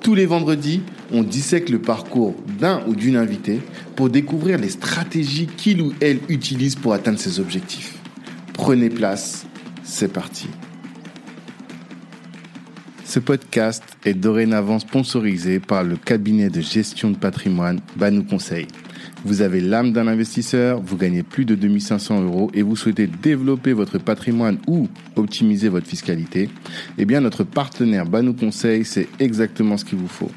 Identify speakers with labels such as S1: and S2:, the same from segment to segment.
S1: Tous les vendredis, on dissèque le parcours d'un ou d'une invitée pour découvrir les stratégies qu'il ou elle utilise pour atteindre ses objectifs. Prenez place, c'est parti. Ce podcast est dorénavant sponsorisé par le cabinet de gestion de patrimoine Banou Conseil. Vous avez l'âme d'un investisseur, vous gagnez plus de 2500 euros et vous souhaitez développer votre patrimoine ou optimiser votre fiscalité, eh bien notre partenaire Banou Conseil, c'est exactement ce qu'il vous faut.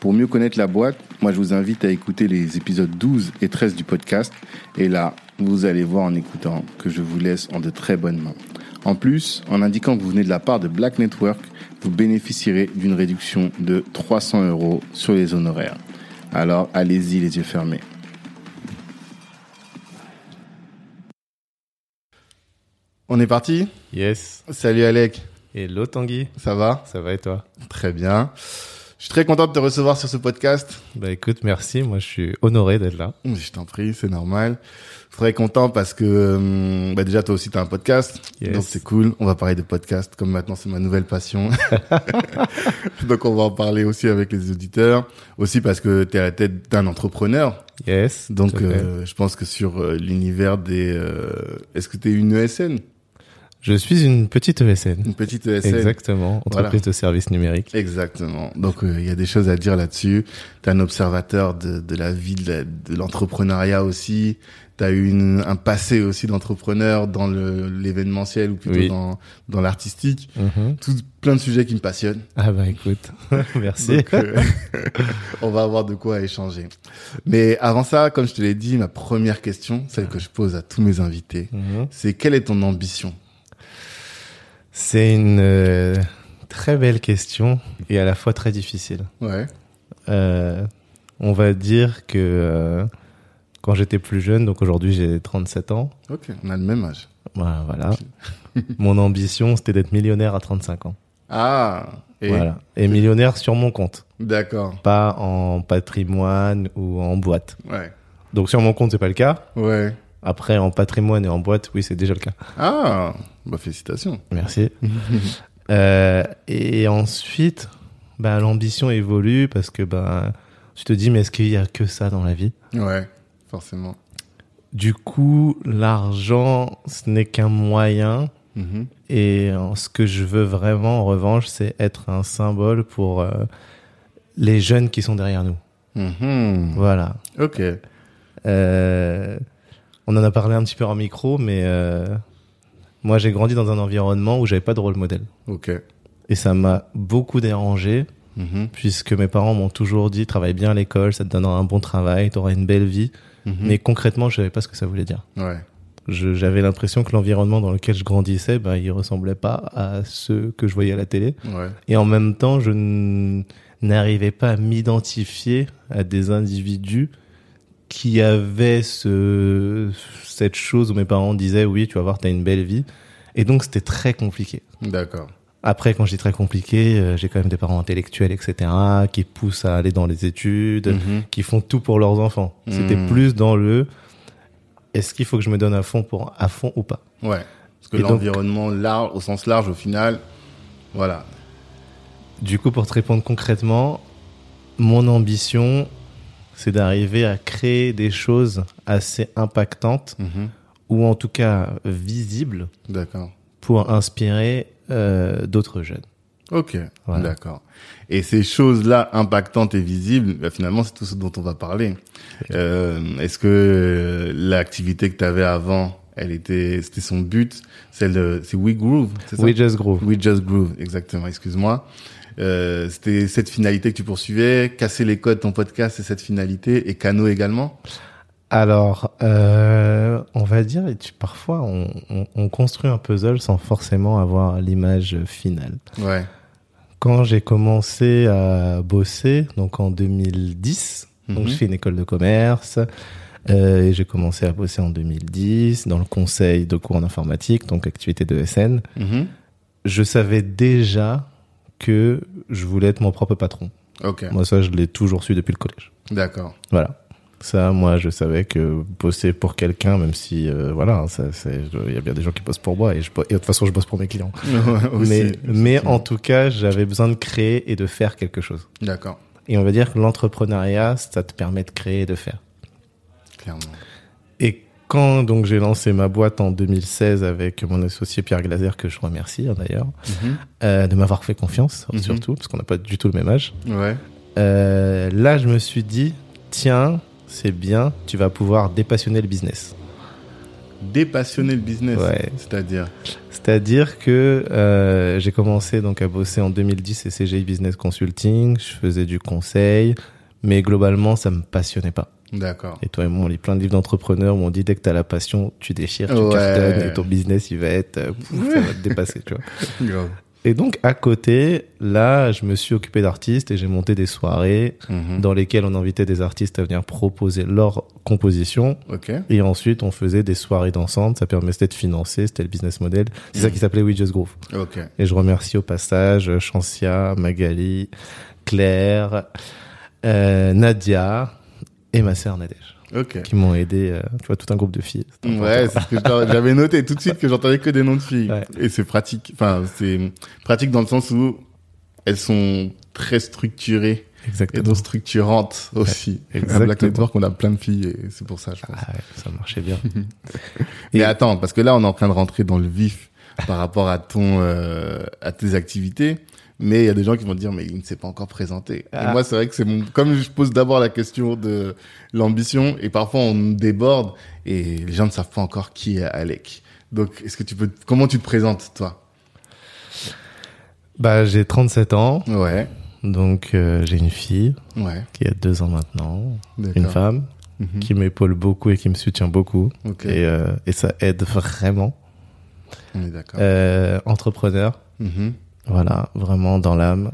S1: Pour mieux connaître la boîte, moi je vous invite à écouter les épisodes 12 et 13 du podcast. Et là, vous allez voir en écoutant que je vous laisse en de très bonnes mains. En plus, en indiquant que vous venez de la part de Black Network, vous bénéficierez d'une réduction de 300 euros sur les honoraires. Alors allez-y les yeux fermés. On est parti
S2: Yes.
S1: Salut Alec,
S2: Hello Tanguy.
S1: ça va
S2: Ça va et toi
S1: Très bien. Je suis très content de te recevoir sur ce podcast.
S2: Bah écoute, merci. Moi, je suis honoré d'être là.
S1: Je t'en prie, c'est normal. Très content parce que euh, bah déjà toi aussi tu as un podcast,
S2: Yes.
S1: donc c'est cool. On va parler de podcast comme maintenant c'est ma nouvelle passion, donc on va en parler aussi avec les auditeurs. Aussi parce que tu es à la tête d'un entrepreneur,
S2: Yes.
S1: donc
S2: tout à fait.
S1: euh, je pense que sur euh, l'univers des, euh, est-ce que tu es une ESN,
S2: Je suis une petite ESN.
S1: une petite E ESN
S2: Exactement. Entreprise
S1: Voilà.
S2: de services numériques.
S1: Exactement. Donc euh, il y a des choses à dire là-dessus. T'es un observateur de, de la vie de la- de l'entrepreneuriat aussi. T'as eu une, un passé aussi d'entrepreneur dans le- l'événementiel ou plutôt
S2: Oui.
S1: dans, dans l'artistique.
S2: Mhm.
S1: Tout plein de sujets qui me passionnent.
S2: Ah bah écoute, merci.
S1: Donc, euh, on va avoir de quoi échanger. Mais avant ça, comme je te l'ai dit, ma première question, celle que je pose à tous mes invités,
S2: Mhm.
S1: c'est quelle est ton ambition
S2: C'est une euh, très belle question et à la fois très difficile.
S1: Ouais.
S2: Euh, on va dire que euh, quand j'étais plus jeune, donc aujourd'hui j'ai 37 ans,
S1: Ok. On a le même âge.
S2: voilà, voilà. mon ambition c'était d'être millionnaire à 35 ans.
S1: Ah. Et
S2: Voilà. Et millionnaire sur mon compte.
S1: d'accord.
S2: pas en patrimoine ou en boîte.
S1: Ouais.
S2: Donc sur mon compte, c'est pas le cas.
S1: Ouais.
S2: Après, en patrimoine et en boîte, oui, c'est déjà le cas.
S1: Ah, bah félicitations.
S2: Merci. Euh, et ensuite, bah, l'ambition évolue parce que bah, tu te dis, mais est-ce qu'il y a que ça dans la vie
S1: Ouais, forcément.
S2: Du coup, l'argent, ce n'est qu'un moyen. Et euh, ce que je veux vraiment, en revanche, c'est être un symbole pour euh, les jeunes qui sont derrière nous.
S1: Mhm.
S2: Voilà.
S1: Ok.
S2: Euh, on en a parlé un petit peu en micro, mais euh, moi j'ai grandi dans un environnement où j'avais pas de rôle modèle.
S1: Ok.
S2: Et ça m'a beaucoup dérangé,
S1: Mhm.
S2: puisque mes parents m'ont toujours dit travaille bien à l'école, ça te donnera un bon travail, t'auras une belle vie.
S1: Mhm.
S2: Mais concrètement, je savais pas ce que ça voulait dire.
S1: Ouais.
S2: Je- J'avais l'impression que l'environnement dans lequel je grandissais, ben, il ressemblait pas à ceux que je voyais à la télé.
S1: Ouais.
S2: Et en même temps, je n- n'arrivais pas à m'identifier à des individus qui avaient ce, cette chose où mes parents disaient oui, tu vas voir, t'as une belle vie. Et donc, c'était très compliqué.
S1: D'accord.
S2: Après, quand je dis très compliqué, euh, j'ai quand même des parents intellectuels, etc., qui poussent à aller dans les études,
S1: Mhm.
S2: qui font tout pour leurs enfants. C'était
S1: Mhm.
S2: plus dans le est-ce qu'il faut que je me donne à fond pour à fond ou pas.
S1: Ouais. Parce que
S2: Et donc-
S1: l'environnement large, au sens large, au final, voilà.
S2: Du coup, pour te répondre concrètement, mon ambition, c'est d'arriver à créer des choses assez impactantes,
S1: Mhm.
S2: ou en tout cas visibles,
S1: D'accord.
S2: pour inspirer euh, d'autres jeunes.
S1: Ok.
S2: Voilà.
S1: D'accord. Et ces choses-là impactantes et visibles, bah, finalement, c'est tout ce dont on va parler. Euh, Est-ce que euh, l'activité que tu avais avant, elle était, c'était son but, celle de, c'est We Groove, c'est ça
S2: We Just Grow.
S1: We Just Groove, exactement, excuse-moi. Euh, c'était cette finalité que tu poursuivais, casser les codes, ton podcast, c'est cette finalité, et Cano également.
S2: Alors, euh, on va dire, et tu- parfois, on, on- on construit un puzzle sans forcément avoir l'image finale.
S1: Ouais.
S2: Quand j'ai commencé à bosser, donc en 2010, donc
S1: Mhm.
S2: je fais une école de commerce, Euh, et j'ai commencé à bosser en 2010 dans le conseil de cours en informatique, donc activité de SN.
S1: Mhm.
S2: Je savais déjà que je voulais être mon propre patron.
S1: Ok,
S2: Moi, ça, je l'ai toujours su depuis le collège.
S1: d'accord.
S2: Voilà. Ça, moi, je savais que bosser pour quelqu'un, même si, euh, voilà, ça, c'est- il y a bien des gens qui bossent pour moi et, je, bo- et de toute façon, je bosse pour mes clients.
S1: Aussi,
S2: mais, mais en tout cas, j'avais besoin de créer et de faire quelque chose.
S1: D'accord,
S2: Et on va dire que l'entrepreneuriat, ça te permet de créer et de faire.
S1: clairement.
S2: Et quand donc j'ai lancé ma boîte en 2016 avec mon associé Pierre Glaser, que je remercie hein, d'ailleurs, euh, de m'avoir fait confiance,
S1: Mhm.
S2: surtout, parce qu'on n'a pas du tout le même âge.
S1: Ouais,
S2: Euh, là, je me suis dit, tiens, c'est bien, tu vas pouvoir dépassionner le business.
S1: dépassionner le business.
S2: Ouais.
S1: C'est-à-dire,
S2: C'est-à-dire que euh, j'ai commencé donc à bosser en 2010 et CGI Business Consulting, je faisais du conseil, mais globalement, ça me passionnait pas.
S1: d'accord.
S2: Et toi et moi, on lit plein de livres d'entrepreneurs où on dit dès que t'as la passion, tu déchires, tu
S1: Ouais.
S2: cartonnes et ton business, il va être, euh, pouf, ça va te dépasser, tu vois.
S1: Grave.
S2: Et donc, à côté, là, je me suis occupé d'artistes et j'ai monté des soirées
S1: Mhm.
S2: dans lesquelles on invitait des artistes à venir proposer leur composition.
S1: Ok,
S2: Et ensuite, on faisait des soirées dansantes. Ça permettait de financer. C'était le business model. C'est ça qui s'appelait We Just Groove.
S1: ok.
S2: Et je remercie au passage euh, Chancia, Magali, Claire, euh, Nadia et ma sœur Nadège
S1: Ok.
S2: qui m'ont aidé, euh, tu vois, tout un groupe de filles. C'était important.
S1: Ouais, c'est ce que je- j'avais noté tout de suite que j'entendais que des noms de filles.
S2: Ouais.
S1: Et c'est pratique. Enfin, c'est pratique dans le sens où elles sont très structurées et
S2: Exactement.
S1: donc structurantes aussi. À Black
S2: exactement.
S1: Network, on a plein de filles et c'est pour ça, je pense.
S2: Ah ouais, ça marchait bien.
S1: Mais
S2: et-
S1: attends, parce que là, on est en train de rentrer dans le vif par rapport à ton, euh, à tes activités. Mais il y a des gens qui vont dire, mais il ne s'est pas encore présenté. Et
S2: Ah.
S1: moi, c'est vrai que c'est mon, comme je pose d'abord la question de l'ambition et parfois on me déborde et les gens ne savent pas encore qui est Alec. Donc, est-ce que tu peux, comment tu te présentes, toi?
S2: Bah, j'ai 37 ans,
S1: Ouais.
S2: donc euh, j'ai une fille
S1: Ouais.
S2: qui a deux ans maintenant, une
S1: D'accord.
S2: femme
S1: Mhm.
S2: qui m'épaule beaucoup et qui me soutient beaucoup.
S1: Ok.
S2: Et, euh, et ça aide vraiment.
S1: On est d'accord.
S2: Euh, entrepreneur,
S1: Mhm.
S2: voilà, vraiment dans l'âme,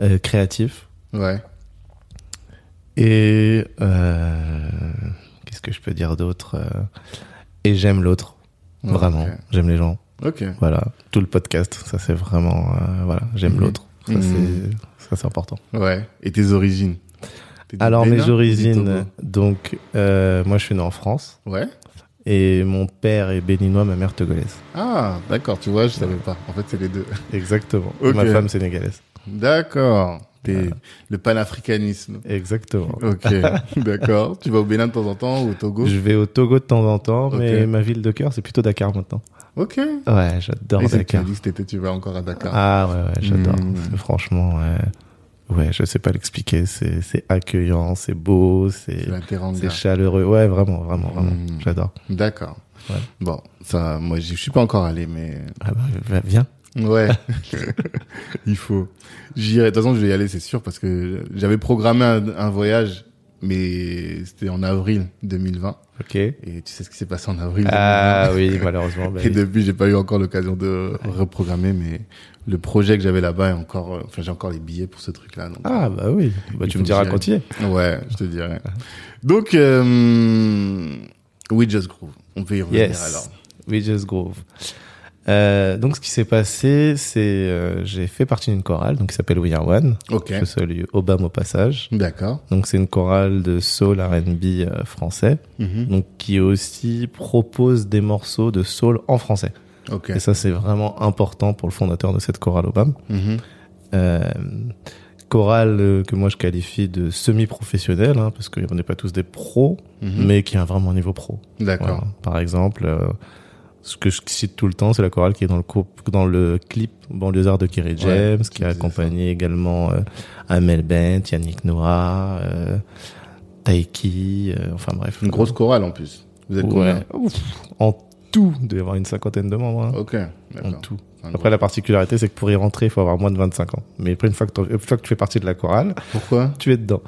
S2: Euh, créatif.
S1: Ouais.
S2: Et euh, qu'est-ce que je peux dire d'autre Euh, Et j'aime l'autre,
S1: Ouais,
S2: vraiment.
S1: ok.
S2: J'aime les gens.
S1: Ok.
S2: Voilà, tout le podcast, ça c'est vraiment, euh, voilà, j'aime
S1: Mhm.
S2: l'autre. Ça,
S1: Mhm.
S2: c'est- ça, c'est important.
S1: Ouais. Et tes origines? T'es du
S2: Alors
S1: Bénin
S2: mes
S1: ou du Togo
S2: origines, donc euh, moi je suis né en France
S1: Ouais.
S2: et mon père est béninois, ma mère togolaise.
S1: Ah, d'accord, tu vois, je savais pas. En fait, c'est les deux.
S2: Exactement.
S1: Ok.
S2: Ma femme sénégalaise.
S1: D'accord. T'es le panafricanisme.
S2: Exactement.
S1: Ok, d'accord. Tu vas au Bénin de temps en temps ou au Togo
S2: Je vais au Togo de temps en temps, mais
S1: Ok.
S2: ma ville de cœur c'est plutôt Dakar maintenant.
S1: Ok. Et
S2: Ouais, j'adore
S1: c'est que tu as
S2: Dakar.
S1: dit que cet été, tu vas encore à Dakar.
S2: Ah ouais, ouais j'adore.
S1: Mhm.
S2: C'est- Franchement, ouais. ouais, je sais pas l'expliquer. C'est c'est accueillant, c'est beau, c'est
S1: c'est la Teranga.
S2: c'est chaleureux. Ouais, vraiment, vraiment, vraiment.
S1: Mhm.
S2: J'adore.
S1: D'accord.
S2: Ouais.
S1: Bon, ça, moi, je suis pas encore allé, mais
S2: Ah bah, bah, viens.
S1: Ouais, il faut. J'irai. De toute façon, je vais y aller, c'est sûr, parce que j'avais programmé un, un voyage, mais c'était en avril 2020.
S2: Ok.
S1: Et tu sais ce qui s'est passé en avril 2020.
S2: Ah oui, malheureusement. bah
S1: Et
S2: oui.
S1: depuis, j'ai pas eu encore l'occasion de reprogrammer, mais le projet que j'avais là-bas est encore, euh, enfin, j'ai encore les billets pour ce truc-là. donc,
S2: Ah bah oui,
S1: Il
S2: bah, tu
S1: faut
S2: me diras
S1: que j'y
S2: quand tu y es.
S1: euh, Ouais, je te dirais. Donc, euh, We Just Groove. On peut y revenir
S2: Yes.
S1: alors.
S2: We Just Groove. Euh, donc ce qui s'est passé, c'est euh, j'ai fait partie d'une chorale donc qui s'appelle We Are One.
S1: Ok.
S2: Je salue Obama au passage.
S1: D'accord.
S2: Donc c'est une chorale de soul R&B euh, français,
S1: Mhm.
S2: donc qui aussi propose des morceaux de soul en français.
S1: Ok.
S2: Et ça c'est vraiment important pour le fondateur de cette chorale Obama.
S1: Mhm.
S2: Euh, chorale euh, que moi je qualifie de semi-professionnelle hein, parce qu'on n'est pas tous des pros,
S1: Mhm.
S2: mais qui a vraiment un niveau pro.
S1: D'accord.
S2: Voilà. Par exemple, euh, ce que je cite tout le temps, c'est la chorale qui est dans le, couple- dans le clip Banlieusard de Kerry James, qui
S1: me
S2: a
S1: disais
S2: accompagné également euh, Amel Bent, Yannick Noah, euh, Taiki, euh, enfin bref. Euh,
S1: Une grosse chorale en plus. Vous êtes
S2: Ouais.
S1: combien
S2: Ouf. En tout, il doit y avoir une cinquantaine de membres. hein.
S1: Ok.
S2: en
S1: Oh, D'accord.
S2: tout.
S1: Enfin,
S2: Après, la particularité, c'est que pour y rentrer, il faut avoir moins de 25 ans. Mais après, une fois que, t'en- une fois que tu fais partie de la chorale,
S1: Pourquoi
S2: tu es dedans.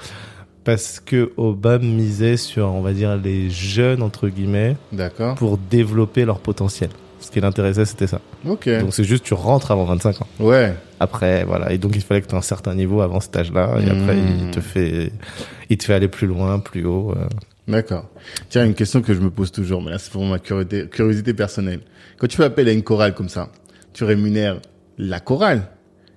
S2: Parce que Obama misait sur, on va dire, les jeunes, entre guillemets,
S1: D'accord.
S2: pour développer leur potentiel. Ce qui l'intéressait, c'était ça.
S1: Ok.
S2: Donc c'est juste tu rentres avant 25 ans.
S1: ouais.
S2: Après voilà, et donc il fallait que tu aies un certain niveau avant cet âge-là et
S1: Mmh.
S2: après il te fait il te fait aller plus loin, plus haut. euh.
S1: D'accord. Tiens, une question que je me pose toujours, mais là, c'est pour ma curiosité, curiosité personnelle. Quand tu fais appel à une chorale comme ça, tu rémunères la chorale.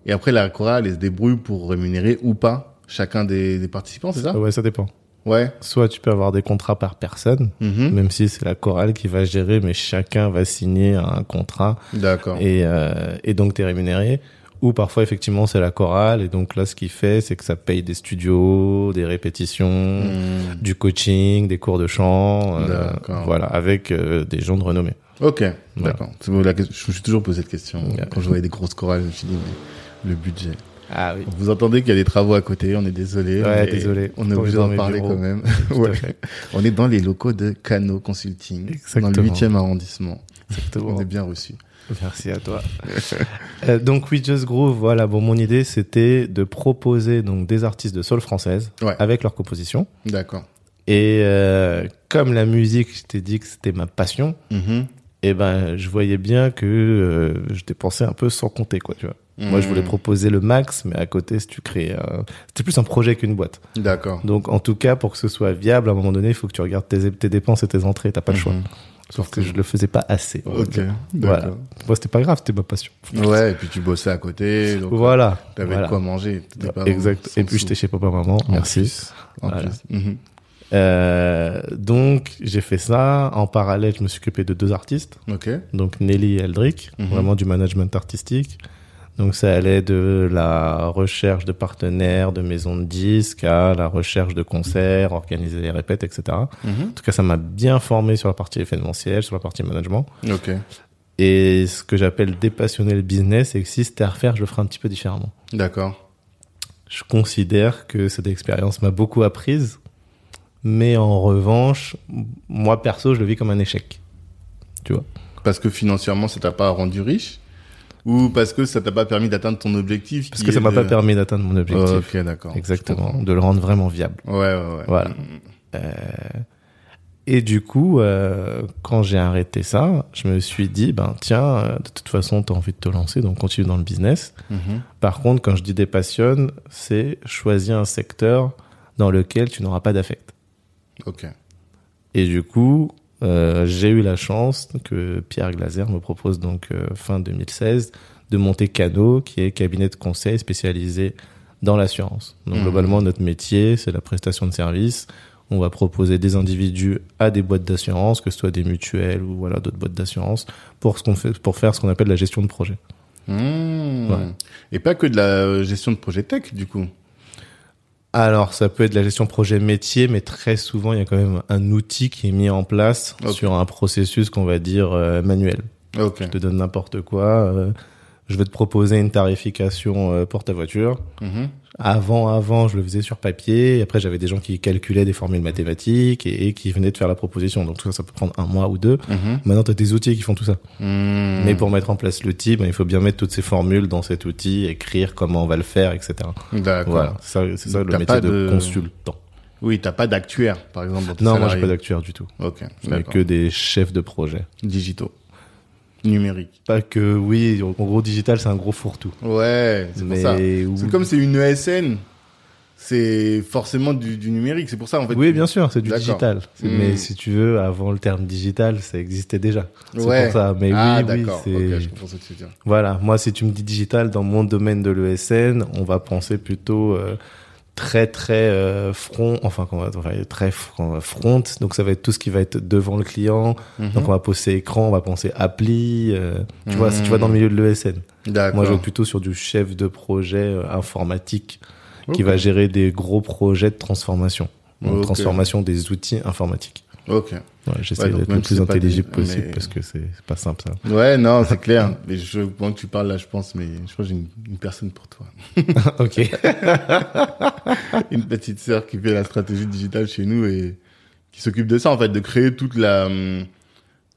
S1: Et après, la chorale, elle se débrouille pour rémunérer ou pas chacun des, des participants, c'est ça
S2: Ouais, ça dépend.
S1: Ouais.
S2: Soit tu peux avoir des contrats par personne,
S1: Mhm.
S2: même si c'est la chorale qui va gérer, mais chacun va signer un contrat
S1: D'accord.
S2: et, euh, et donc t'es rémunéré. Ou parfois effectivement c'est la chorale et donc là ce qu'il fait c'est que ça paye des studios, des répétitions,
S1: Hmm.
S2: du coaching, des cours de chant, euh,
S1: D'accord.
S2: voilà, avec euh, des gens de renommée.
S1: Ok,
S2: Voilà.
S1: d'accord. C'est bon, la que- Je me suis toujours posé cette question.
S2: Ouais.
S1: Quand je voyais des grosses chorales, je me suis dit, mais le budget.
S2: Ah oui.
S1: Vous entendez qu'il y a des travaux à côté, on est désolé.
S2: Ouais,
S1: mais
S2: désolé.
S1: On est
S2: On est
S1: obligé
S2: dans
S1: d'en
S2: mes
S1: parler
S2: bureaux.
S1: quand même.
S2: Tout à
S1: Ouais.
S2: fait.
S1: On est dans les locaux de Cano Consulting, dans
S2: Exactement.
S1: le 8e arrondissement.
S2: Exactement.
S1: On est bien reçu.
S2: Merci à toi. Euh, donc We Just Groove, voilà. Bon, mon idée c'était de proposer donc des artistes de soul française
S1: Ouais.
S2: avec leurs compositions.
S1: D'accord.
S2: Et euh, comme la musique, je t'ai dit que c'était ma passion,
S1: Mhm.
S2: et ben je voyais bien que euh, je dépensais un peu sans compter quoi, tu vois. Moi, je voulais
S1: Mhm.
S2: proposer le max, mais à côté, si tu crées, un- c'était plus un projet qu'une boîte.
S1: D'accord.
S2: Donc, en tout cas, pour que ce soit viable, à un moment donné, il faut que tu regardes tes, tes dépenses et tes entrées. T'as pas le choix.
S1: Mhm.
S2: Sauf que je le faisais pas assez. on va
S1: Ok,
S2: dire. Voilà.
S1: d'accord.
S2: Moi, c'était pas grave, c'était ma passion.
S1: Ouais, et puis tu bossais à côté, donc
S2: voilà.
S1: t'avais
S2: Voilà. Euh,
S1: de quoi manger. t'étais pas
S2: exact.
S1: sans
S2: Et puis,
S1: sous.
S2: j'étais chez papa, maman.
S1: En
S2: Merci.
S1: plus, en
S2: Voilà.
S1: plus. Mhm.
S2: Euh, donc, j'ai fait ça. En parallèle, je me suis occupé de deux artistes.
S1: Ok.
S2: donc Nelly et Eldrick,
S1: Mhm.
S2: vraiment du management artistique. Donc ça allait de la recherche de partenaires, de maisons de disques, à la recherche de concerts, organiser les répètes, etc. En
S1: Mhm.
S2: tout cas, ça m'a bien formé sur la partie événementielle, sur la partie management.
S1: Ok.
S2: Et ce que j'appelle dépassionner le business, c'est que si c'était à refaire, je le ferais un petit peu différemment.
S1: D'accord.
S2: Je considère que cette expérience m'a beaucoup apprise, mais en revanche, m- moi perso, je le vis comme un échec. Tu vois
S1: Parce que financièrement, ça t'a pas rendu riche Ou parce que ça t'a pas permis d'atteindre ton objectif
S2: Parce
S1: qui
S2: que ça
S1: est
S2: m'a
S1: de-
S2: pas permis d'atteindre mon objectif.
S1: Ok, d'accord.
S2: Exactement, de le rendre vraiment viable.
S1: Ouais, ouais, ouais.
S2: Voilà. Et du coup, euh, quand j'ai arrêté ça, je me suis dit, ben tiens, euh, de toute façon, t'as envie de te lancer, donc continue dans le business.
S1: Mhm.
S2: Par contre, quand je dis des passions, c'est choisir un secteur dans lequel tu n'auras pas d'affect.
S1: Ok.
S2: Et du coup, euh, j'ai eu la chance que Pierre Glaser me propose donc euh, fin 2016 de monter Cano, qui est cabinet de conseil spécialisé dans l'assurance. Donc
S1: Mhm.
S2: globalement, notre métier, c'est la prestation de services. On va proposer des individus à des boîtes d'assurance, que ce soit des mutuelles ou voilà d'autres boîtes d'assurance, pour ce qu'on fait, pour faire ce qu'on appelle la gestion de projet.
S1: Mmh.
S2: Ouais.
S1: Et pas que de la euh, gestion de projet tech, du coup.
S2: Alors, ça peut être la gestion projet métier, mais très souvent, il y a quand même un outil qui est mis en place
S1: Ok.
S2: sur un processus qu'on va dire euh, manuel.
S1: Ok.
S2: je te donne n'importe quoi. euh, je vais te proposer une tarification euh, pour ta voiture.
S1: Mhm.
S2: Avant, avant, je le faisais sur papier. Et après, j'avais des gens qui calculaient des formules mathématiques et, et qui venaient de faire la proposition. Donc tout ça, ça peut prendre un mois ou deux.
S1: Mhm.
S2: Maintenant, tu as des outils qui font tout ça.
S1: Mmh.
S2: Mais pour mettre en place l'outil, ben, il faut bien mettre toutes ces formules dans cet outil, écrire comment on va le faire, etc.
S1: D'accord.
S2: Voilà, c'est ça, c'est ça
S1: Donc,
S2: le
S1: t'as
S2: métier
S1: pas
S2: de...
S1: de-
S2: consultant.
S1: Oui, t'as pas d'actuaire, par exemple, dans tes
S2: Non, moi, je suis pas
S1: salariés.
S2: d'actuaire du tout.
S1: Ok,
S2: Je n'ai
S1: d'accord.
S2: que des chefs de projet.
S1: Digitaux. Numériques.
S2: Pas que, oui, en gros, digital, c'est un gros fourre-tout.
S1: Ouais, c'est pour
S2: Mais
S1: ça.
S2: oui.
S1: C'est comme c'est une ESN, c'est forcément du, du numérique. C'est pour ça, en fait.
S2: Oui, bien sûr, c'est du
S1: D'accord.
S2: digital. C'est-
S1: Hmm.
S2: Mais si tu veux, avant le terme digital, ça existait déjà. C'est
S1: Ouais.
S2: pour ça. Mais
S1: ah,
S2: oui, oui,
S1: d'accord.
S2: c'est.
S1: Ok, je comprends ce que tu veux dire.
S2: Voilà, moi, si tu me dis digital dans mon domaine de l'ESN, on va penser plutôt euh, très, très euh, front, enfin, qu'on va, on va- très front, front. Donc, ça va être tout ce qui va être devant le
S1: Mhm.
S2: client. Donc, on va penser écran, on va penser appli. euh, tu vois, si tu vas dans le milieu de l'ESN.
S1: Hmm. D'accord.
S2: Moi, je vais plutôt sur du chef de projet euh, informatique qui
S1: Ok.
S2: va gérer des gros projets de transformation. Donc,
S1: Ok.
S2: transformation des outils informatiques.
S1: Ok.
S2: Ouais, J'essaie
S1: Ouais, donc
S2: d'être
S1: même
S2: le
S1: si
S2: plus
S1: c'est pas des-
S2: intelligible possible
S1: mais-
S2: parce que c'est c'est pas simple ça.
S1: Ouais, non, c'est clair. Mais je, pendant que tu parles là, je pense, mais je crois que j'ai une, une personne pour toi.
S2: ok.
S1: une petite sœur qui fait la stratégie digitale chez nous et qui s'occupe de ça, en fait, de créer toute la, hum,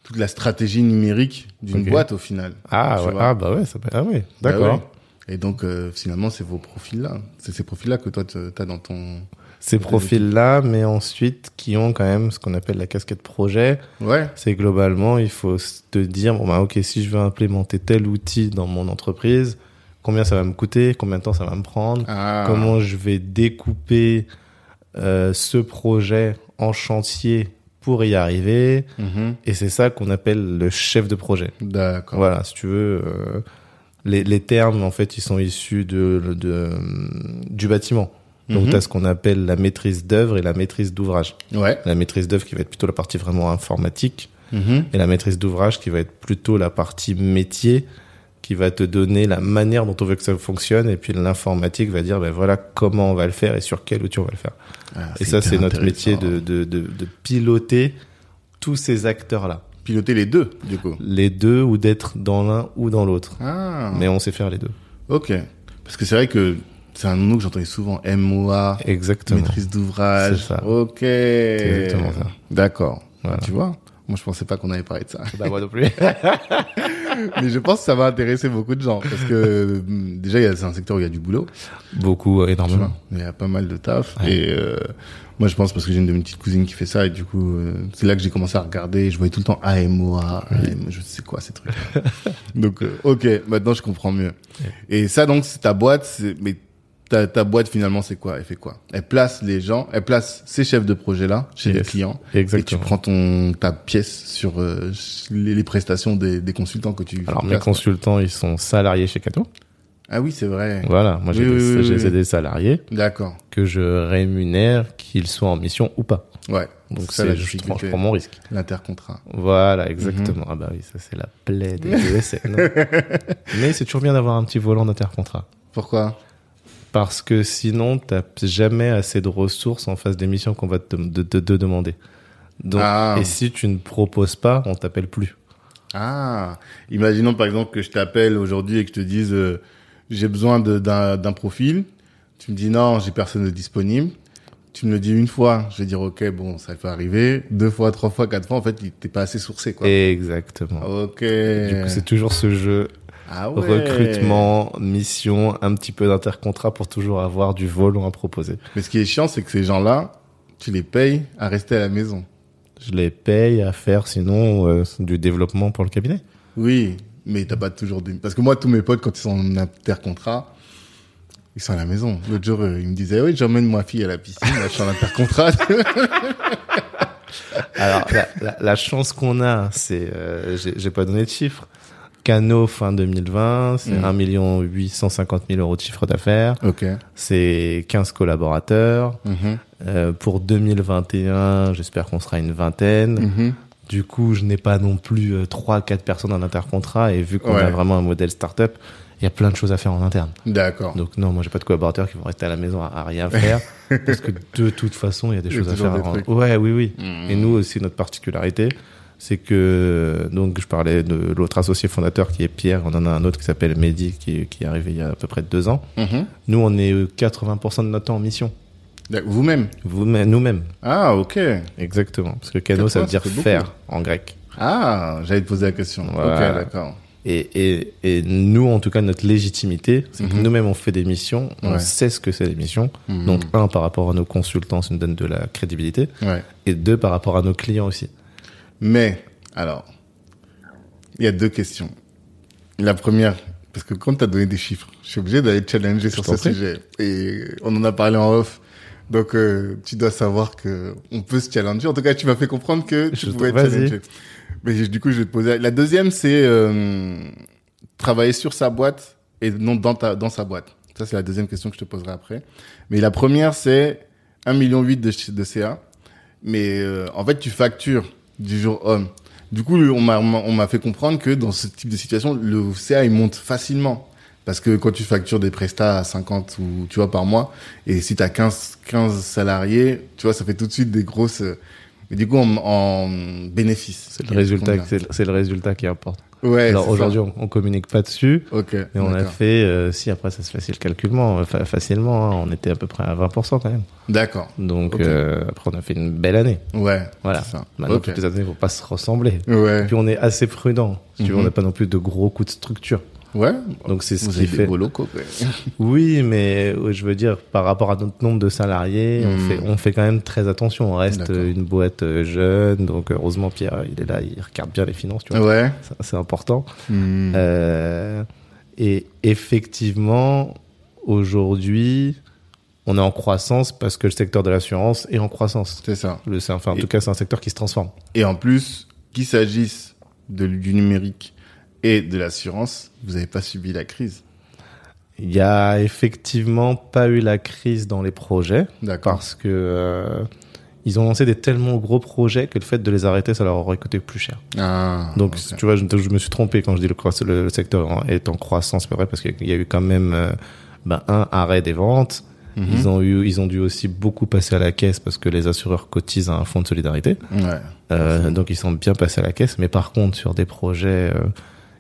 S1: toute la stratégie numérique d'une
S2: Ok.
S1: boîte au final.
S2: Ah,
S1: Tu
S2: ouais.
S1: vois.
S2: ah bah ouais, ça peut- ah ouais,
S1: Bah
S2: d'accord.
S1: oui. Et donc, euh, finalement, c'est vos profils-là. C'est ces profils-là que toi, tu as dans ton.
S2: Ces profils-là, mais ensuite qui ont quand même ce qu'on appelle la casquette projet,
S1: Ouais.
S2: c'est globalement il faut s- te dire bon bah ok si je veux implémenter tel outil dans mon entreprise, combien ça va me coûter, combien de temps ça va me prendre,
S1: Ah.
S2: comment je vais découper euh, ce projet en chantier pour y arriver.
S1: Mhm.
S2: Et c'est ça qu'on appelle le chef de projet.
S1: D'accord.
S2: Voilà, si tu veux, euh, les, les termes, en fait, ils sont issus de, de- du bâtiment. Donc,
S1: Mhm.
S2: tu as ce qu'on appelle la maîtrise d'œuvre et la maîtrise d'ouvrage.
S1: Ouais.
S2: La maîtrise d'œuvre qui va être plutôt la partie vraiment informatique
S1: Mhm.
S2: et la maîtrise d'ouvrage qui va être plutôt la partie métier qui va te donner la manière dont on veut que ça fonctionne et puis l'informatique va dire ben voilà comment on va le faire et sur quel outil on va le faire.
S1: Ah,
S2: Et ça,
S1: hyper
S2: c'est notre métier
S1: intéressant.
S2: de, de, de, de piloter tous ces acteurs-là.
S1: piloter les deux, du coup.
S2: Les deux ou d'être dans l'un ou dans l'autre.
S1: Ah.
S2: Mais on sait faire les deux.
S1: Ok. Parce que c'est vrai que c'est un nom que j'entendais souvent. MOA,
S2: Exactement.
S1: maîtrise d'ouvrage.
S2: C'est ça.
S1: Ok.
S2: exactement ça.
S1: D'accord.
S2: Voilà.
S1: Tu vois. Moi, je pensais pas qu'on allait parler de ça.
S2: Bah, moi non plus.
S1: Mais je pense que ça va intéresser beaucoup de gens. Parce que, hum, déjà, il y a- c'est un secteur où il y a du boulot.
S2: Beaucoup, euh,
S1: Tu vois,
S2: énormément.
S1: il y a pas mal de taf.
S2: Ouais.
S1: Et euh, moi, je pense parce que j'ai une de mes petites cousines qui fait ça. Et du coup, euh, c'est là que j'ai commencé à regarder. Je voyais tout le temps AMOA, AM, je sais quoi ces trucs. donc, euh, ok, maintenant je comprends mieux. Et ça, donc, c'est ta boîte. c'est- Mais ta, ta boîte, finalement, c'est quoi Elle fait quoi Elle place les gens, elle place ces chefs de projet-là chez les
S2: Yes.
S1: clients. Et tu
S2: Exactement.
S1: prends ton, ta pièce sur euh, les, les prestations des, des consultants que tu
S2: Alors, mes
S1: places.
S2: consultants, ils sont salariés chez Cato.
S1: Ah oui, c'est vrai.
S2: Voilà. Moi, j'ai
S1: Oui,
S2: des,
S1: oui, oui,
S2: j'ai-
S1: oui.
S2: c'est des salariés
S1: D'accord.
S2: que je rémunère, qu'ils soient en mission ou pas.
S1: Ouais.
S2: Donc,
S1: ça, la
S2: c'est, je, prends, je
S1: difficulté.
S2: prends mon risque.
S1: L'intercontrat.
S2: Voilà, exactement. Ah, bah oui, ça, c'est la plaie des ESN. Mais c'est toujours bien d'avoir un petit volant d'intercontrat.
S1: Pourquoi
S2: Parce que sinon, t'as jamais assez de ressources en face des missions qu'on va te, de- de- de demander. Donc,
S1: Ah.
S2: Et si tu ne proposes pas, on t'appelle plus.
S1: Ah, imaginons par exemple que je t'appelle aujourd'hui et que je te dise euh, j'ai besoin de- d'un d'un profil. Tu me dis non, j'ai personne de disponible. Tu me le dis une fois, je vais dire ok, bon, ça peut arriver. Deux fois, trois fois, quatre fois, en fait, il- t'es pas assez sourcé quoi.
S2: Exactement.
S1: Ok.
S2: Du coup, c'est toujours ce jeu
S1: Ah ouais.
S2: recrutement, mission, un petit peu d'intercontrat pour toujours avoir du volant à proposer.
S1: Mais ce qui est chiant, c'est que ces gens-là, tu les payes à rester à la maison.
S2: Je les paye à faire sinon euh, du développement pour le cabinet.
S1: Oui, mais t'as pas toujours des... Parce que moi, tous mes potes, quand ils sont en intercontrat, ils sont à la maison. L'autre jour, euh, ils me disaient, oui, j'emmène ma fille à la piscine, là, je suis en intercontrat.
S2: Alors la, la- la chance qu'on a, c'est, euh, j'ai j'ai pas donné de chiffres. Cano fin 2020, c'est
S1: Mhm.
S2: 1 million 850 000 euros de chiffre d'affaires.
S1: ok.
S2: C'est 15 collaborateurs.
S1: Mhm.
S2: Euh, pour 2021, j'espère qu'on sera une vingtaine.
S1: Mhm.
S2: Du coup, je n'ai pas non plus euh, trois, quatre personnes en intercontrat. Et vu qu'on
S1: Ouais.
S2: a vraiment un modèle startup, il y a plein de choses à faire en interne.
S1: D'accord.
S2: Donc non, moi j'ai pas de collaborateurs qui vont rester à la maison à, à rien faire parce que de toute façon il y a des
S1: Il y a
S2: choses à
S1: toujours
S2: faire.
S1: des
S2: en-
S1: trucs.
S2: Ouais, oui, oui.
S1: Mhm.
S2: Et nous aussi notre particularité, c'est que donc je parlais de l'autre associé fondateur qui est Pierre. On en a un autre qui s'appelle Mehdi qui, qui est arrivé il y a à peu près deux ans.
S1: Mhm.
S2: Nous on est euh, 80% de notre temps en mission.
S1: D'ac- Vous-même
S2: Vous, nous-mêmes,
S1: Ah, ok.
S2: exactement. Parce que Kano ça veut
S1: 80,
S2: dire
S1: c'est beaucoup.
S2: faire en grec.
S1: Ah, j'allais te poser la question.
S2: Voilà.
S1: Ok, d'accord.
S2: Et, et, et nous, en tout cas, notre légitimité, c'est que
S1: Mhm.
S2: nous-mêmes, on fait des missions, on
S1: Ouais.
S2: sait ce que c'est des missions.
S1: Mhm.
S2: Donc, un, par rapport à nos consultants, ça nous donne de la crédibilité.
S1: Ouais.
S2: Et deux, par rapport à nos clients aussi.
S1: Mais, alors, il y a deux questions. La première, parce que quand tu as donné des chiffres, je suis obligé d'aller te challenger sur
S2: t'en
S1: ce
S2: prie.
S1: sujet. Et on en a parlé en off. Donc, euh, tu dois savoir que on peut se challenger. En tout cas, tu m'as fait comprendre que tu
S2: Je
S1: pouvais
S2: t'en-
S1: te
S2: vas-y.
S1: challenger. Mais je- du coup, je vais te poser. La deuxième, c'est euh, travailler sur sa boîte et non dans, ta, dans sa boîte. Ça, c'est la deuxième question que je te poserai après. Mais la première, c'est 1,8 million de, ch- de CA. Mais euh, en fait, tu factures du jour homme. Du coup, le- on m'a on m'a fait comprendre que dans ce type de situation, le CA, il monte facilement. Parce que quand tu factures des prestats à 50 ou, tu vois, par mois, et si tu as 15, 15 salariés, tu vois, ça fait tout de suite des grosses... euh, Mais du coup, en, en bénéfice.
S2: C'est le résultat,
S1: Combien
S2: c'est le- c'est le résultat qui importe.
S1: Ouais,
S2: Alors
S1: c'est ça.
S2: aujourd'hui, on, on communique pas dessus.
S1: Ok.
S2: Mais on a
S1: d'accord.
S2: fait, euh, si après ça se fait le calculement, euh, fa- facilement, hein, on était à peu près à 20% quand même.
S1: D'accord.
S2: Donc
S1: Ok.
S2: euh, après, on a fait une belle année.
S1: Ouais.
S2: Voilà.
S1: c'est ça.
S2: Maintenant,
S1: Ok.
S2: toutes les années vont pas se ressembler.
S1: Ouais.
S2: Puis on est assez prudent. Si tu veux,
S1: Mhm.
S2: on n'a pas non plus de gros coups de structure.
S1: Ouais.
S2: Donc c'est ce
S1: Vous
S2: qui
S1: avez des
S2: fait.
S1: beaux locaux, quoi.
S2: Oui, mais euh, je veux dire par rapport à notre nombre de salariés, on
S1: Mhm.
S2: fait on fait quand même très attention. On reste
S1: D'accord.
S2: euh, une boîte euh, jeune, donc heureusement Pierre il est là, il regarde bien les finances, tu vois.
S1: Ah Ouais.
S2: Ça, C'est important.
S1: Hmm.
S2: Euh, et effectivement, aujourd'hui, on est en croissance parce que le secteur de l'assurance est en croissance.
S1: C'est ça.
S2: Le, c'est- enfin, en
S1: Et-
S2: tout cas, c'est un secteur qui se transforme.
S1: Et en plus, qu'il s'agisse de- du numérique et de l'assurance, vous n'avez pas subi la crise.
S2: Il y a effectivement pas eu la crise dans les projets
S1: D'accord.
S2: parce que euh, ils ont lancé des tellement gros projets que le fait de les arrêter, ça leur aurait coûté plus cher.
S1: Ah,
S2: Donc,
S1: ok.
S2: tu vois, je, je me suis trompé quand je dis le, croi- le- le secteur en- est en croissance, c'est pas vrai, parce qu'il y a eu quand même euh, ben, un arrêt des ventes.
S1: Mhm.
S2: Ils ont eu, ils ont dû aussi beaucoup passer à la caisse parce que les assureurs cotisent à un fonds de solidarité.
S1: Ouais.
S2: Euh, donc ils sont bien passés à la caisse. Mais par contre, sur des projets euh,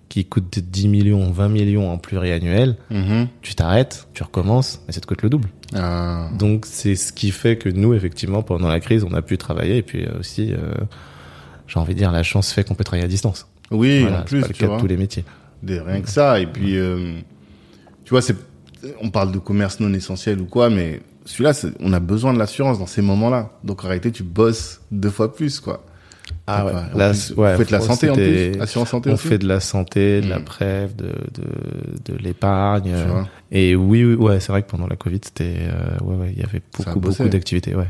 S2: qui coûtent 10 millions, 20 millions en pluriannuel,
S1: Mhm.
S2: tu t'arrêtes, tu recommences, et ça te coûte le double.
S1: Ah.
S2: Donc c'est ce qui fait que nous, effectivement, pendant la crise, on a pu travailler. Et puis euh, aussi, euh, j'ai envie de dire, la chance fait qu'on peut travailler à distance.
S1: Oui,
S2: Voilà,
S1: en
S2: c'est
S1: plus,
S2: pas le
S1: tu
S2: cas de
S1: vois.
S2: tous les métiers.
S1: Des- rien que ça. Et puis, euh, tu vois, c'est, on parle de commerce non essentiel ou quoi, mais celui-là, c'est- on a besoin de l'assurance dans ces moments-là. Donc, en réalité, tu bosses deux fois plus, quoi.
S2: Ah ouais.
S1: Enfin, en
S2: Là,
S1: plus,
S2: ouais,
S1: vous faites la
S2: franchement,
S1: santé en
S2: c'était-
S1: plus. Assurance santé
S2: On
S1: aussi.
S2: fait de la santé, de la
S1: Mm.
S2: prêve, de, de, de l'épargne.
S1: Tu vois.
S2: Et oui, oui, ouais, c'est vrai que pendant la Covid, c'était, euh, ouais, ouais, il y avait
S1: Ça a
S2: beaucoup,
S1: bossé.
S2: beaucoup d'activités, ouais.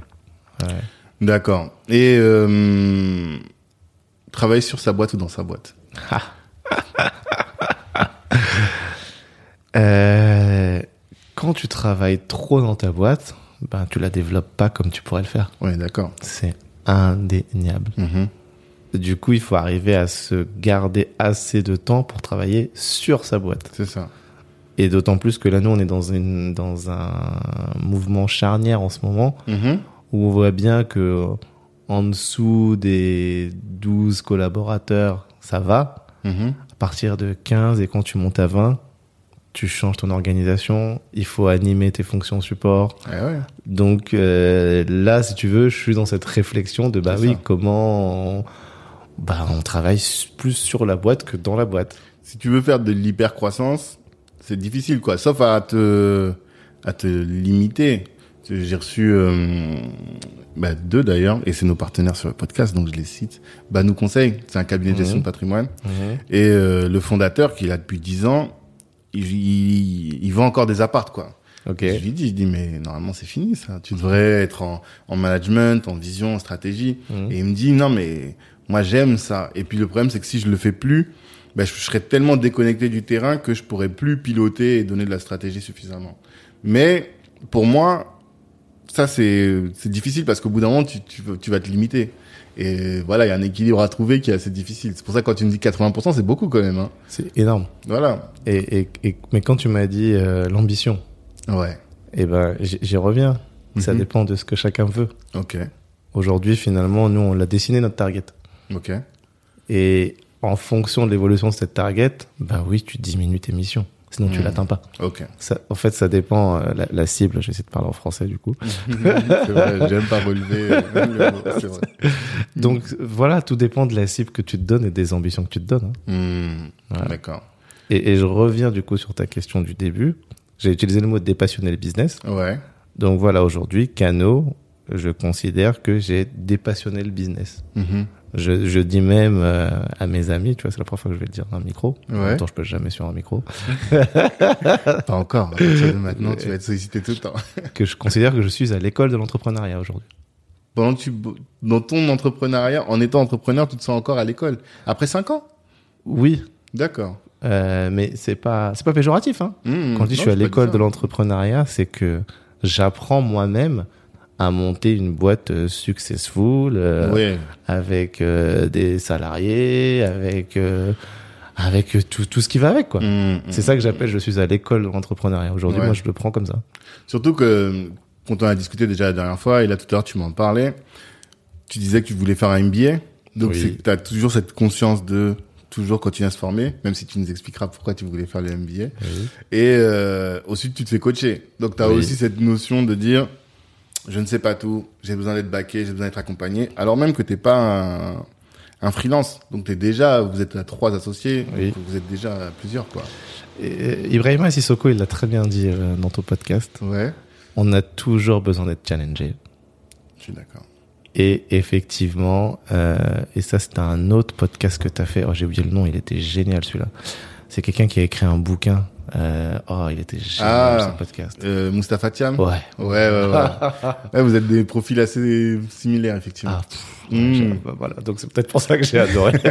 S2: Ouais.
S1: D'accord. Et, euh, travailler sur sa boîte ou dans sa boîte.
S2: Euh, quand tu travailles trop dans ta boîte, ben, tu la développes pas comme tu pourrais le faire.
S1: Ouais, d'accord.
S2: C'est indéniable.
S1: Mhm.
S2: Du coup, il faut arriver à se garder assez de temps pour travailler sur sa boîte.
S1: C'est ça.
S2: Et d'autant plus que là, nous, on est dans, une, dans un mouvement charnière en ce moment
S1: Mhm.
S2: où on voit bien que euh, en dessous des 12 collaborateurs, ça va.
S1: Mhm.
S2: À partir de 15 et quand tu montes à 20, tu changes ton organisation. Il faut animer tes fonctions support.
S1: Eh ouais.
S2: Donc euh, là, si tu veux, je suis dans cette réflexion de bah
S1: C'est
S2: oui,
S1: ça.
S2: comment on, bah, on travaille s- plus sur la boîte que dans la boîte.
S1: Si tu veux faire de l'hypercroissance, c'est difficile, quoi. Sauf à te, à te limiter. J'ai reçu euh, bah, deux d'ailleurs, et c'est nos partenaires sur le podcast, donc je les cite. Bah, nous conseille, c'est un cabinet de gestion
S2: Mhm.
S1: de patrimoine. Et euh, le fondateur, qui est là depuis 10 ans, il, il, il vend encore des appartes, quoi.
S2: Ok.
S1: Je lui dis, je dis, mais normalement c'est fini ça. Tu devrais être en, en management, en vision, en stratégie.
S2: Mhm.
S1: Et il me dit, non mais moi j'aime ça. Et puis le problème c'est que si je le fais plus, ben, je, je serais tellement déconnecté du terrain que je pourrais plus piloter et donner de la stratégie suffisamment. Mais pour moi, ça c'est c'est difficile parce qu'au bout d'un moment tu, tu, vas- tu vas te limiter. Et voilà, il y a un équilibre à trouver qui est assez difficile. C'est pour ça que quand tu me dis 80%, c'est beaucoup quand même. Hein.
S2: C'est énorme.
S1: Voilà.
S2: Et, et, et- mais quand tu m'as dit euh, l'ambition,
S1: Ouais.
S2: eh ben, j- j'y reviens. Ça
S1: Mhm.
S2: dépend de ce que chacun veut.
S1: Ok.
S2: Aujourd'hui, finalement, nous, on l'a dessiné notre target.
S1: Ok.
S2: Et en fonction de l'évolution de cette target, bah oui, tu diminues tes missions. Sinon, tu
S1: Mhm.
S2: l'atteins pas.
S1: Ok.
S2: Ça, en fait, ça dépend euh, la, la cible. J'essaie de parler en français, du coup.
S1: c'est vrai, j'aime pas relever euh, le mot, c'est vrai.
S2: Donc, voilà, tout dépend de la cible que tu te donnes et des ambitions que tu te donnes. hein.
S1: Hmm,
S2: Voilà.
S1: D'accord.
S2: Et, et je reviens, du coup, sur ta question du début. J'ai utilisé le mot dépassionner le business.
S1: Ouais.
S2: Donc voilà, aujourd'hui, Cano, je considère que j'ai dépassionné le business.
S1: Mhm.
S2: Je, je dis même euh, à mes amis, tu vois, c'est la première fois que je vais le dire dans un micro. En
S1: Ouais.
S2: même temps, je peux jamais sur un micro.
S1: Pas encore. À partir de maintenant, tu vas être sollicité tout le temps.
S2: que je considère que je suis à l'école de l'entrepreneuriat aujourd'hui.
S1: Pendant que tu, bo- dans ton entrepreneuriat, en étant entrepreneur, tu te sens encore à l'école. Après 5 ans
S2: Oui,
S1: D'accord. Hmm,
S2: euh, mais c'est pas c'est pas péjoratif. Hein.
S1: Mm.
S2: Quand je dis je suis à l'école de l'entrepreneuriat, c'est que j'apprends moi-même à monter une boîte euh, successful. euh,
S1: Oui.
S2: avec euh, des salariés, avec euh, avec euh, tout tout ce qui va avec quoi.
S1: euh, Hmm,
S2: C'est ça que j'appelle je suis à l'école de l'entrepreneuriat. Aujourd'hui,
S1: Mm. Ouais.
S2: moi je le prends comme ça.
S1: Surtout que, quand on a discuté déjà la dernière fois, et là tout à l'heure tu m'en parlais, tu disais que tu voulais faire un MBA. Donc
S2: Oui.
S1: tu as toujours cette conscience de toujours continuer à se former, même si tu nous expliqueras pourquoi tu voulais faire le MBA. Et euh, ensuite, tu te fais coacher. Donc, tu as
S2: Oui.
S1: aussi cette notion de dire, je ne sais pas tout, j'ai besoin d'être backé, j'ai besoin d'être accompagné, alors même que t'es pas un, un freelance. Donc, t'es déjà, vous êtes à trois associés,
S2: Oui.
S1: donc vous êtes déjà à plusieurs, quoi.
S2: Et, euh, Ibrahima Sissoko, il l'a très bien dit euh, dans ton podcast.
S1: Ouais,
S2: On a toujours besoin d'être challengé.
S1: je suis d'accord.
S2: Et effectivement, euh, et ça c'était un autre podcast que tu as fait. Oh, j'ai oublié le nom, il était génial celui-là. C'est quelqu'un qui a écrit un bouquin Euh, oh, il était génial
S1: Ah.
S2: ce podcast.
S1: Euh, Mustapha Thiam
S2: Ouais.
S1: Ouais, ouais, ouais. Ouais, vous êtes des profils assez similaires, effectivement.
S2: Ah, pff, ouais,
S1: Mm.
S2: j'aime pas, voilà. Donc c'est peut-être pour ça que j'ai adoré.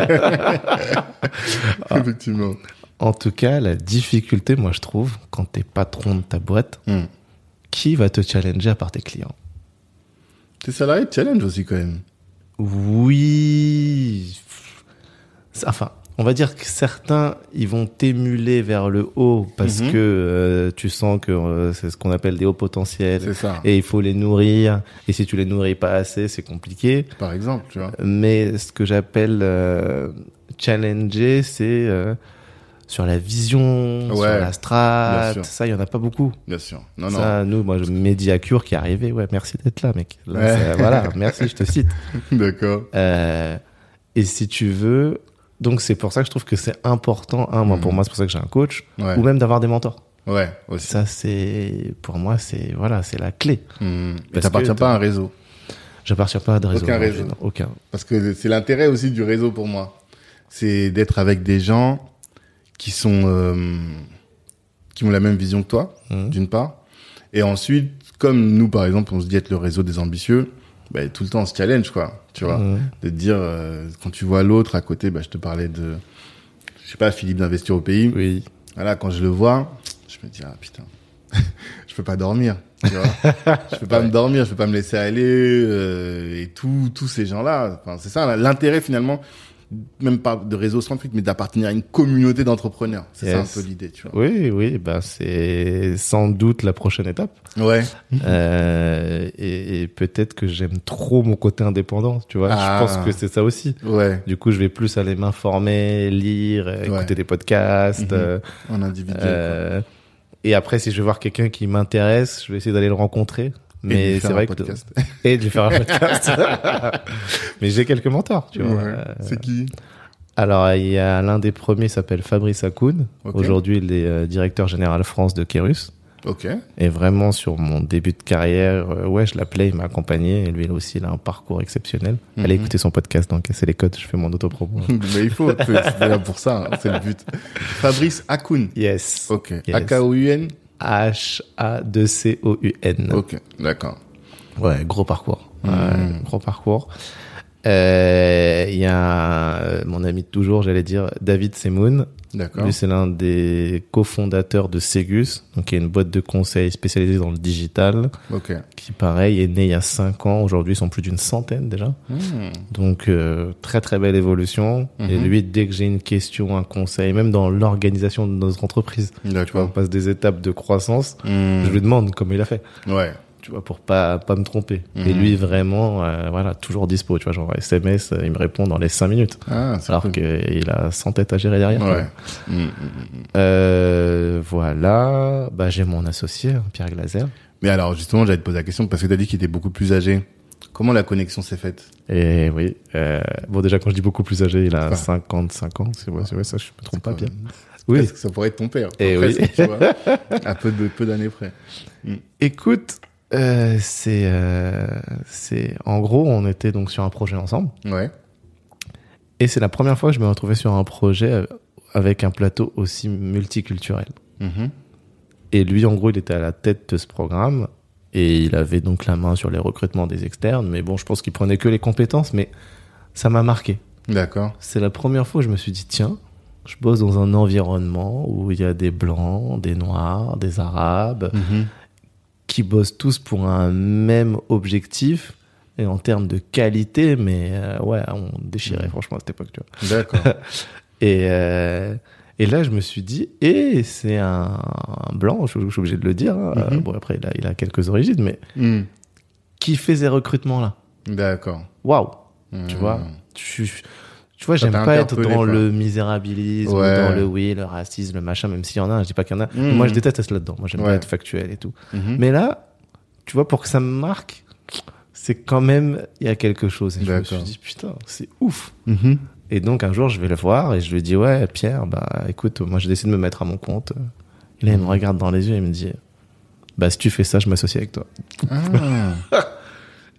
S2: Ah.
S1: Effectivement.
S2: en tout cas, la difficulté, moi je trouve, quand t'es patron de ta boîte,
S1: Hmm.
S2: qui va te challenger à part tes clients
S1: T'es salarié de challenge aussi, quand même.
S2: Oui. C'est- Enfin, on va dire que certains, ils vont t'émuler vers le haut parce
S1: Mhm.
S2: que euh, tu sens que euh, c'est ce qu'on appelle des hauts potentiels
S1: C'est ça.
S2: et il faut les nourrir. Et si tu les nourris pas assez, c'est compliqué.
S1: Par exemple, tu vois.
S2: Mais ce que j'appelle euh, challenger, c'est euh, sur la vision, sur
S1: Ouais,
S2: la strat.
S1: bien sûr.
S2: Ça, il y en a pas beaucoup.
S1: Bien sûr. Non, non.
S2: ça, nous, moi, je Mediacure qui est arrivé. Ouais, merci d'être là, mec. Là,
S1: Ouais.
S2: ça- voilà, merci, je te cite.
S1: D'accord.
S2: Euh, et si tu veux, donc c'est pour ça que je trouve que c'est important. Un, moi,
S1: Mhm.
S2: pour moi, c'est pour ça que j'ai un coach,
S1: Ouais.
S2: ou même d'avoir des mentors.
S1: Ouais, aussi.
S2: Ça, c'est pour moi, c'est voilà, c'est la clé.
S1: Hmm. Et
S2: Parce
S1: t'appartiens
S2: que
S1: pas à un réseau.
S2: J'appartiens pas à de réseau.
S1: Aucun
S2: non,
S1: réseau.
S2: non, Aucun.
S1: Parce que c'est l'intérêt aussi du réseau pour moi. C'est d'être avec des gens qui sont, euh, qui ont la même vision que toi,
S2: Mhm.
S1: d'une part. Et ensuite, comme nous, par exemple, on se dit être le réseau des ambitieux, bah, tout le temps on se challenge, quoi. Tu vois.
S2: Mhm.
S1: de te dire euh, quand tu vois l'autre à côté bah, je te parlais de je sais pas Philippe d'investir au pays
S2: Oui.
S1: voilà quand je le vois je me dis ah putain je peux pas dormir tu vois je peux pas me dormir je peux pas me laisser aller euh, et tous tous ces gens là enfin, c'est ça l'intérêt finalement même pas de réseau centrique mais d'appartenir à une communauté d'entrepreneurs c'est
S2: Yes.
S1: ça un peu l'idée tu vois
S2: Oui, oui, bah c'est sans doute la prochaine étape.
S1: ouais
S2: Euh, et et peut-être que j'aime trop mon côté indépendant, tu vois.
S1: Ah.
S2: Je pense que c'est ça aussi.
S1: ouais
S2: Du coup, je vais plus aller m'informer, lire, euh,
S1: Ouais.
S2: écouter des podcasts,
S1: Mhm.
S2: euh,
S1: en individuel quoi.
S2: Euh, et après, si je vais voir quelqu'un qui m'intéresse, je vais essayer d'aller le rencontrer.
S1: Et de
S2: Mais
S1: faire
S2: c'est
S1: un
S2: vrai que
S1: podcast.
S2: et de lui faire un podcast. mais j'ai quelques mentors, tu vois.
S1: Ouais.
S2: Euh,
S1: c'est qui
S2: Alors, il y a l'un des premiers il s'appelle Fabrice Akoun.
S1: Ok.
S2: Aujourd'hui, il est euh, directeur général France de Kérus.
S1: ok
S2: Et vraiment, sur mon début de carrière, euh, ouais, je l'appelais, il m'a accompagné. Et lui, il aussi, il a un parcours exceptionnel. Allez
S1: Mhm.
S2: écouter son podcast, donc c'est les codes, je fais mon autopromo.
S1: mais il faut c'est c'est là pour ça hein, c'est le but Fabrice Akoun
S2: yes.
S1: Ok.
S2: Yes.
S1: A-K-O-U-N
S2: H-A-2-C-O-U-N.
S1: Ok, d'accord.
S2: Ouais, gros parcours.
S1: Mm.
S2: Ouais, gros parcours. Euh, Il y a euh, mon ami de toujours, j'allais dire, David Semoun.
S1: D'accord.
S2: Lui, c'est l'un des cofondateurs de Segus, donc qui est une boîte de conseil spécialisée dans le digital,
S1: Ok.
S2: qui, pareil, est née il y a 5 ans. Aujourd'hui, ils sont plus d'une centaine déjà.
S1: Hmm.
S2: Donc, euh, très, très belle évolution. Et
S1: Mhm.
S2: lui, dès que j'ai une question, un conseil, même dans l'organisation de notre entreprise, tu vois, on
S1: D'accord.
S2: passe des étapes de croissance,
S1: Hmm.
S2: je lui demande comment il a fait
S1: Ouais.
S2: tu vois, pour pas pas me tromper.
S1: Mhm.
S2: Et lui vraiment, euh, voilà, toujours dispo, tu vois, genre SMS, euh, il me répond dans les 5 minutes.
S1: Ah, c'est
S2: Alors
S1: cool.
S2: qu'il a 100 têtes à gérer derrière.
S1: Ouais. Hmm, hmm, hmm.
S2: Euh, voilà, bah j'ai mon associé hein, Pierre Glaser.
S1: Mais alors, justement, j'allais te poser la question parce que tu as dit qu'il était beaucoup plus âgé. Comment la connexion s'est faite
S2: Et oui, euh, bon déjà quand je dis beaucoup plus âgé, il a
S1: Ah.
S2: 55 ans, c'est vrai, c'est vrai, ça je me trompe pas bien.
S1: Oui.
S2: Oui.
S1: Parce que ça pourrait être ton père.
S2: Eh
S1: Presque,
S2: oui.
S1: tu vois. à peu de peu d'années près.
S2: Écoute, euh, c'est euh, c'est en gros, on était donc sur un projet ensemble
S1: Ouais.
S2: et c'est la première fois que je me retrouvais sur un projet euh, avec un plateau aussi multiculturel.
S1: Mhm.
S2: Et lui, en gros, il était à la tête de ce programme. Et il avait donc la main sur les recrutements des externes. Mais bon, je pense qu'il prenait que les compétences. Mais ça m'a marqué.
S1: D'accord.
S2: C'est la première fois où je me suis dit, tiens, je bosse dans un environnement où il y a des blancs, des noirs, des arabes,
S1: Mhm.
S2: qui bossent tous pour un même objectif. Et en termes de qualité, mais euh, ouais, on déchirait franchement à cette époque, tu vois.
S1: D'accord.
S2: Et, euh, et là, je me suis dit, et c'est un, un blanc, je, je suis obligé de le dire. hein.
S1: Mhm.
S2: Euh, Bon, après, il a, il a quelques origines, mais
S1: Hmm.
S2: qui fait ces recrutements-là
S1: D'accord.
S2: Waouh Tu
S1: Hmm.
S2: vois, je, suis- tu vois,
S1: Ça
S2: j'aime
S1: t'a
S2: pas être
S1: interpellé,
S2: dans
S1: quoi.
S2: le misérabilisme,
S1: Ouais.
S2: dans le oui, le racisme, le machin, même s'il y en a, hein, je dis pas qu'il y en a.
S1: Mhm.
S2: Moi, je déteste être là-dedans. Moi, j'aime
S1: Ouais.
S2: pas être factuel et tout.
S1: Mhm.
S2: Mais là, tu vois, pour que ça me marque, c'est quand même, il y a quelque chose. Et je me
S1: D'accord.
S2: suis dit, putain, c'est ouf
S1: Mhm.
S2: Et donc un jour, je vais le voir et je lui dis ouais Pierre, bah écoute, moi j'ai décidé de me mettre à mon compte. Et Là, il me regarde dans les yeux et il me dit bah si tu fais ça, je m'associe avec toi.
S1: Ah.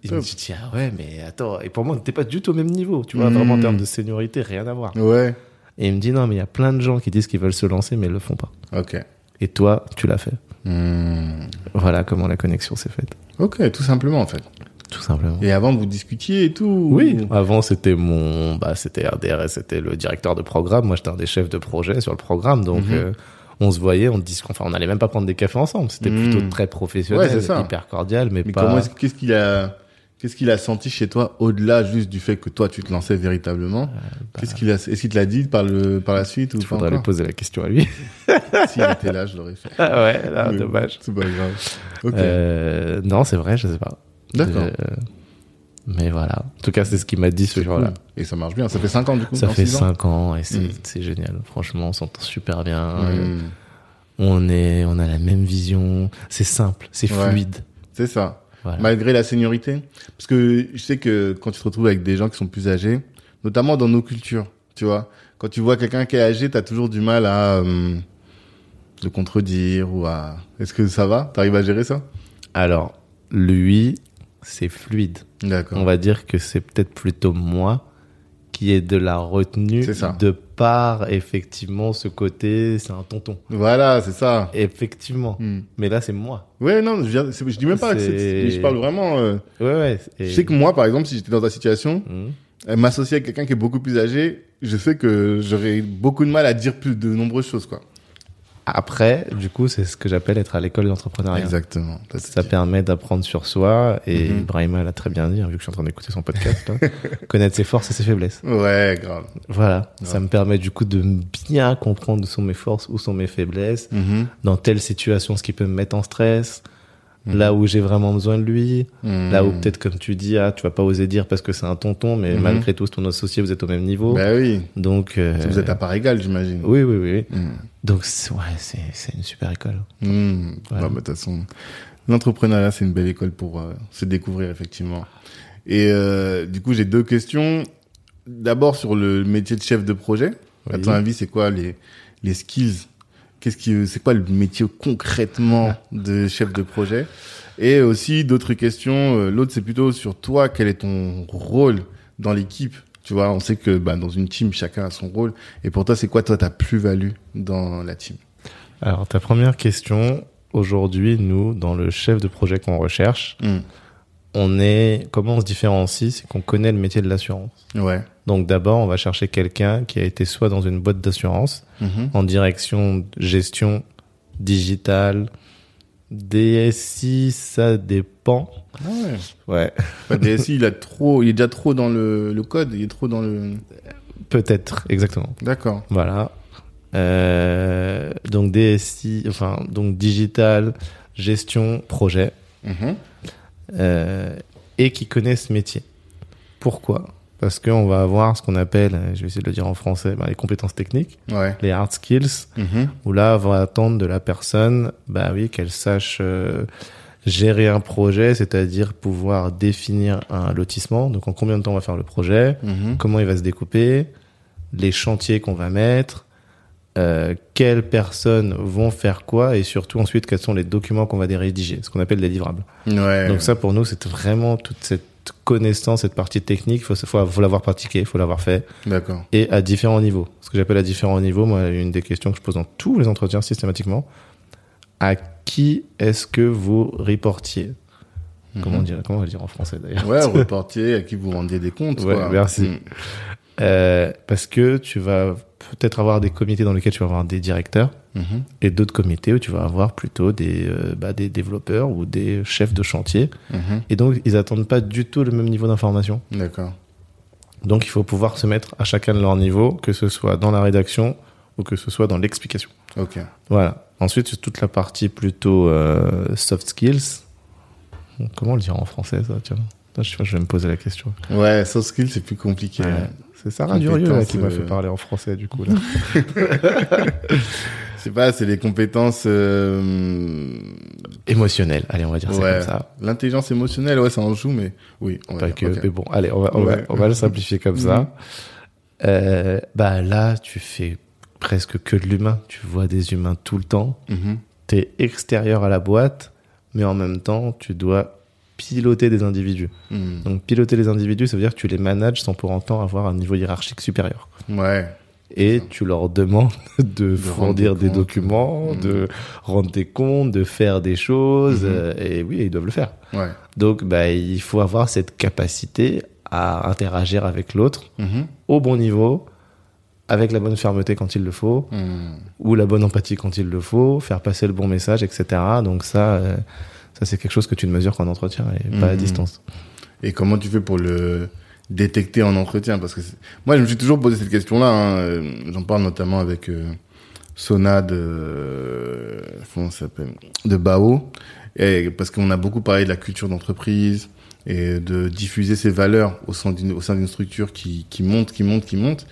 S2: Il me
S1: Top.
S2: dit tiens ouais mais attends et pour moi on n'était pas du tout au même niveau, tu vois
S1: Mhm.
S2: vraiment en termes de seniorité rien à voir.
S1: Ouais.
S2: Et il me dit non mais il y a plein de gens qui disent qu'ils veulent se lancer mais ils le font pas.
S1: Ok.
S2: Et toi, tu l'as fait.
S1: Hmm.
S2: Voilà comment la connexion s'est faite,
S1: Ok, tout simplement en fait.
S2: tout simplement.
S1: Et avant, vous discutiez et tout.
S2: Oui, avant c'était mon, bah c'était RDR, c'était le directeur de programme. Moi j'étais un des chefs de projet sur le programme, donc
S1: Mhm.
S2: euh, on se voyait, on discutait. Enfin, on n'allait même pas prendre des cafés ensemble. C'était
S1: Mhm.
S2: plutôt très professionnel,
S1: Ouais, c'est ça.
S2: hyper cordial, mais,
S1: Mais
S2: pas.
S1: comment est-ce- qu'est-ce qu'il a, qu'est-ce qu'il a senti chez toi au-delà juste du fait que toi tu te lançais véritablement Qu'est-ce qu'il a, est-ce qu'il te l'a dit par le, par la suite ou
S2: Euh, bah, Il
S1: pas
S2: faudrait lui
S1: encore
S2: poser la question à lui.
S1: S'il était là, je l'aurais fait.
S2: ah ouais, là,
S1: Mais bon,
S2: dommage.
S1: C'est pas grave. Ok.
S2: Euh, non, c'est vrai, je sais pas.
S1: D'accord.
S2: Euh, mais voilà. En tout cas, c'est ce qu'il m'a dit ce jour-là.
S1: Et ça marche bien. Ça fait 5 ans du coup.
S2: Ça
S1: non,
S2: fait
S1: six ans
S2: 5 ans et c'est
S1: Mm.
S2: c'est génial. Franchement, on s'entend super bien. Euh,
S1: Hmm.
S2: On, est, on a la même vision. C'est simple, c'est
S1: Ouais.
S2: fluide.
S1: C'est ça.
S2: Voilà.
S1: Malgré la seniorité. Parce que je sais que quand tu te retrouves avec des gens qui sont plus âgés, notamment dans nos cultures, tu vois, quand tu vois quelqu'un qui est âgé, t'as toujours du mal à euh, le contredire ou à. Est-ce que ça va T'arrives à gérer ça
S2: Alors, lui, c'est fluide.
S1: D'accord.
S2: On va dire que c'est peut-être plutôt moi qui ai de la retenue
S1: C'est ça.
S2: de par effectivement ce côté, c'est un tonton.
S1: Voilà, c'est ça.
S2: Effectivement.
S1: Hmm.
S2: Mais là, c'est moi.
S1: Ouais, non, je, viens- c'est- je dis même pas que c'est-
S2: C'est-
S1: mais je parle vraiment. euh,
S2: Ouais, ouais.
S1: Je sais que moi, par exemple, si j'étais dans ta situation,
S2: Hmm.
S1: euh, m'associer à quelqu'un qui est beaucoup plus âgé, je sais que j'aurais beaucoup de mal à dire plus de nombreuses choses, quoi.
S2: Après, du coup, c'est ce que j'appelle être à l'école d'entrepreneuriat.
S1: Exactement. T'as-
S2: Ça permet d'apprendre sur soi, et
S1: Mhm.
S2: Brahima l'a très bien dit, hein, vu que je suis en train d'écouter son podcast, là. connaître ses forces et ses faiblesses.
S1: Ouais, grave.
S2: Voilà,
S1: Ouais.
S2: ça me permet du coup de bien comprendre où sont mes forces, où sont mes faiblesses,
S1: Mhm.
S2: dans telle situation ce qui peut me mettre en stress,
S1: Mhm.
S2: là où j'ai vraiment besoin de lui,
S1: Mhm.
S2: là où peut-être comme tu dis, ah, tu vas pas oser dire parce que c'est un tonton, mais
S1: Mhm.
S2: malgré tout, c'est ton associé, vous êtes au même niveau.
S1: Bah oui.
S2: Donc, euh,
S1: Vous êtes à part égale, j'imagine.
S2: oui, oui, oui, oui.
S1: Mhm.
S2: Donc, c'est- ouais, c'est c'est une super école.
S1: Mhm.
S2: Voilà.
S1: Ouais, bah, de toute façon, l'entrepreneuriat, c'est une belle école pour euh, se découvrir, effectivement. Et euh, du coup, j'ai deux questions. D'abord, sur le métier de chef de projet. À
S2: Oui.
S1: ton avis, c'est quoi les, les skills Qu'est-ce qui, c'est quoi le métier concrètement de chef de projet Et aussi d'autres questions. euh, L'autre, c'est plutôt sur toi. Quel est ton rôle dans l'équipe Tu vois, on sait que bah, dans une team, chacun a son rôle. Et pour toi, c'est quoi toi ta plus-value dans la team
S2: Alors, ta première question, aujourd'hui, nous, dans le chef de projet qu'on recherche,
S1: Hmm.
S2: on est, comment on se différencie, c'est qu'on connaît le métier de l'assurance.
S1: Ouais.
S2: Donc, d'abord, on va chercher quelqu'un qui a été soit dans une boîte d'assurance,
S1: Mhm.
S2: en direction gestion digitale, DSI, ça dépend.
S1: Ah ouais.
S2: Ouais,
S1: Bah, DSI, il a trop, il est déjà trop dans le, le code, il est trop dans le.
S2: peut-être, exactement.
S1: D'accord.
S2: Voilà. Euh, donc, DSI, enfin, donc digital, gestion, projet.
S1: Mhm.
S2: euh, et qui connaissent ce métier. Pourquoi Parce qu'on va avoir ce qu'on appelle, euh, je vais essayer de le dire en français, bah, les compétences techniques,
S1: Ouais.
S2: les hard skills,
S1: Mhm.
S2: où là, on va attendre de la personne, bah oui, qu'elle sache euh, gérer un projet, c'est-à-dire pouvoir définir un lotissement, donc en combien de temps on va faire le projet,
S1: Mhm.
S2: comment il va se découper, les chantiers qu'on va mettre, euh, quelles personnes vont faire quoi, et surtout ensuite quels sont les documents qu'on va rédiger, ce qu'on appelle les livrables.
S1: Ouais.
S2: Donc ça, pour nous, c'est vraiment toute cette connaissance, cette partie technique, faut, faut, faut l'avoir pratiqué, faut l'avoir fait,
S1: D'accord.
S2: et à différents niveaux. Ce que j'appelle à différents niveaux, moi, une des questions que je pose dans tous les entretiens systématiquement, à qui est-ce que vous reportiez Comment
S1: Mhm.
S2: dire Comment on va le dire en français d'ailleurs
S1: Ouais, au reportier à qui vous rendiez des comptes.
S2: Ouais,
S1: quoi.
S2: merci.
S1: Mm.
S2: Euh, Parce que tu vas peut-être avoir des comités dans lesquels tu vas avoir des directeurs
S1: Mhm.
S2: et d'autres comités où tu vas avoir plutôt des, euh, bah, des développeurs ou des chefs de chantier.
S1: Mhm.
S2: Et donc, ils attendent pas du tout le même niveau d'information.
S1: D'accord.
S2: Donc il faut pouvoir se mettre à chacun de leur niveau, que ce soit dans la rédaction ou que ce soit dans l'explication.
S1: Ok.
S2: Voilà. Ensuite, c'est toute la partie plutôt euh, soft skills. Comment le dire en français, ça Tiens, Putain, je, sais pas, je vais me poser la question.
S1: Ouais, soft skill, c'est plus compliqué.
S2: Ouais.
S1: hein.
S2: C'est Sarah Durieux là, qui m'a
S1: Compétence,
S2: fait
S1: euh,
S2: parler en français, du coup. Là.
S1: Je sais pas, c'est les compétences. euh,
S2: Émotionnel, allez, on va dire ça
S1: ouais.
S2: comme ça.
S1: L'intelligence émotionnelle, ouais, ça en joue, mais oui. on va
S2: Pas
S1: dire,
S2: que,
S1: ok.
S2: mais bon, allez, on va, on va-
S1: Ouais.
S2: on va le simplifier comme ça. Euh, bah là, tu fais presque que de l'humain. Tu vois des humains tout le temps.
S1: Mhm.
S2: t'es extérieur à la boîte, mais en même temps, tu dois piloter des individus.
S1: Mm.
S2: Donc, piloter les individus, ça veut dire que tu les manages sans pour autant avoir un niveau hiérarchique supérieur.
S1: Ouais.
S2: et tu leur demandes de, fournir
S1: rendre des
S2: des,
S1: comptes.
S2: documents,
S1: Mhm.
S2: de rendre des comptes, de faire des choses.
S1: Mhm.
S2: euh, et oui, ils doivent le faire.
S1: Ouais.
S2: Donc, bah, il faut avoir cette capacité à interagir avec l'autre
S1: Mhm.
S2: au bon niveau, avec la bonne fermeté quand il le faut,
S1: Mhm.
S2: ou la bonne empathie quand il le faut, faire passer le bon message, etc. Donc ça, euh, ça c'est quelque chose que tu ne mesures qu'en entretien et pas à
S1: Mhm.
S2: distance.
S1: Et comment tu fais pour le détecter en entretien Parce que c'est- moi, je me suis toujours posé cette question-là. hein. Euh, J'en parle notamment avec euh, Sona de euh, comment ça s'appelle de Bao, et parce qu'on a beaucoup parlé de la culture d'entreprise et de diffuser ses valeurs au sein d'une au sein d'une structure qui qui monte, qui monte, qui monte.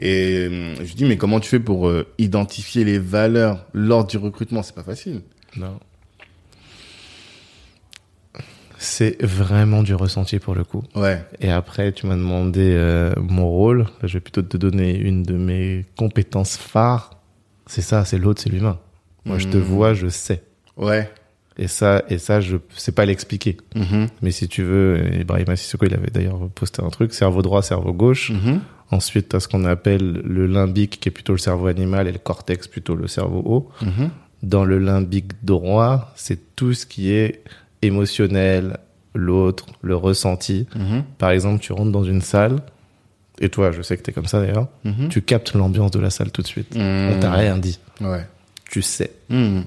S1: Et euh, je lui dis mais comment tu fais pour euh, identifier les valeurs lors du recrutement C'est pas facile.
S2: Non. C'est vraiment du ressenti pour le coup.
S1: Ouais.
S2: Et après, tu m'as demandé euh, mon rôle. Je vais plutôt te donner une de mes compétences phares. C'est ça, c'est l'autre, c'est l'humain. Moi, je te
S1: Mhm.
S2: vois, je sais.
S1: Ouais.
S2: Et ça, et ça, je sais pas l'expliquer.
S1: Mhm.
S2: Mais si tu veux, Ibrahim Sissoko, il avait d'ailleurs posté un truc, cerveau droit, cerveau gauche.
S1: Mhm.
S2: Ensuite, tu as ce qu'on appelle le limbique, qui est plutôt le cerveau animal, et le cortex, plutôt le cerveau haut.
S1: Mhm.
S2: Dans le limbique droit, c'est tout ce qui est émotionnel, l'autre, le ressenti.
S1: Mhm.
S2: Par exemple, tu rentres dans une salle, et toi, je sais que tu es comme ça d'ailleurs,
S1: Mhm.
S2: tu captes l'ambiance de la salle tout de suite.
S1: Mm.
S2: On t'a rien dit,
S1: Ouais.
S2: tu sais.
S1: Mhm.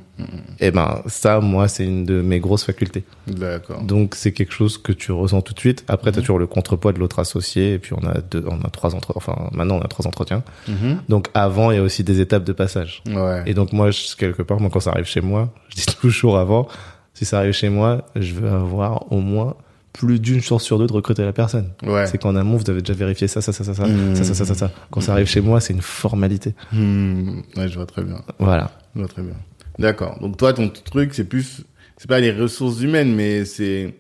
S2: Et ben ça, moi, c'est une de mes grosses facultés.
S1: D'accord.
S2: Donc c'est quelque chose que tu ressens tout de suite. Après, tu as toujours le contrepoids de l'autre associé, et puis on a deux, on a trois entre, enfin maintenant on a trois entretiens.
S1: Mhm.
S2: Donc hmm. avant, il y a aussi des étapes de passage.
S1: Ouais.
S2: Et donc moi, je- quelque part, moi quand ça arrive chez moi, je dis toujours avant, si ça arrive chez moi, je veux avoir au moins plus d'une chance sur deux de recruter la personne.
S1: Ouais.
S2: C'est qu'en amont, vous avez déjà vérifié ça, ça, ça, ça, ça,
S1: Mmh.
S2: ça, ça, ça, ça, ça. Quand ça arrive chez moi, c'est une formalité.
S1: Hmm. Ouais, je vois très bien.
S2: Voilà.
S1: Je vois très bien. D'accord. Donc toi, ton truc, c'est plus, c'est pas les ressources humaines, mais c'est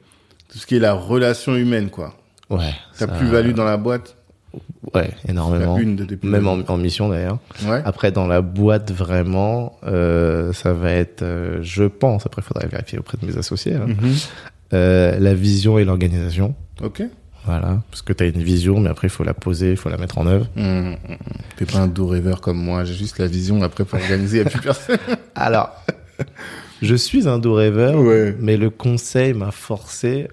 S1: tout ce qui est la relation humaine, quoi.
S2: Ouais.
S1: T'as
S2: ça-
S1: plus value dans la boîte.
S2: Ouais, énormément.
S1: La une de tes plus
S2: Même en,
S1: values.
S2: en mission d'ailleurs.
S1: Ouais.
S2: Après, dans la boîte, vraiment, euh, ça va être, euh, je pense, après, il faudrait vérifier auprès de mes associés, hein,
S1: Mhm.
S2: euh, la vision et l'organisation.
S1: Ok.
S2: Voilà. Parce que tu as une vision, mais après, il faut la poser, il faut la mettre en œuvre.
S1: Hmm. T'es pas un doux rêveur comme moi. J'ai juste la vision. Après, pour organiser, y a plus personne.
S2: Alors, je suis un doux rêveur,
S1: Ouais.
S2: mais le conseil m'a forcé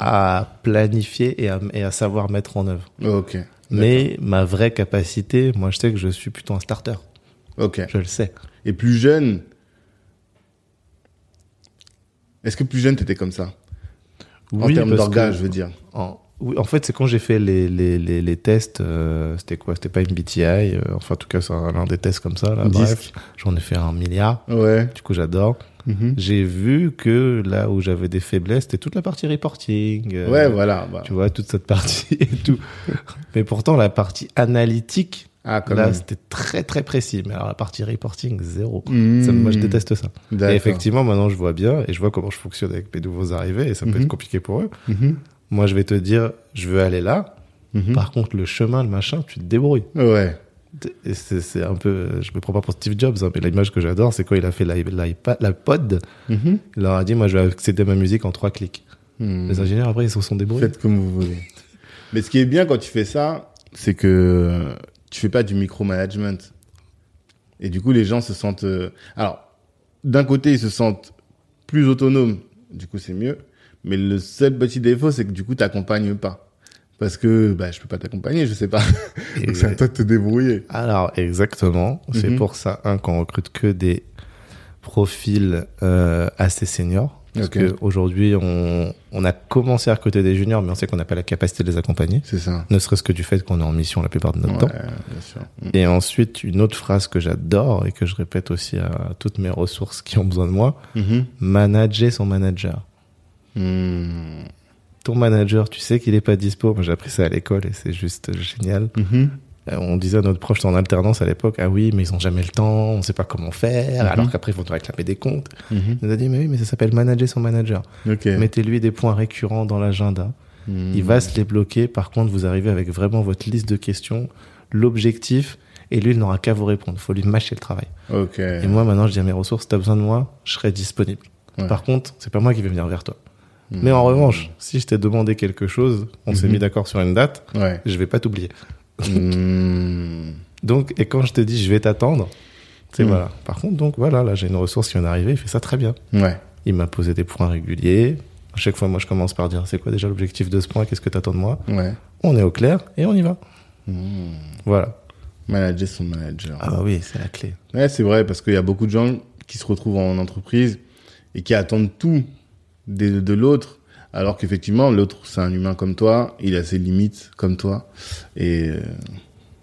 S2: à planifier et à, et à savoir mettre en œuvre.
S1: ok.
S2: Mais ma vraie capacité, moi, je sais que je suis plutôt un starter.
S1: Ok.
S2: Je le sais.
S1: Et plus jeune. Est-ce que plus jeune, t'étais comme ça En termes
S2: parce que-
S1: d'organe, je veux dire.
S2: En, oui, en fait, c'est quand j'ai fait les, les, les, les tests, euh, c'était quoi C'était pas une BTI, euh, enfin, en tout cas, c'est un, un des tests comme ça, là, bref.
S1: Disque.
S2: J'en ai fait un milliard,
S1: Ouais.
S2: du coup, j'adore.
S1: Mhm.
S2: J'ai vu que là où j'avais des faiblesses, c'était toute la partie reporting. euh,
S1: Ouais, voilà. bah.
S2: Tu vois, toute cette partie et tout. Mais pourtant, la partie analytique,
S1: Ah, quand
S2: là,
S1: même.
S2: c'était très, très précis. Mais alors, la partie reporting, zéro.
S1: Mmh.
S2: Ça, moi, je déteste ça.
S1: D'accord.
S2: Et effectivement, maintenant, je vois bien et je vois comment je fonctionne avec mes nouveaux arrivés et ça peut
S1: Mhm.
S2: être compliqué pour eux.
S1: Mhm.
S2: Moi, je vais te dire, je veux aller là.
S1: Mhm.
S2: Par contre, le chemin, le machin, tu te débrouilles.
S1: Ouais.
S2: Et C'est c'est un peu, je me prends pas pour Steve Jobs, hein, mais l'image que j'adore, c'est quand il a fait l'i- l'iPad, la pod,
S1: Mhm.
S2: il leur a dit, moi, je vais accéder à ma musique en trois clics.
S1: Hmm.
S2: Les ingénieurs, après, ils se sont débrouillés.
S1: Faites comme vous voulez. Mais ce qui est bien quand tu fais ça, c'est que euh, tu fais pas du micromanagement. Et du coup, les gens se sentent. euh, Alors, d'un côté, ils se sentent plus autonomes. Du coup, c'est mieux. Mais le seul petit défaut, c'est que du coup, t'accompagnes pas. Parce que bah, je peux pas t'accompagner, je sais pas.
S2: Et-
S1: Donc, c'est à toi de te débrouiller.
S2: Alors, exactement. C'est
S1: Mhm.
S2: pour ça, un, qu'on recrute que des profils euh, assez seniors. Parce
S1: Ok.
S2: qu'aujourd'hui, on, on a commencé à recruter des juniors, mais on sait qu'on n'a pas la capacité de les accompagner.
S1: C'est ça.
S2: Ne serait-ce que du fait qu'on est en mission la plupart de notre
S1: Ouais,
S2: temps.
S1: bien sûr. Hmm.
S2: Et ensuite, une autre phrase que j'adore et que je répète aussi à toutes mes ressources qui ont besoin de moi,
S1: Mhm.
S2: manager son manager.
S1: Hmm.
S2: Ton manager, tu sais qu'il est pas dispo. Moi, j'ai appris ça à l'école et c'est juste génial.
S1: Mhm.
S2: Euh, On disait à notre proche en alternance à l'époque, ah oui, mais ils ont jamais le temps, on sait pas comment faire,
S1: Mhm.
S2: alors qu'après, ils vont te réclamer des comptes.
S1: Mhm.
S2: Il nous a dit, mais oui, mais ça s'appelle manager son manager.
S1: Ok.
S2: Mettez-lui des points récurrents dans l'agenda.
S1: Hmm.
S2: Il va se les bloquer. Par contre, vous arrivez avec vraiment votre liste de questions, l'objectif, et lui, il n'aura qu'à vous répondre. Faut lui mâcher le travail.
S1: Mm. Ok.
S2: Et moi, maintenant, je dis à mes ressources, t'as besoin de moi, je serai disponible.
S1: Ouais.
S2: Par contre, c'est pas moi qui vais venir vers toi.
S1: Hmm.
S2: Mais en revanche, si je t'ai demandé quelque chose, on s'est
S1: Mhm.
S2: mis d'accord sur une date,
S1: Ouais.
S2: je vais pas t'oublier.
S1: Hmm.
S2: Donc, et quand je te dis je vais t'attendre, c'est
S1: Mm.
S2: voilà. Par contre, donc voilà, là j'ai une ressource qui vient d'arriver, il fait ça très bien.
S1: Ouais.
S2: Il m'a posé des points réguliers. À chaque fois, moi je commence par dire c'est quoi déjà l'objectif de ce point, qu'est-ce que t'attends de moi
S1: Ouais.
S2: On est au clair et on y va. Voilà.
S1: Manager son manager.
S2: Hmm. Ah bah oui, c'est la clé.
S1: Ouais, c'est vrai, parce qu'il y a beaucoup de gens qui se retrouvent en entreprise et qui attendent tout de, de l'autre, alors qu'effectivement, l'autre, c'est un humain comme toi, il a ses limites comme toi. Et euh,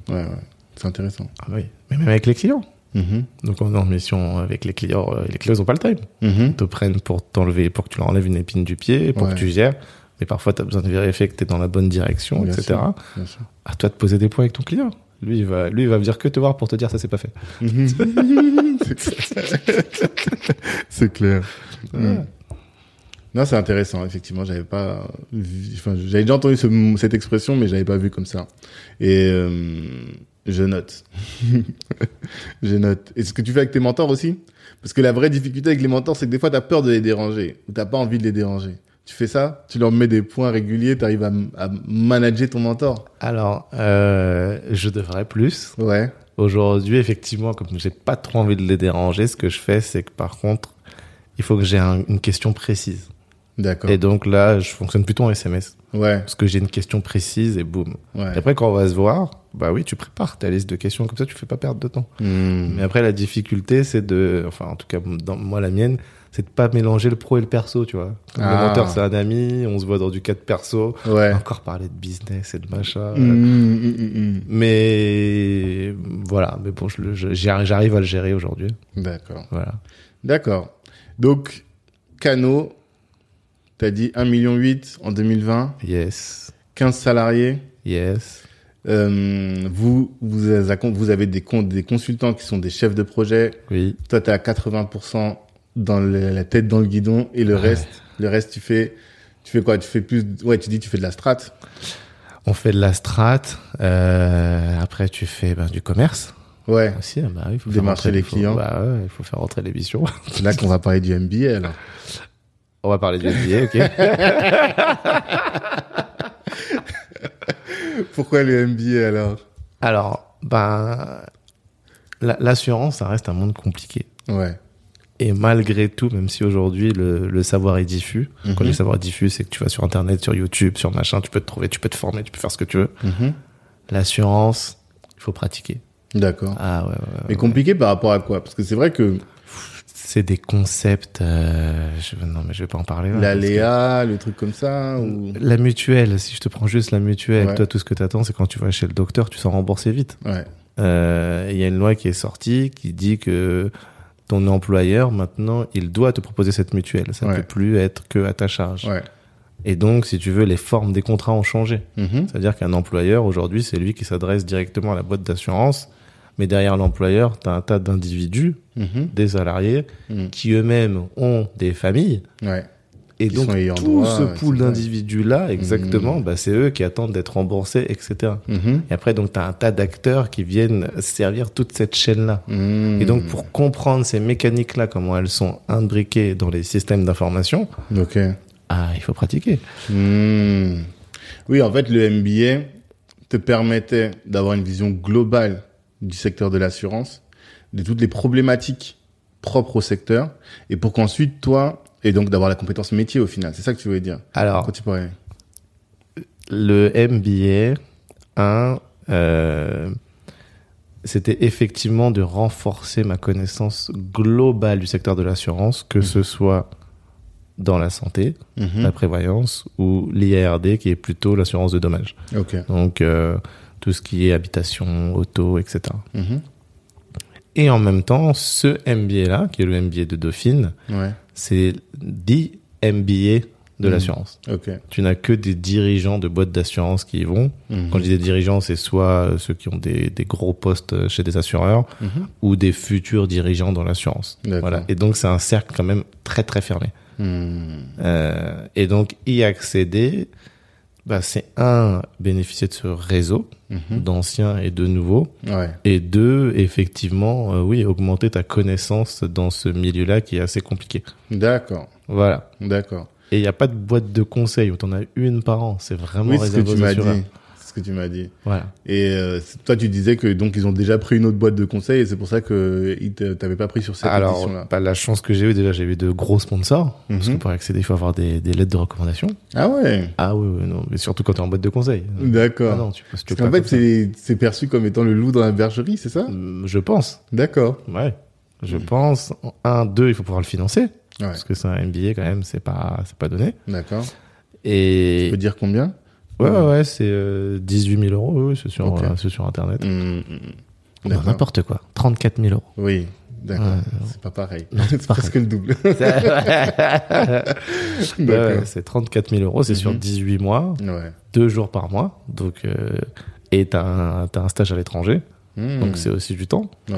S1: ouais, ouais, c'est intéressant.
S2: Ah oui. Mais même avec les clients.
S1: Mhm,
S2: Donc on est en mission avec les clients. euh, Les clients, ils ont pas le time.
S1: mhm.
S2: Ils te prennent pour t'enlever, pour que tu leur enlèves une épine du pied, pour
S1: Ouais.
S2: que tu gères. Mais parfois, tu as besoin de vérifier que tu es dans la bonne direction,
S1: Bien
S2: etc.
S1: sûr, bien sûr.
S2: À toi de poser des points avec ton client. Lui, il va, lui, il va dire que te voir pour te dire ça, c'est pas fait.
S1: Mhm. c'est clair.
S2: Ah.
S1: Mm. Non, c'est intéressant, effectivement. J'avais pas, vu- enfin, j'avais déjà entendu ce- cette expression, mais j'avais pas vu comme ça. Et euh, je note. je note. Et ce que tu fais avec tes mentors aussi Parce que la vraie difficulté avec les mentors, c'est que des fois, t'as peur de les déranger ou t'as pas envie de les déranger. Tu fais ça, tu leur mets des points réguliers, t'arrives à, m- à manager ton mentor.
S2: Alors, euh, je devrais plus.
S1: Ouais.
S2: Aujourd'hui, effectivement, comme j'ai pas trop envie de les déranger, ce que je fais, c'est que par contre, il faut que j'ai un- une question précise.
S1: D'accord.
S2: Et donc là, je fonctionne plutôt en SMS.
S1: Ouais.
S2: Parce que j'ai une question précise et boum.
S1: Ouais.
S2: Et après, quand on va se voir, bah oui, tu prépares ta liste de questions, comme ça, tu fais pas perdre de temps.
S1: Mm.
S2: Mais après, la difficulté, c'est de, enfin, en tout cas, dans, moi, la mienne, c'est de pas mélanger le pro et le perso, tu vois. Comme
S1: Ah.
S2: Le menteur, c'est un ami, on se voit dans du cadre perso.
S1: Ouais.
S2: Encore parler de business et de machin.
S1: Mm, mm, mm, mm.
S2: Mais voilà, mais bon, je le- je- j'y arri- j'arrive à le gérer aujourd'hui.
S1: D'accord.
S2: Voilà.
S1: D'accord. Donc, Cano, t'as dit 1,8 million en 2020,
S2: Yes.
S1: 15 salariés.
S2: Yes.
S1: Euh, vous, vous, avez- vous avez des, con- des consultants qui sont des chefs de projet.
S2: Oui.
S1: Toi, t'es à 80% dans le- la tête dans le guidon et le
S2: Ouais.
S1: reste, le reste, tu fais, tu fais quoi Tu fais plus, ouais, tu dis tu fais de la strat.
S2: On fait de la strat. euh, après, tu fais ben, du commerce
S1: Ouais.
S2: aussi. Bah, oui, faut faire
S1: Démarcher
S2: rentrer-
S1: les
S2: faut-
S1: clients.
S2: bah ouais, il faut faire rentrer les missions.
S1: C'est là qu'on va parler du MBA. Alors.
S2: On va parler du NBA, ok
S1: Pourquoi le MBA alors
S2: Alors, ben, la- l'assurance, ça reste un monde compliqué.
S1: Ouais.
S2: Et malgré tout, même si aujourd'hui le, le savoir est diffus, quand
S1: Mhm.
S2: le savoir est diffus, c'est que tu vas sur Internet, sur YouTube, sur machin, tu peux te trouver, tu peux te former, tu peux faire ce que tu veux.
S1: Mhm.
S2: L'assurance, il faut pratiquer.
S1: D'accord.
S2: Ah ouais, ouais, ouais.
S1: Mais compliqué par rapport à quoi Parce que c'est vrai que
S2: C'est des concepts. euh, je- non, mais je vais pas en parler. là,
S1: l'aléa, le truc comme ça, ou...
S2: parce que- La mutuelle, si je te prends juste la mutuelle,
S1: Ouais.
S2: toi, tout ce que t'attends, c'est quand tu vas chez le docteur, tu sors remboursé vite.
S1: ouais.
S2: Euh, il y a une loi qui est sortie qui dit que ton employeur, maintenant, il doit te proposer cette mutuelle. Ça ne
S1: Ouais.
S2: peut plus être que à ta charge.
S1: Ouais.
S2: Et donc, si tu veux, les formes des contrats ont changé.
S1: Mhm.
S2: C'est-à-dire qu'un employeur, aujourd'hui, c'est lui qui s'adresse directement à la boîte d'assurance. Mais derrière l'employeur, tu as un tas d'individus,
S1: Mhm.
S2: des salariés,
S1: Mhm.
S2: qui eux-mêmes ont des familles.
S1: Ouais.
S2: Et
S1: Qui
S2: donc,
S1: sont ayants
S2: tout
S1: droit, Mm.
S2: ce
S1: ouais,
S2: pool
S1: c'est dingue.
S2: d'individus-là, exactement, bah, c'est eux qui attendent d'être remboursés, etc.
S1: Mhm.
S2: Et après, donc, tu as un tas d'acteurs qui viennent servir toute cette chaîne-là.
S1: Mhm.
S2: Et donc, pour comprendre ces mécaniques-là, comment elles sont imbriquées dans les systèmes d'information,
S1: Ok.
S2: ah, il faut pratiquer.
S1: Mhm. Oui, en fait, le MBA te permettait d'avoir une vision globale du secteur de l'assurance, de toutes les problématiques propres au secteur, et pour qu'ensuite, toi, et donc d'avoir la compétence métier au final. C'est ça que tu voulais dire.
S2: Alors,
S1: Quand tu parlais.
S2: le MBA, un, euh, c'était effectivement de renforcer ma connaissance globale du secteur de l'assurance, que ce soit dans la santé, la
S1: Mhm.
S2: prévoyance ou l'IARD, qui est plutôt l'assurance de dommages.
S1: Ok.
S2: Donc, euh, tout ce qui est habitation, auto, etc.
S1: Mhm.
S2: Et en même temps, ce MBA-là, qui est le MBA de Dauphine,
S1: Ouais.
S2: c'est dit MBA de
S1: Mhm.
S2: l'assurance.
S1: Ok.
S2: Tu n'as que des dirigeants de boîtes d'assurance qui y vont.
S1: Mhm.
S2: Quand je dis des dirigeants, c'est soit euh, ceux qui ont des, des gros postes chez des assureurs
S1: Mhm.
S2: ou des futurs dirigeants dans l'assurance.
S1: D'accord.
S2: Voilà. Et donc, c'est un cercle quand même très, très fermé.
S1: Mhm.
S2: Euh, et donc, y accéder, bah, c'est un, bénéficier de ce réseau
S1: Mhm.
S2: d'anciens et de nouveaux.
S1: Ouais.
S2: Et deux, effectivement, euh, oui, augmenter ta connaissance dans ce milieu-là qui est assez compliqué.
S1: D'accord.
S2: Voilà.
S1: D'accord.
S2: Et il n'y a pas de boîte de conseil où t'en as une par an. C'est vraiment
S1: Oui, c'est ce que
S2: réservé
S1: tu
S2: aux
S1: m'as
S2: assureurs.
S1: dit. C'est ce que tu m'as dit.
S2: Voilà.
S1: Et euh, c'est- toi, tu disais que donc ils ont déjà pris une autre boîte de conseil et c'est pour ça que ils te- t'avaient pas pris sur cette
S2: Alors,
S1: là
S2: bah, la chance que j'ai eu, déjà, j'ai eu de gros sponsors. Parce que
S1: Mhm.
S2: pour accéder, il faut avoir des, des lettres de recommandation.
S1: Ah ouais.
S2: Ah oui, oui, non. Mais surtout quand t'es en boîte de conseil. Ah
S1: D'accord.
S2: non, tu postules
S1: Parce qu'en
S2: pas
S1: fait,
S2: comme ça.
S1: c'est c'est perçu comme étant le loup dans la bergerie, c'est ça
S2: Euh, Je pense.
S1: D'accord.
S2: Ouais. Je pense. Un, deux, il faut pouvoir le financer.
S1: Mhm. Ouais.
S2: Parce que c'est un MBA quand même, c'est pas, c'est pas donné.
S1: D'accord. Tu
S2: Et.
S1: peux dire combien
S2: Ouais, ouais, ouais, c'est euh, 18 000 euros, oui, oui, c'est sur,
S1: Ok.
S2: euh, c'est sur Internet.
S1: Hum, hum, hum.
S2: Bah,
S1: D'accord.
S2: N'importe quoi. 34 000 euros.
S1: Oui. D'accord.
S2: Ouais.
S1: c'est pas pareil.
S2: Euh, Non,
S1: c'est
S2: pareil.
S1: presque le double.
S2: Ouais,
S1: D'accord.
S2: ouais, c'est 34 000 euros, c'est sur
S1: Mhm.
S2: 18 mois,
S1: Ouais.
S2: deux jours par mois. Donc, euh, et t'as un, t'as un stage à l'étranger,
S1: Hum.
S2: donc c'est aussi du temps.
S1: Ouais.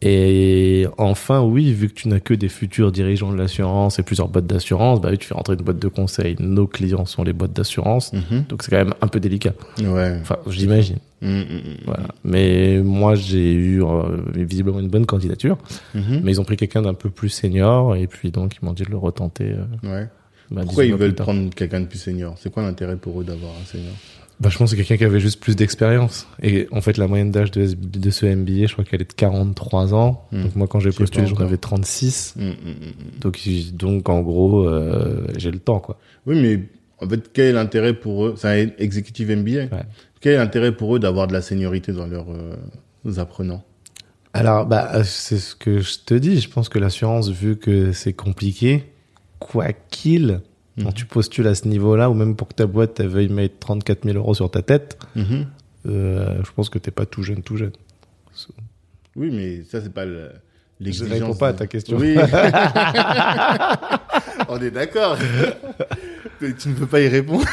S2: Et enfin, oui, vu que tu n'as que des futurs dirigeants de l'assurance et plusieurs boîtes d'assurance, bah oui, tu fais rentrer une boîte de conseil. Nos clients sont les boîtes d'assurance,
S1: Mhm.
S2: donc c'est quand même un peu délicat.
S1: Ouais.
S2: Enfin, j'imagine.
S1: Hum, hum, hum.
S2: Voilà. Mais moi, j'ai eu euh, visiblement une bonne candidature,
S1: Mhm.
S2: mais ils ont pris quelqu'un d'un peu plus senior, et puis donc ils m'ont dit de le retenter. euh,
S1: Ouais.
S2: bah,
S1: Pourquoi
S2: 18
S1: ils
S2: mois plus
S1: veulent
S2: tard.
S1: prendre quelqu'un de plus senior C'est quoi l'intérêt pour eux d'avoir un senior
S2: Bah, je pense que c'est quelqu'un qui avait juste plus d'expérience. Et en fait, la moyenne d'âge de, de ce MBA, je crois qu'elle est de 43 ans.
S1: Hmm.
S2: Donc moi, quand j'ai
S1: Je sais
S2: postulé,
S1: pas
S2: j'en
S1: encore.
S2: avais 36.
S1: Hum, hum, hum, hum.
S2: Donc, ils- donc en gros, euh, j'ai le temps, quoi.
S1: Oui, mais en fait, quel est l'intérêt pour eux C'est un executive MBA.
S2: Ouais.
S1: Quel est l'intérêt pour eux d'avoir de la seniorité dans leurs euh, apprenants
S2: Alors, bah, euh, c'est ce que je te dis. Je pense que l'assurance, vu que c'est compliqué, quoi qu'il, quand
S1: Mhm.
S2: tu postules à ce niveau-là, ou même pour que ta boîte elle veuille mettre 34 000 euros sur ta tête,
S1: Mhm.
S2: euh, je pense que t'es pas tout jeune, tout jeune.
S1: Oui, mais ça, c'est pas le-
S2: Je
S1: l'exigence.
S2: réponds pas à
S1: de-
S2: ta question.
S1: Oui. On est d'accord. Mais tu ne peux pas y répondre.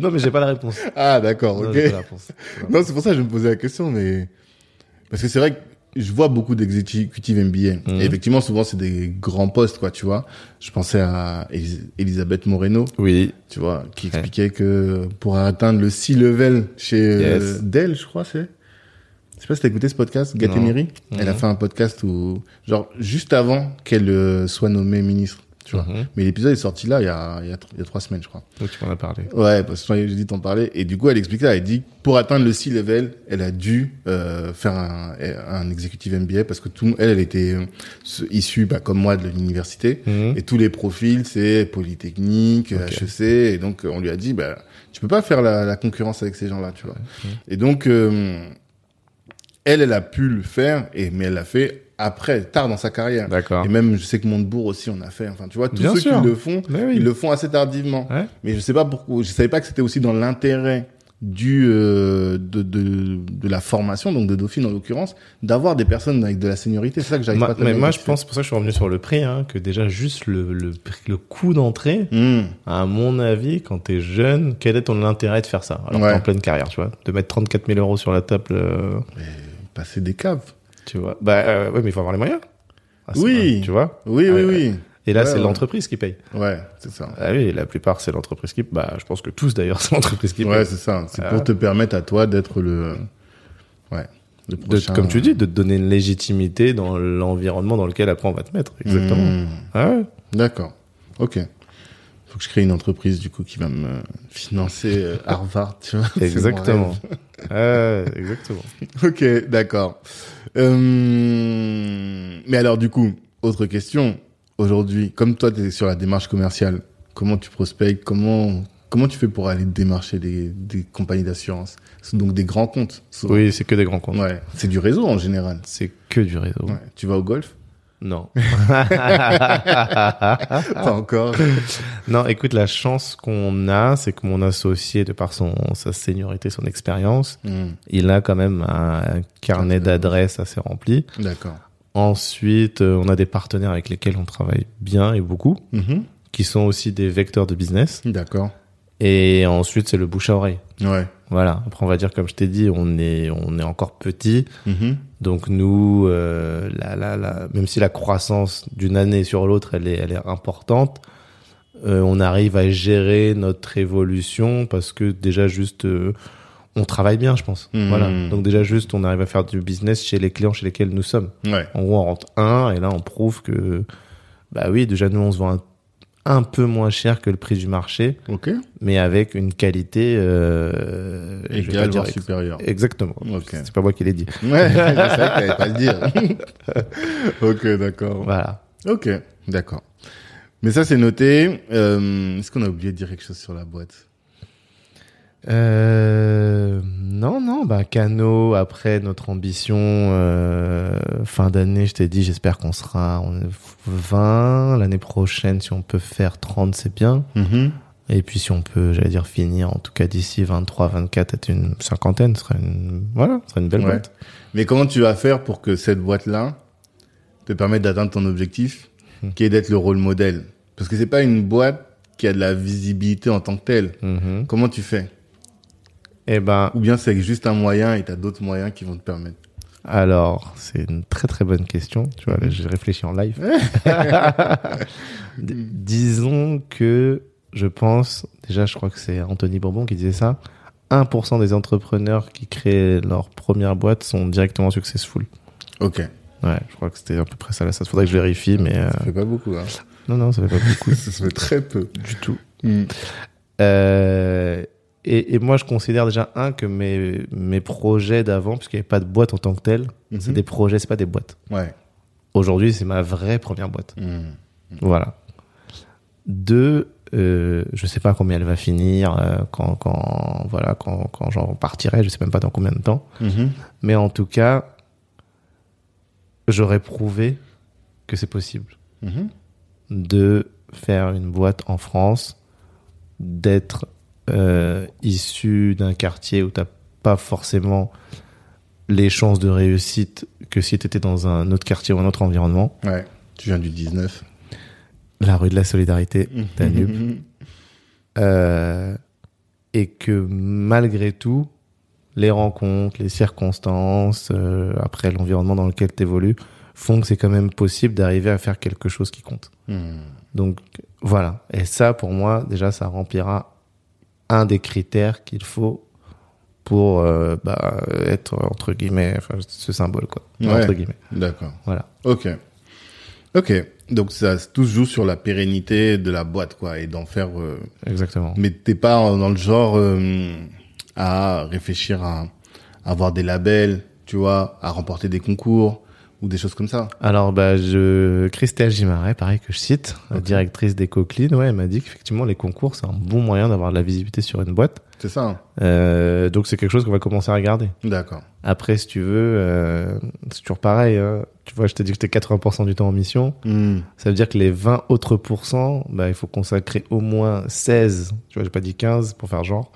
S2: non, mais j'ai pas la réponse.
S1: Ah, d'accord,
S2: Non,
S1: ok.
S2: j'ai pas la réponse.
S1: Non, c'est pour ça que je me posais la question, mais. Parce que c'est vrai que je vois beaucoup d'exécutifs MBA.
S2: Mhm.
S1: Et effectivement, souvent, c'est des grands postes, quoi, tu vois. Je pensais à Elis- Elisabeth Moreno,
S2: Oui.
S1: tu vois, qui expliquait que pour atteindre le C level chez euh,
S2: Yes.
S1: Dell, je crois, c'est. Je sais pas si t'as écouté ce podcast, Gatemiri. Elle a
S2: Mhm.
S1: fait un podcast où, genre, juste avant qu'elle euh, soit nommée ministre, tu vois.
S2: Mhm.
S1: Mais l'épisode est sorti là, il y a, il y a tr- il y a trois semaines, je crois.
S2: Donc, tu m'en as parlé.
S1: Ouais, parce que j'ai dit t'en parler. Et du coup, elle expliquait, elle dit, pour atteindre le C-level, elle a dû euh, faire un, un exécutif MBA parce que tout, elle, elle était euh, se- issue, bah, comme moi, de l'université.
S2: Mhm.
S1: Et tous les profils, c'est Polytechnique, HEC. Et donc, euh, on lui a dit, bah, tu peux pas faire la, la concurrence avec ces gens-là, tu vois. Et donc, euh, elle, elle a pu le faire, et, mais elle l'a fait après, tard dans sa carrière.
S2: D'accord.
S1: Et même, je sais que Montebourg aussi, on a fait. Enfin, tu vois, tous
S2: Bien
S1: ceux
S2: sûr.
S1: qui le font,
S2: Mais oui.
S1: ils le font assez tardivement.
S2: Ouais.
S1: Mais je sais pas pourquoi, je savais pas que c'était aussi dans l'intérêt du euh, de, de de la formation donc de Dauphine en l'occurrence d'avoir des personnes avec de la seniorité c'est ça que j'arrive
S2: Ma-
S1: pas tellement
S2: mais
S1: à
S2: moi, je
S1: identifier.
S2: pense, c'est pour ça que je suis revenu sur le prix, hein, que déjà, juste le, le, prix- le coût d'entrée,
S1: Mmh.
S2: à mon avis, quand t'es jeune, quel est ton intérêt de faire ça Alors que
S1: Ouais.
S2: t'es en pleine carrière, tu vois. De mettre 34 000 euros sur la table, euh,
S1: passer des caves
S2: tu vois. Bah, euh, ouais, mais il faut avoir les moyens. Ah, c'est
S1: Oui.
S2: pas- tu vois.
S1: oui
S2: Ah,
S1: oui
S2: ouais. Et là,
S1: Ouais,
S2: c'est
S1: ouais.
S2: l'entreprise qui paye.
S1: oui ouais c'est ça
S2: Ah oui, la plupart, c'est l'entreprise qui, bah, je pense que tous d'ailleurs, c'est l'entreprise qui
S1: ouais
S2: paye.
S1: c'est ça c'est
S2: Ah.
S1: pour te permettre à toi d'être le ouais le
S2: De-
S1: prochain euh,
S2: comme tu dis, de te donner une légitimité dans l'environnement dans lequel après on va te mettre. Exactement.
S1: Mmh.
S2: Ah ouais.
S1: d'accord ok faut que je crée une entreprise du coup qui va me financer euh, Harvard tu vois C'est mon
S2: Exactement. Ah Ouais, exactement.
S1: Ok, d'accord. Euh, Mais alors, du coup, autre question. Aujourd'hui, comme toi, tu es sur la démarche commerciale, comment tu prospectes comment, comment tu fais pour aller démarcher des, des compagnies d'assurance C'est Donc, des grands comptes. souvent.
S2: Oui, c'est que des grands comptes.
S1: Ouais. C'est du réseau en général.
S2: C'est que du réseau.
S1: Ouais. Tu vas au golf
S2: Non. Ah.
S1: Pas encore.
S2: non, écoute, la chance qu'on a, c'est que mon associé, de par son, sa seniorité, son expérience,
S1: Hmm,
S2: il a quand même un carnet d'adresses assez rempli.
S1: D'accord.
S2: Ensuite, euh, on a des partenaires avec lesquels on travaille bien et beaucoup,
S1: Mhm,
S2: qui sont aussi des vecteurs de business.
S1: D'accord.
S2: Et ensuite, c'est le bouche à oreille.
S1: Ouais.
S2: Voilà. Après, on va dire, comme je t'ai dit, on est, on est encore petit.
S1: Mhm,
S2: Donc nous, euh, la, la, la- même si la croissance d'une année sur l'autre, elle est, elle est importante, euh, on arrive à gérer notre évolution parce que déjà juste, euh, on travaille bien, je pense.
S1: Mhm.
S2: Voilà. Donc déjà juste, on arrive à faire du business chez les clients chez lesquels nous sommes.
S1: Ouais.
S2: En gros, on rentre un et là, on prouve que, bah oui, déjà nous, on se vend un, un peu moins cher que le prix du marché,
S1: Ok.
S2: mais avec une qualité euh, je vais pas
S1: Égal,
S2: dire
S1: voire
S2: ex-
S1: supérieur.
S2: Exactement.
S1: Ok.
S2: C'est pas moi qui l'ai dit.
S1: Ouais, je savais que t'allais pas le dire. ok, d'accord.
S2: Voilà.
S1: Ok, d'accord. Mais ça, c'est noté. Euh, Est-ce qu'on a oublié de dire quelque chose sur la boîte
S2: Euh, non, non, bah Cano, après notre ambition, euh, fin d'année, je t'ai dit, j'espère qu'on sera on est 20. L'année prochaine, si on peut faire 30, c'est bien.
S1: Mm-hmm.
S2: Et puis si on peut, j'allais dire, finir, en tout cas d'ici 23, 24, être une cinquantaine, ce serait une, voilà, ce serait une belle
S1: Ouais.
S2: boîte.
S1: Mais comment tu vas faire pour que cette boîte-là te permette d'atteindre ton objectif,
S2: Mm.
S1: qui est d'être le rôle modèle Parce que c'est pas une boîte qui a de la visibilité en tant que telle.
S2: Mhm.
S1: Comment tu fais
S2: Eh ben,
S1: Ou bien c'est juste un moyen et t'as d'autres moyens qui vont te permettre.
S2: alors, c'est une très très bonne question. Tu vois, là, j'ai réfléchi en live. D- disons que je pense, déjà, je crois que c'est Anthony Bourbon qui disait ça. 1% des entrepreneurs qui créent leur première boîte sont directement successful.
S1: Ok,
S2: Ouais, je crois que c'était à peu près ça. Là, ça faudrait que je vérifie, mais euh,
S1: ça fait pas beaucoup. Hein.
S2: non, non, ça fait pas beaucoup
S1: ça se fait très peu.
S2: du tout.
S1: Mm.
S2: Euh, et, et moi, je considère déjà, un, que mes, mes projets d'avant, puisqu'il n'y avait pas de boîte en tant que telle, c'est
S1: Mhm.
S2: des projets, c'est pas des boîtes.
S1: Ouais.
S2: Aujourd'hui, c'est ma vraie première boîte.
S1: Mm.
S2: Voilà. Deux, euh, je sais pas combien elle va finir, euh, quand, quand, voilà, quand, quand j'en partirai, je sais même pas dans combien de temps.
S1: Mhm.
S2: Mais en tout cas, j'aurais prouvé que c'est possible
S1: Mhm.
S2: de faire une boîte en France, d'être euh, issu d'un quartier où t'as pas forcément les chances de réussite que si t'étais dans un autre quartier ou un autre environnement.
S1: Ouais. Tu viens du 19.
S2: La rue de la solidarité, Danube.
S1: Mhm.
S2: Euh, et que malgré tout, les rencontres, les circonstances, euh, après l'environnement dans lequel tu évolues, font que c'est quand même possible d'arriver à faire quelque chose qui compte.
S1: Mhm.
S2: Donc voilà, et ça pour moi, déjà, ça remplira un des critères qu'il faut pour euh, bah, être, entre guillemets, enfin, ce symbole, quoi.
S1: Ouais.
S2: Entre guillemets,
S1: Mm. D'accord.
S2: voilà.
S1: Ok. Ok. Donc ça tout se joue sur la pérennité de la boîte, quoi, et d'en faire. euh,
S2: Exactement.
S1: Mais t'es pas en- dans le genre euh, à réfléchir à, à avoir des labels, tu vois, à remporter des concours ou des choses comme ça.
S2: Alors, bah, je... Christelle Gimaret, pareil que je cite, la
S1: Ok.
S2: directrice d'EcoClean, ouais, elle m'a dit qu'effectivement, les concours, c'est un bon moyen d'avoir de la visibilité sur une boîte.
S1: C'est ça. hein
S2: Euh, donc, c'est quelque chose qu'on va commencer à regarder.
S1: D'accord.
S2: Après, si tu veux, euh, c'est toujours pareil. hein. Tu vois, je t'ai dit que j'étais 80% du temps en mission.
S1: Hmm.
S2: Ça veut dire que les 20 autres pourcents, bah, il faut consacrer au moins 16, tu vois, j'ai pas dit 15 pour faire genre,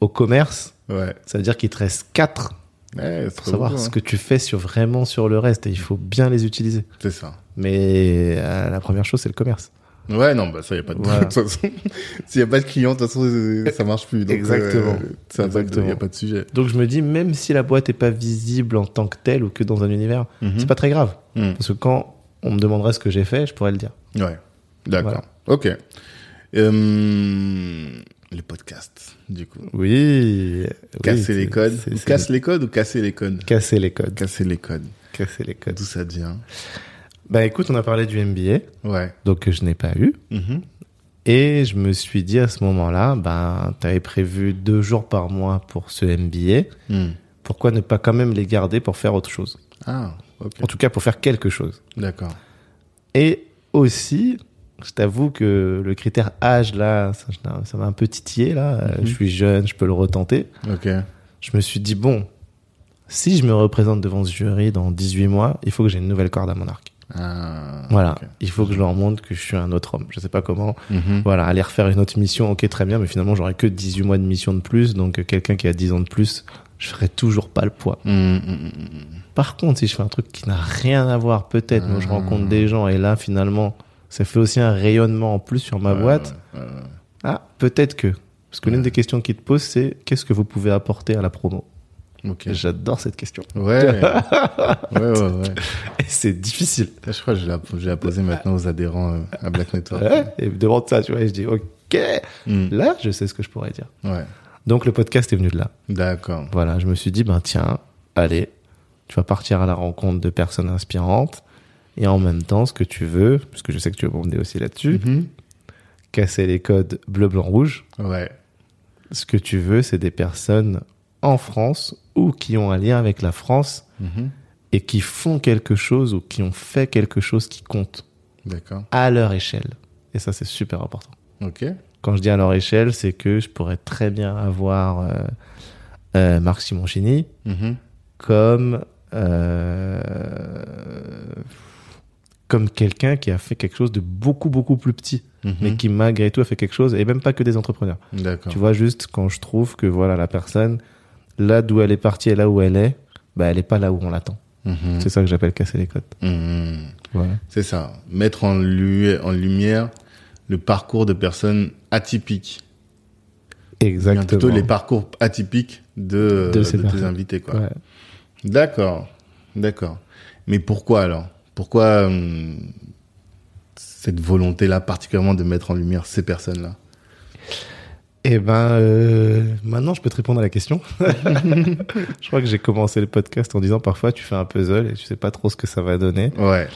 S2: au commerce.
S1: ouais.
S2: Ça veut dire qu'il te reste 4
S1: Ouais, c'est
S2: pour
S1: pas
S2: savoir
S1: beaucoup,
S2: ce
S1: hein.
S2: que tu fais sur, vraiment sur le reste. Et il faut bien les utiliser.
S1: C'est ça.
S2: Mais euh, la première chose, c'est le commerce.
S1: Ouais, non, bah ça y a pas de. de
S2: Voilà.
S1: toute façon, S'il y a pas de client, de toute façon, euh, ça marche plus. Donc,
S2: Exactement.
S1: euh, ça, Il y a
S2: Exactement.
S1: pas de sujet.
S2: Donc je me dis, même si la boîte est pas visible en tant que telle ou que dans un univers,
S1: Mhm.
S2: c'est pas très grave.
S1: Hmm.
S2: Parce que quand on me demanderait ce que j'ai fait, je pourrais le dire.
S1: Ouais, d'accord.
S2: Voilà.
S1: Ok. Euh, le podcast, du coup.
S2: Oui.
S1: Casser les codes. Ou casse
S2: Casser...
S1: les codes ou casser les codes
S2: les codes.
S1: Casser les codes.
S2: Casser les codes.
S1: D'où ça vient
S2: Bah écoute, on a parlé du MBA,
S1: Ouais.
S2: donc que je n'ai pas eu.
S1: Mhm.
S2: Et je me suis dit à ce moment-là, ben, t'avais prévu deux jours par mois pour ce MBA.
S1: Hmm.
S2: Pourquoi ne pas quand même les garder pour faire autre chose
S1: Ah, ok.
S2: En tout cas, pour faire quelque chose.
S1: D'accord.
S2: Et aussi, je t'avoue que le critère âge, là, ça ça m'a un peu titillé, là. Euh,
S1: Mhm.
S2: Je suis jeune, je peux le retenter.
S1: Ok.
S2: Je me suis dit, bon, si je me représente devant ce jury dans 18 mois, il faut que j'ai une nouvelle corde à mon arc.
S1: Ah,
S2: Voilà.
S1: ok.
S2: Il faut que je leur montre que je suis un autre homme. Je sais pas comment.
S1: Mhm.
S2: Voilà, aller refaire une autre mission, ok, très bien, mais finalement, j'aurai que 18 mois de mission de plus. Donc, euh, quelqu'un qui a 10 ans de plus, je ferai toujours pas le poids.
S1: Hmm, hmm, hmm, hmm.
S2: Par contre, si je fais un truc qui n'a rien à voir, peut-être, mais où je
S1: Ah.
S2: rencontre des gens et là, finalement, ça fait aussi un rayonnement en plus sur ma
S1: Ouais,
S2: boîte.
S1: ouais, ouais, ouais.
S2: Ah, peut-être que. Parce que l'une des questions qu'ils te posent, c'est qu'est-ce que vous pouvez apporter à la promo
S1: Ok.
S2: J'adore cette question.
S1: Ouais. ouais, ouais, ouais.
S2: Et c'est difficile.
S1: Ça, Je crois que je la, je vais la poser maintenant aux adhérents euh, à Black Network.
S2: Ouais, et me demande ça, tu vois, et je dis ok,
S1: Hmm.
S2: là, je sais ce que je pourrais dire.
S1: Ouais.
S2: Donc le podcast est venu de là.
S1: D'accord.
S2: Voilà, je me suis dit, ben tiens, allez, tu vas partir à la rencontre de personnes inspirantes Et en même temps, ce que tu veux, parce que je sais que tu veux m'emmener aussi là-dessus,
S1: Mhm.
S2: casser les codes bleu, blanc, rouge.
S1: Ouais.
S2: Ce que tu veux, c'est des personnes en France ou qui ont un lien avec la France
S1: Mhm.
S2: et qui font quelque chose ou qui ont fait quelque chose qui compte
S1: D'accord.
S2: à leur échelle. Et ça, c'est super important.
S1: Ok.
S2: Quand je dis à leur échelle, c'est que je pourrais très bien avoir euh, euh, Marc Simoncini
S1: Mhm.
S2: comme euh, comme quelqu'un qui a fait quelque chose de beaucoup beaucoup plus petit,
S1: Mhm.
S2: mais qui malgré tout a fait quelque chose et même pas que des entrepreneurs.
S1: D'accord.
S2: Tu vois juste quand je trouve que voilà la personne là d'où elle est partie et là où elle est, bah elle est pas là où on l'attend.
S1: Mhm.
S2: C'est ça que j'appelle casser les codes.
S1: Mhm.
S2: Voilà.
S1: C'est ça. Mettre en, lu- en lumière le parcours de personnes atypiques. Bien,
S2: Exactement.
S1: Plutôt les parcours atypiques de,
S2: De ces
S1: de tes
S2: personnes.
S1: invités. Quoi.
S2: Ouais.
S1: D'accord. D'accord. Mais pourquoi alors Pourquoi hum, cette volonté-là, particulièrement de mettre en lumière ces personnes-là
S2: Eh ben, euh, maintenant, je peux te répondre à la question. je crois que j'ai commencé le podcast en disant parfois tu fais un puzzle et tu sais pas trop ce que ça va donner.
S1: Ouais.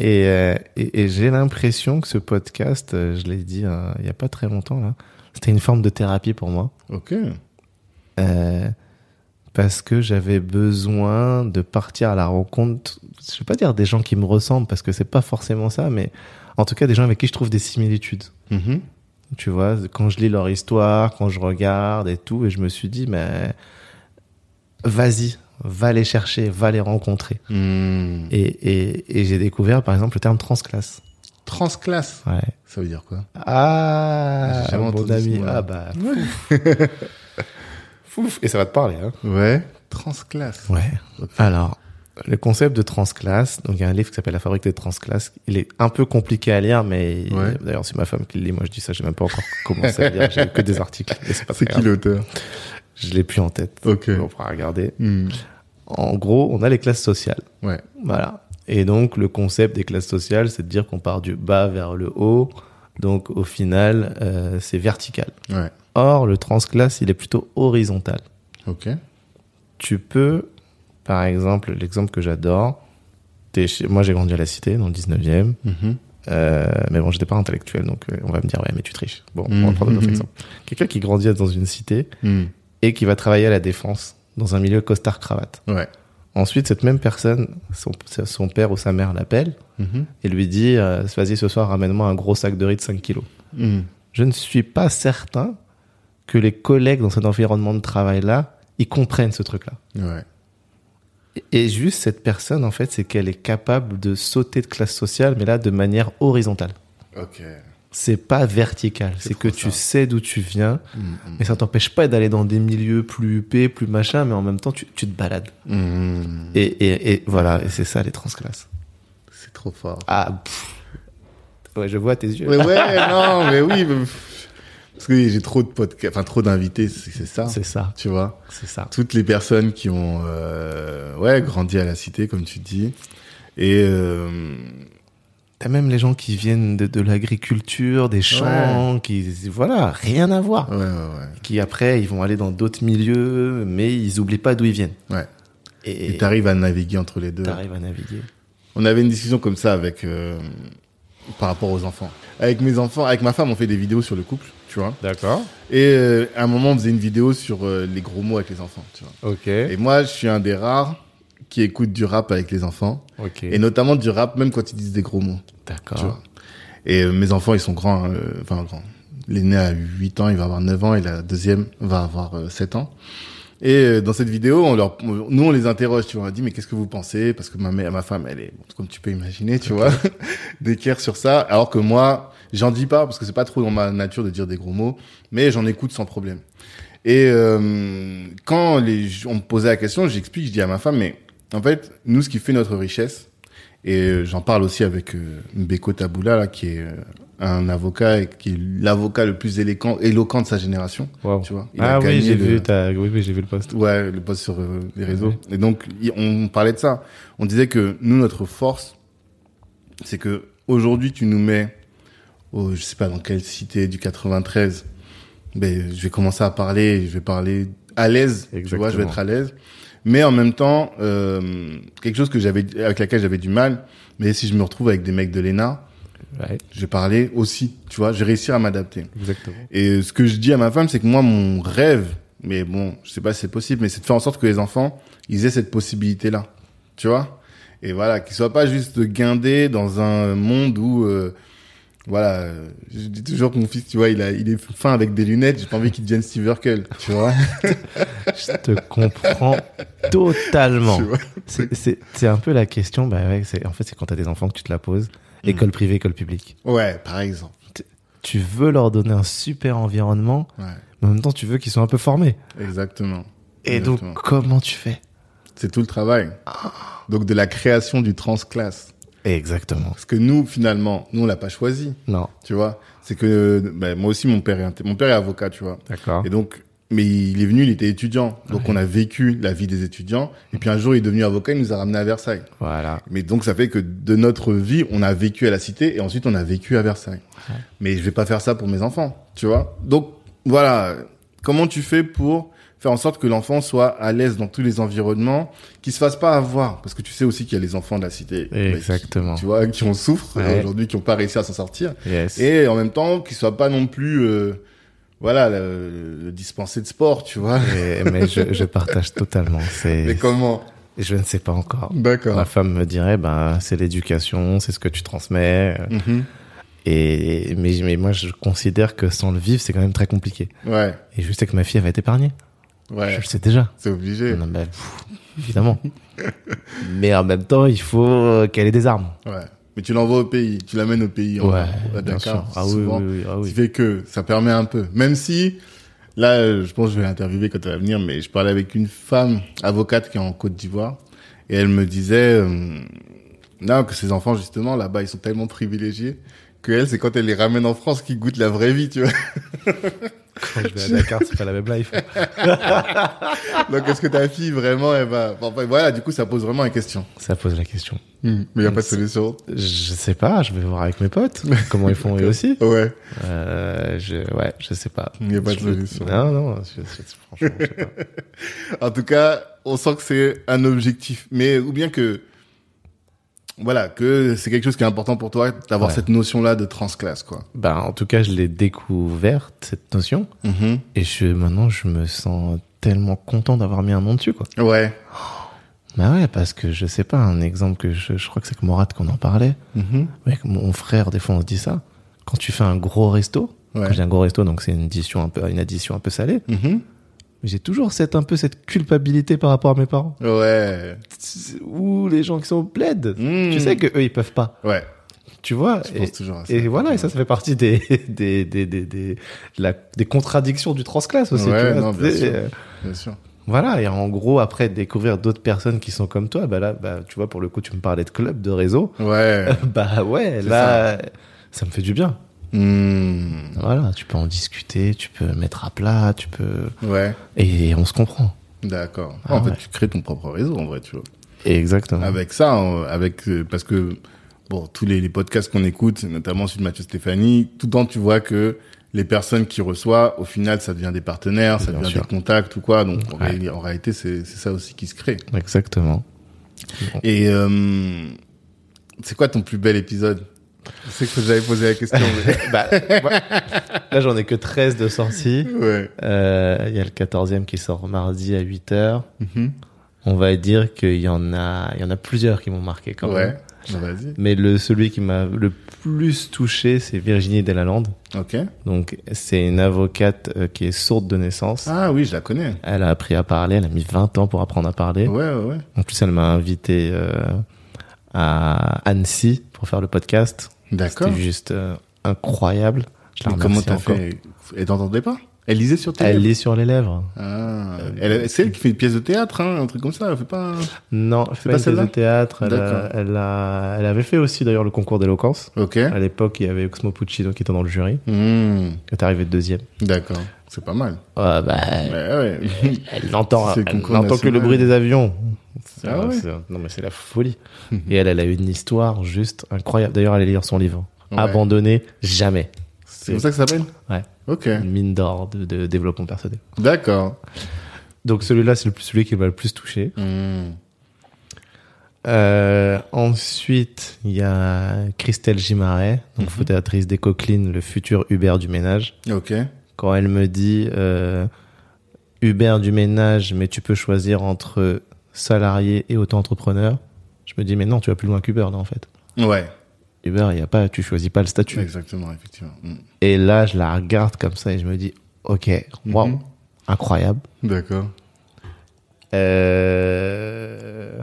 S2: Et, euh, et, et j'ai l'impression que ce podcast, euh, je l'ai dit euh, il y a pas très longtemps là, c'était une forme de thérapie pour moi
S1: Ok.
S2: Euh, parce que j'avais besoin de partir à la rencontre. Je vais pas dire des gens qui me ressemblent parce que c'est pas forcément ça, mais en tout cas des gens avec qui je trouve des similitudes.
S1: Mhm.
S2: Tu vois, quand je lis leur histoire, quand je regarde et tout, et je me suis dit, mais vas-y, va les chercher, va les rencontrer.
S1: Hum.
S2: Et, et, et j'ai découvert, par exemple, le terme transclasse.
S1: Transclasse,
S2: Ouais.
S1: ça veut dire quoi
S2: Ah,
S1: J'ai jamais
S2: mon
S1: entendu ce
S2: ami.
S1: mot-là.
S2: Ah bah, fouf. Fouf. Et ça va te parler, hein.
S1: Ouais. Transclasse.
S2: Ouais. Alors, le concept de transclasse, donc il y a un livre qui s'appelle La fabrique des transclasses. Il est un peu compliqué à lire, mais
S1: Ouais.
S2: d'ailleurs, c'est ma femme qui le lit. Moi, je dis ça, j'ai même pas encore commencé à lire. J'ai lu que des articles. mais c'est pas
S1: Ah, C'est
S2: très
S1: qui
S2: grave.
S1: l'auteur
S2: Je l'ai plus en tête.
S1: Ok.
S2: On pourra regarder.
S1: Hum.
S2: En gros, on a les classes sociales.
S1: Ouais.
S2: Voilà. Et donc, le concept des classes sociales, c'est de dire qu'on part du bas vers le haut. Donc, au final, euh, c'est vertical.
S1: Ouais.
S2: Or, le transclasse, il est plutôt horizontal.
S1: Ok.
S2: Tu peux, par exemple, l'exemple que j'adore, t'es chez- moi j'ai grandi à la cité, dans le 19e,
S1: Mhm.
S2: euh, mais bon, j'étais pas intellectuel, donc euh, on va me dire, ouais, mais tu triches. Bon, on va
S1: Mhm.
S2: prendre un autre exemple. Quelqu'un qui grandit dans une cité
S1: Hum.
S2: et qui va travailler à la défense, dans un milieu costard-cravate.
S1: Ouais.
S2: Ensuite, cette même personne, son, son père ou sa mère l'appelle
S1: Mhm.
S2: et lui dit euh, Vas-y, ce soir, ramène-moi un gros sac de riz de 5 kilos.
S1: Hum.
S2: Je ne suis pas certain que les collègues dans cet environnement de travail-là, ils comprennent ce truc-là.
S1: Ouais.
S2: Et juste cette personne, en fait, c'est qu'elle est capable de sauter de classe sociale, mais là, de manière horizontale.
S1: Ok.
S2: C'est pas vertical.
S1: C'est
S2: C'est que
S1: trop
S2: tu
S1: ça.
S2: sais d'où tu viens,
S1: Hum, hum.
S2: mais ça t'empêche pas d'aller dans des milieux plus huppés, plus machin, mais en même temps, tu, tu te balades.
S1: Mmh,
S2: Et, et, et voilà, et c'est ça les transclasses.
S1: c'est trop fort.
S2: Ah, pff. ouais, je vois tes yeux.
S1: Mais ouais, non, mais oui. mais pff, Parce que j'ai trop de podcasts, enfin trop d'invités, c'est c'est ça.
S2: C'est ça,
S1: Tu vois,
S2: c'est ça.
S1: toutes les personnes qui ont euh, ouais, grandi à la cité, comme tu dis. Et euh,
S2: T'as même les gens qui viennent de, de l'agriculture, des champs, qui, voilà, rien à voir.
S1: ouais, ouais, ouais.
S2: Qui après, ils vont aller dans d'autres milieux, mais ils oublient pas d'où ils viennent.
S1: ouais.
S2: Et,
S1: Et t'arrives à naviguer entre les deux.
S2: t'arrives à naviguer.
S1: On avait une discussion comme ça avec euh, par rapport aux enfants. Avec mes enfants, avec ma femme, on fait des vidéos sur le couple, tu vois.
S2: D'accord.
S1: Et euh, à un moment, on faisait une vidéo sur euh, les gros mots avec les enfants, tu vois.
S2: Ok.
S1: Et moi, je suis un des rares qui écoute du rap avec les enfants.
S2: ok.
S1: Et notamment du rap, même quand ils disent des gros mots. Tu vois.
S2: D'accord.
S1: Et euh, mes enfants, ils sont grands. hein, euh, Enfin, grands. L'aîné a 8 ans, il va avoir 9 ans. Et la deuxième va avoir euh, 7 ans. Et euh, dans cette vidéo, on leur, on- nous, on les interroge, tu vois. On leur dit, mais qu'est-ce que vous pensez Parce que ma, mère, ma femme, elle est, bon, comme tu peux imaginer, tu vois, d'équerre sur ça. Alors que moi, j'en dis pas, parce que c'est pas trop dans ma nature de dire des gros mots. Mais j'en écoute sans problème. Et euh, quand les, on me posait la question, j'explique, je dis à ma femme, mais en fait, nous, ce qui fait notre richesse, et euh, j'en parle aussi avec euh, Mbeko Taboula, là, qui est euh, un avocat et qui est l'avocat le plus éloquent, éloquent de sa génération.
S2: Wow.
S1: Tu vois, il a
S2: Ah oui,
S1: gagné
S2: j'ai
S1: le-
S2: vu ta, oui, oui, j'ai vu le post.
S1: Ouais, le poste sur euh, les réseaux. Et donc, y- on parlait de ça. On disait que nous, notre force, c'est que aujourd'hui, tu nous mets, au, je sais pas dans quelle cité du 93. Ben, je vais commencer à parler, je vais parler à l'aise. Tu vois, je vais
S2: Exactement.
S1: être à l'aise. Mais en même temps, euh, quelque chose que j'avais, avec laquelle j'avais du mal, mais si je me retrouve avec des mecs de l'ENA,
S2: Ouais,
S1: je vais parler aussi, tu vois, je vais réussir à m'adapter.
S2: exactement.
S1: Et ce que je dis à ma femme, c'est que moi, mon rêve, mais bon, je sais pas si c'est possible, mais c'est de faire en sorte que les enfants, ils aient cette possibilité-là. Tu vois? Et voilà, qu'ils soient pas juste guindés dans un monde où, euh, voilà, euh, je dis toujours que mon fils, tu vois, il a, il est fin avec des lunettes, j'ai pas envie qu'il devienne Steve Urkel, tu vois?
S2: Je te comprends totalement.
S1: Tu vois
S2: C'est- C'est c'est un peu la question, bah ouais, c'est- en fait, c'est quand t'as des enfants que tu te la poses. École privée, école publique.
S1: ouais, par exemple.
S2: Tu veux leur donner un super environnement,
S1: Ouais,
S2: mais en même temps, tu veux qu'ils soient un peu formés.
S1: exactement.
S2: Et
S1: Exactement.
S2: donc, comment tu fais
S1: C'est tout le travail. Donc, de la création du transclasse.
S2: Exactement.
S1: Parce que nous, finalement, nous, on l'a pas choisi.
S2: Non.
S1: tu vois c'est que ben, moi aussi mon père est inté- mon père est avocat tu vois
S2: D'accord.
S1: et donc mais il est venu il était étudiant
S2: Ah
S1: donc on a vécu la vie des étudiants et puis un jour il est devenu avocat il nous a ramené à Versailles
S2: Voilà.
S1: mais donc ça fait que de notre vie on a vécu à la cité et ensuite on a vécu à Versailles
S2: Ouais.
S1: mais je vais pas faire ça pour mes enfants tu vois donc voilà comment tu fais pour faire en sorte que l'enfant soit à l'aise dans tous les environnements qu'il se fasse pas avoir parce que tu sais aussi qu'il y a les enfants de la cité
S2: Bah,
S1: ben, qui-
S2: Exactement.
S1: tu vois qui en souffrent
S2: Ouais.
S1: euh, aujourd'hui qui ont pas réussi à s'en sortir
S2: Yes.
S1: et en même temps qu'il soit pas non plus euh, voilà le, le dispensé de sport tu vois
S2: Et- mais je, je partage totalement.
S1: mais
S2: C'est,
S1: comment
S2: je ne sais pas encore. Ma
S1: d'accord
S2: femme me dirait, ben, c'est l'éducation, c'est ce que tu transmets.
S1: Mhm.
S2: Et, mais, mais moi, je considère que sans le vivre, c'est quand même très compliqué.
S1: ouais
S2: Et je sais que ma fille, elle va être épargnée. Je
S1: ouais
S2: le sais déjà.
S1: c'est obligé
S2: Non, bah, pff, évidemment. mais en même temps, il faut euh, qu'elle ait des armes.
S1: ouais mais tu l'envoies au pays tu l'amènes au pays en- à
S2: bien sûr.
S1: Dakar
S2: Ah oui,
S1: souvent
S2: oui, oui, ah
S1: qui
S2: oui.
S1: fait que ça permet un peu même si là euh, je pense que je vais l'interviewer quand elle va venir mais je parlais avec une femme avocate qui est en Côte d'Ivoire et elle me disait euh, non que ses enfants justement là-bas ils sont tellement privilégiés que elle c'est quand elle les ramène en France qu'ils goûtent la vraie vie tu vois
S2: Quand je vais à Dakar, c'est pas la même life.
S1: Donc est-ce que ta fille vraiment elle va Bon, enfin, voilà, du coup ça pose vraiment une question.
S2: Ça pose la question.
S1: Mais il y a pas de solution.
S2: Je sais pas, je vais voir avec mes potes comment ils font eux aussi.
S1: Ouais.
S2: Euh, je, ouais, je sais pas.
S1: Il y a pas de
S2: Je me-
S1: solution.
S2: Non, non, je- je- franchement, je sais pas.
S1: En tout cas, on sent que c'est un objectif mais ou bien que voilà, que c'est quelque chose qui est important pour toi d'avoir
S2: Ouais.
S1: cette notion là de transclasse quoi.
S2: Ben, en tout cas, je l'ai découverte, cette notion. Et je, maintenant, je me sens tellement content d'avoir mis un nom dessus, quoi.
S1: Ouais.
S2: Bah ouais, parce que je sais pas, un exemple que je, je crois que c'est que Morat qu'on en parlait. Avec mon frère, des fois, on se dit ça. Quand tu fais un gros resto,
S1: Ouais.
S2: quand j'ai un gros resto, donc c'est une addition un peu, une addition un peu salée,
S1: Mhm.
S2: j'ai toujours cette, un peu cette culpabilité par rapport à mes parents.
S1: Ouais.
S2: Ou les gens qui sont au plaid.
S1: Mhm.
S2: Tu sais que eux, ils peuvent pas.
S1: Ouais,
S2: Tu vois
S1: je
S2: et-
S1: pense toujours à ça.
S2: Et voilà, et ça, ça fait partie des, des, des, des, des, de la- des contradictions du transclasse aussi.
S1: Ouais,
S2: tu vois.
S1: non, bien
S2: Et,
S1: sûr.
S2: euh,
S1: Bien sûr.
S2: Voilà, et en gros, après, découvrir d'autres personnes qui sont comme toi, bah là, bah, tu vois, pour le coup, tu me parlais de club, de réseau.
S1: Ouais.
S2: bah ouais,
S1: C'est
S2: là, ça. me fait du bien.
S1: Mhm.
S2: Voilà, tu peux en discuter, tu peux mettre à plat, tu peux.
S1: Ouais.
S2: Et on se comprend.
S1: D'accord.
S2: Ah
S1: en fait,
S2: ouais.
S1: tu crées ton propre réseau en vrai, tu vois.
S2: Exactement.
S1: avec ça, on- avec euh, parce que bon, tous les, les podcasts qu'on écoute, notamment celui de Mathieu Stéphanie, tout le temps tu vois que les personnes qui reçoit, au final, ça devient des partenaires, ça
S2: Bien
S1: devient
S2: sûr.
S1: des contacts ou quoi. Donc en,
S2: Ouais.
S1: réalité- en réalité, c'est c'est ça aussi qui se crée.
S2: Exactement.
S1: Et euh, c'est quoi ton plus bel épisode Je sais que j'avais posé la question. mais-
S2: Bah, moi- là, j'en ai que 13 de sortie.
S1: ouais.
S2: Euh, Il y a le 14e qui sort mardi à 8h.
S1: Mhm.
S2: On va dire qu'il y en a, il y en a plusieurs qui m'ont marqué quand
S1: ouais.
S2: même.
S1: Bah, Vas-y.
S2: Mais le celui qui m'a le plus touché, c'est Virginie Delalande.
S1: Ok.
S2: Donc c'est une avocate euh, qui est sourde de naissance.
S1: Ah oui, je la connais.
S2: Elle a appris à parler, elle a mis 20 ans pour apprendre à parler.
S1: Ouais, ouais, ouais.
S2: En plus, elle m'a invité euh, à Annecy pour faire le podcast.
S1: D'accord.
S2: C'était juste euh, incroyable. Je la
S1: Mais Comment
S2: remercie
S1: t'as
S2: encore.
S1: fait Elle t'entendait pas Elle lisait sur tes
S2: Elle
S1: lèvres
S2: lit sur les lèvres.
S1: Ah, elle, c'est elle qui fait une pièce de théâtre, hein, un truc comme ça. Elle fait pas.
S2: Non, elle fait
S1: pas
S2: pas, une pièce de
S1: celle-là
S2: théâtre. Elle, a-
S1: D'accord.
S2: elle, a- elle avait fait aussi d'ailleurs le concours d'éloquence.
S1: Ok.
S2: À l'époque, il y avait Oxmo Puccino qui était dans le jury.
S1: Hmm,
S2: qui est arrivé deuxième.
S1: D'accord. C'est pas mal.
S2: Ah bah,
S1: Ouais, ouais.
S2: elle n'entend
S1: C'est le
S2: elle
S1: concours
S2: n'entend que le
S1: national.
S2: bruit des avions. C'est-
S1: Ah ouais. Mhm.
S2: c'est- Non mais c'est la folie. Et elle, elle a une histoire juste incroyable. D'ailleurs, allez lire son livre.
S1: Ouais.
S2: Abandonner jamais.
S1: C'est comme ça que ça s'appelle
S2: Ouais.
S1: Ok.
S2: Une mine d'or de, de développement personnel.
S1: D'accord.
S2: Donc celui-là, c'est le plus- celui qui m'a le plus touché.
S1: Hmm,
S2: Euh, ensuite, il y a Christelle Gimaret,
S1: Mhm.
S2: donc fondatrice des Coquelines, le futur Uber du ménage.
S1: Ok.
S2: Quand elle me dit euh, Uber du ménage, mais tu peux choisir entre salarié et auto-entrepreneur, je me dis mais non, tu vas plus loin qu'Uber là en fait.
S1: Ouais.
S2: Uber, il y a pas, tu choisis pas le statut.
S1: Exactement, effectivement. Mm.
S2: Et là, je la regarde comme ça et je me dis ok, wow,
S1: Mhm.
S2: incroyable.
S1: D'accord.
S2: Euh...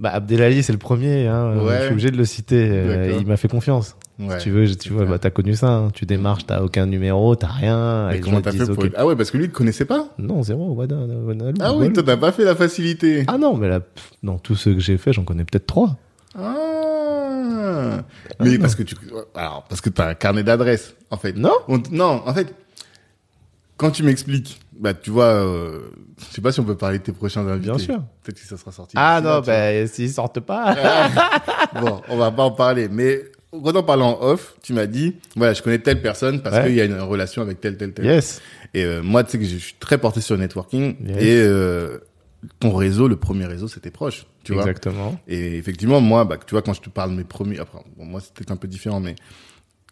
S2: Bah, Abdelali, c'est le premier. Hein.
S1: Ouais.
S2: Je suis obligé de le citer. Euh,
S1: D'accord.
S2: Il m'a fait confiance.
S1: Ouais.
S2: tu veux, je- tu vois,
S1: clair.
S2: bah, t'as connu ça. hein. Tu démarches, t'as aucun numéro, t'as rien.
S1: Mais
S2: Et les
S1: comment
S2: gens
S1: t'as
S2: te
S1: fait
S2: disent,
S1: pour.
S2: ok.
S1: Ah ouais, parce que lui, il te connaissait pas.
S2: Non, zéro. wada, wada,
S1: Ah
S2: wada.
S1: oui, toi, t'as pas fait la facilité.
S2: Ah non, mais là, pff, dans tous ceux que j'ai fait, j'en connais peut-être trois.
S1: Ah. Mais parce que tu. Alors, parce que t'as un carnet d'adresses, en fait.
S2: Non
S1: On t- Non, en fait, quand tu m'expliques, bah, tu vois, euh, je sais pas si on peut parler de tes prochains invités.
S2: Bien sûr.
S1: Peut-être que ça sera sorti.
S2: Ah
S1: d'ici là,
S2: non,
S1: tu vois.
S2: bah, s'ils sortent pas.
S1: Bon, on va pas en parler, mais quand on parlait en off, tu m'as dit, voilà, je connais telle personne parce
S2: Ouais.
S1: qu'il y a une relation avec telle, telle, telle.
S2: yes.
S1: Et euh, moi, tu sais que je suis très porté sur le networking
S2: Yes.
S1: et euh, ton réseau, le premier réseau, c'était proche, tu vois.
S2: Exactement.
S1: Et effectivement, moi, bah, tu vois, quand je te parle de mes premiers, après, bon, moi, c'était un peu différent, mais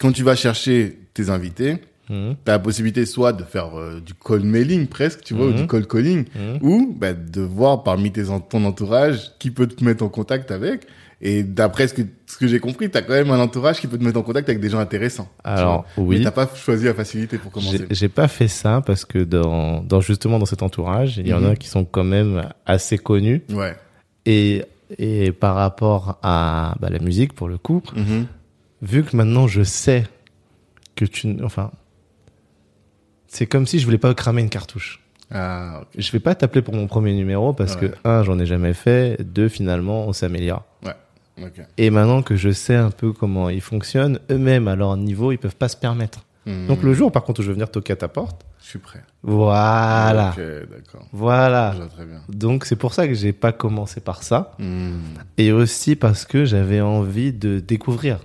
S1: quand tu vas chercher tes invités,
S2: Mhm.
S1: t'as la possibilité soit de faire euh, du cold mailing presque, tu vois, ou
S2: Mhm.
S1: du cold calling,
S2: Mhm.
S1: ou bah, de voir parmi tes en- ton entourage qui peut te mettre en contact avec. Et d'après ce que, ce que j'ai compris, t'as quand même un entourage qui peut te mettre en contact avec des gens intéressants. tu
S2: Alors,
S1: vois.
S2: oui.
S1: Mais t'as pas choisi la facilité pour commencer.
S2: J'ai j'ai pas fait ça parce que dans, dans justement dans cet entourage, il y en
S1: Mhm.
S2: a qui sont quand même assez connus.
S1: Ouais.
S2: Et, et par rapport à bah, la musique, pour le coup,
S1: Mhm.
S2: vu que maintenant je sais que tu. n- Enfin. C'est comme si je voulais pas cramer une cartouche.
S1: Ah, ok.
S2: Je vais pas t'appeler pour mon premier numéro parce
S1: Ah Ouais.
S2: que, un, j'en ai jamais fait, deux, finalement, on s'améliore.
S1: Ok.
S2: Et maintenant que je sais un peu comment ils fonctionnent, eux-mêmes, à leur niveau, ils peuvent pas se permettre.
S1: Mhm.
S2: Donc le jour, par contre, où je vais venir toquer à ta porte,
S1: Je suis prêt.
S2: voilà.
S1: Ok, d'accord.
S2: Voilà.
S1: Je vois très bien.
S2: Donc c'est pour ça que j'ai pas commencé par ça.
S1: Mhm.
S2: Et aussi parce que j'avais envie de découvrir.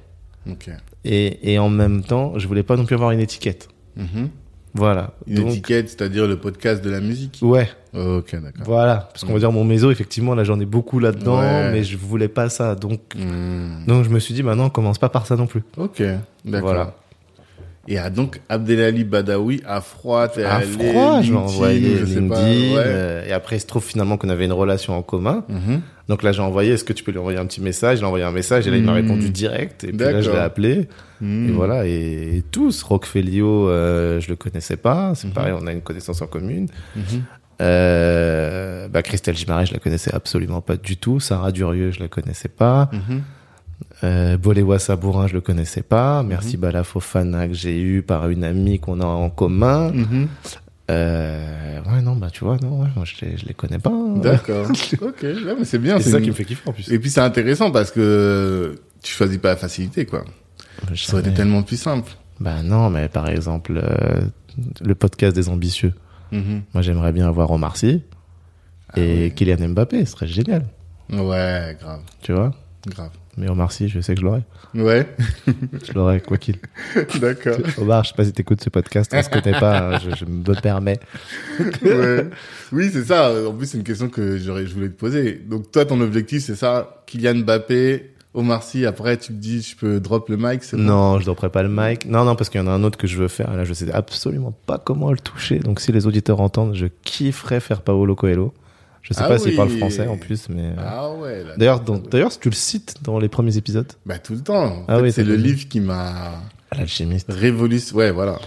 S1: Ok.
S2: Et, et en même temps, je voulais pas non plus avoir une étiquette.
S1: Mhm.
S2: Voilà.
S1: Une
S2: Donc, Oh,
S1: étiquette, c'est-à-dire le podcast de la musique.
S2: Ouais,
S1: Ok, d'accord.
S2: voilà. Parce qu'on va dire mon méso, effectivement, là j'en ai beaucoup là-dedans,
S1: Hmm. Ouais.
S2: mais je voulais pas ça. Donc,
S1: Mhm.
S2: donc je me suis dit, bah non, commence pas par ça non plus.
S1: Ok, d'accord.
S2: Voilà.
S1: Et ah, donc Abdelali Badawi, à froid, t'es
S2: À
S1: allé,
S2: Ah, froid, je
S1: LinkedIn,
S2: envoyé
S1: je sais
S2: LinkedIn.
S1: pas, ouais.
S2: euh, et après, il se trouve finalement qu'on avait une relation en commun.
S1: Mhm.
S2: Donc là, j'ai envoyé, est-ce que tu peux lui envoyer un petit message Il a envoyé un message et là, il m'a
S1: Mm.
S2: répondu direct. Et puis là, je
S1: D'accord.
S2: l'ai appelé.
S1: Mhm.
S2: Et voilà. Et, et tous, Roquefelio, euh, je le connaissais pas. C'est
S1: Mhm.
S2: pareil, on a une connaissance en commune.
S1: Mhm.
S2: Euh, bah, Christelle Gimaret, je la connaissais absolument pas du tout. Sarah Durieux, je la connaissais pas.
S1: Mhm.
S2: Euh, Bolewa Sabourin, je le connaissais pas.
S1: Hmm.
S2: Merci Balafofana hein, que j'ai eu par une amie qu'on a en commun.
S1: Mhm.
S2: Euh, ouais, non, bah, tu vois, non, ouais, moi, je les, je les connais pas. hein.
S1: hmm.
S2: Euh,
S1: D'accord. ok, là, mais c'est bien.
S2: Et c'est ça
S1: une-
S2: qui me fait kiffer, en plus.
S1: Et puis c'est intéressant parce que tu choisis pas la facilité, quoi.
S2: Je
S1: Ça aurait été
S2: savais.
S1: tellement plus simple.
S2: Bah, non, mais par exemple, euh, le podcast des ambitieux.
S1: Mhm.
S2: Moi, j'aimerais bien avoir Omar Sy
S1: Ah
S2: et Kylian Mbappé, ce serait génial.
S1: Ouais, grave,
S2: Tu vois?
S1: grave.
S2: Mais Omar Sy, je sais que je l'aurais.
S1: Ouais,
S2: Je l'aurais, quoi qu'il.
S1: d'accord.
S2: Omar, je sais pas si t'écoutes ce podcast, on se connaît pas, hein, je, je me permets.
S1: Ouais. Oui, c'est ça. En plus, c'est une question que j'aurais, je voulais te poser. Donc, toi, ton objectif, c'est ça. Kylian Mbappé, Omar Sy. Après, tu me dis, je peux drop le mic, c'est bon.
S2: Non, je doperai pas le mic. Non, non, parce qu'il y en a un autre que je veux faire. Là, je sais absolument pas comment le toucher. Donc, si les auditeurs entendent, je kifferais faire Paolo Coelho. Je sais
S1: Ah
S2: pas s'il parle
S1: oui.
S2: français en plus, mais. euh,
S1: Ah ouais. là,
S2: D'ailleurs,
S1: ça,
S2: dans-
S1: ouais.
S2: d'ailleurs, tu le cites dans les premiers épisodes.
S1: Bah, tout le temps. En
S2: Ah
S1: fait,
S2: oui,
S1: c'est
S2: t'as
S1: le
S2: dit.
S1: livre qui m'a
S2: L'alchimiste.
S1: révolutionné. Ouais, voilà.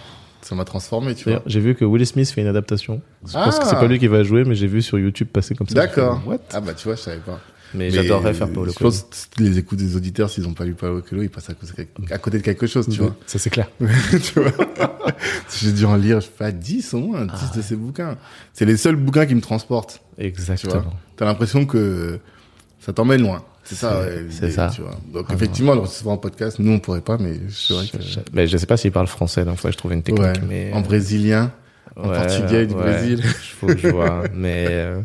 S1: Ça m'a transformé, tu vois.
S2: D'ailleurs, J'ai vu que Will Smith fait une adaptation. Je pense
S1: Ah.
S2: que c'est pas lui qui va jouer, mais j'ai vu sur YouTube passer comme ça.
S1: D'accord.
S2: J'ai fait, What
S1: Ah bah, tu vois, je savais pas.
S2: Mais,
S1: Mais
S2: j'adorerais faire Paolo
S1: Je
S2: Coelho.
S1: pense que les écoutes des auditeurs, s'ils ont pas lu Paolo Coelho, ils passent à côté, à côté de quelque chose, tu vois.
S2: Ça, c'est clair.
S1: tu vois. J'ai dû en lire, je sais pas, 10 au moins, 10
S2: Ah
S1: de ces bouquins. C'est les seuls bouquins qui me transportent. tu vois.
S2: Exactement.
S1: T'as l'impression que ça t'emmène loin. C'est ça,
S2: C'est-
S1: ouais,
S2: c'est
S1: l'idée,
S2: ça.
S1: tu vois. Donc,
S2: Vraiment.
S1: effectivement, le recevoir en podcast, nous, on pourrait pas, mais c'est vrai
S2: Je,
S1: que.
S2: je- mais je sais pas s'il parle français, donc faudrait que je trouve une technique.
S1: Ouais.
S2: mais... euh,
S1: En brésilien, en
S2: Ouais,
S1: portugais du
S2: ouais,
S1: Brésil.
S2: Faut que je vois, mais euh,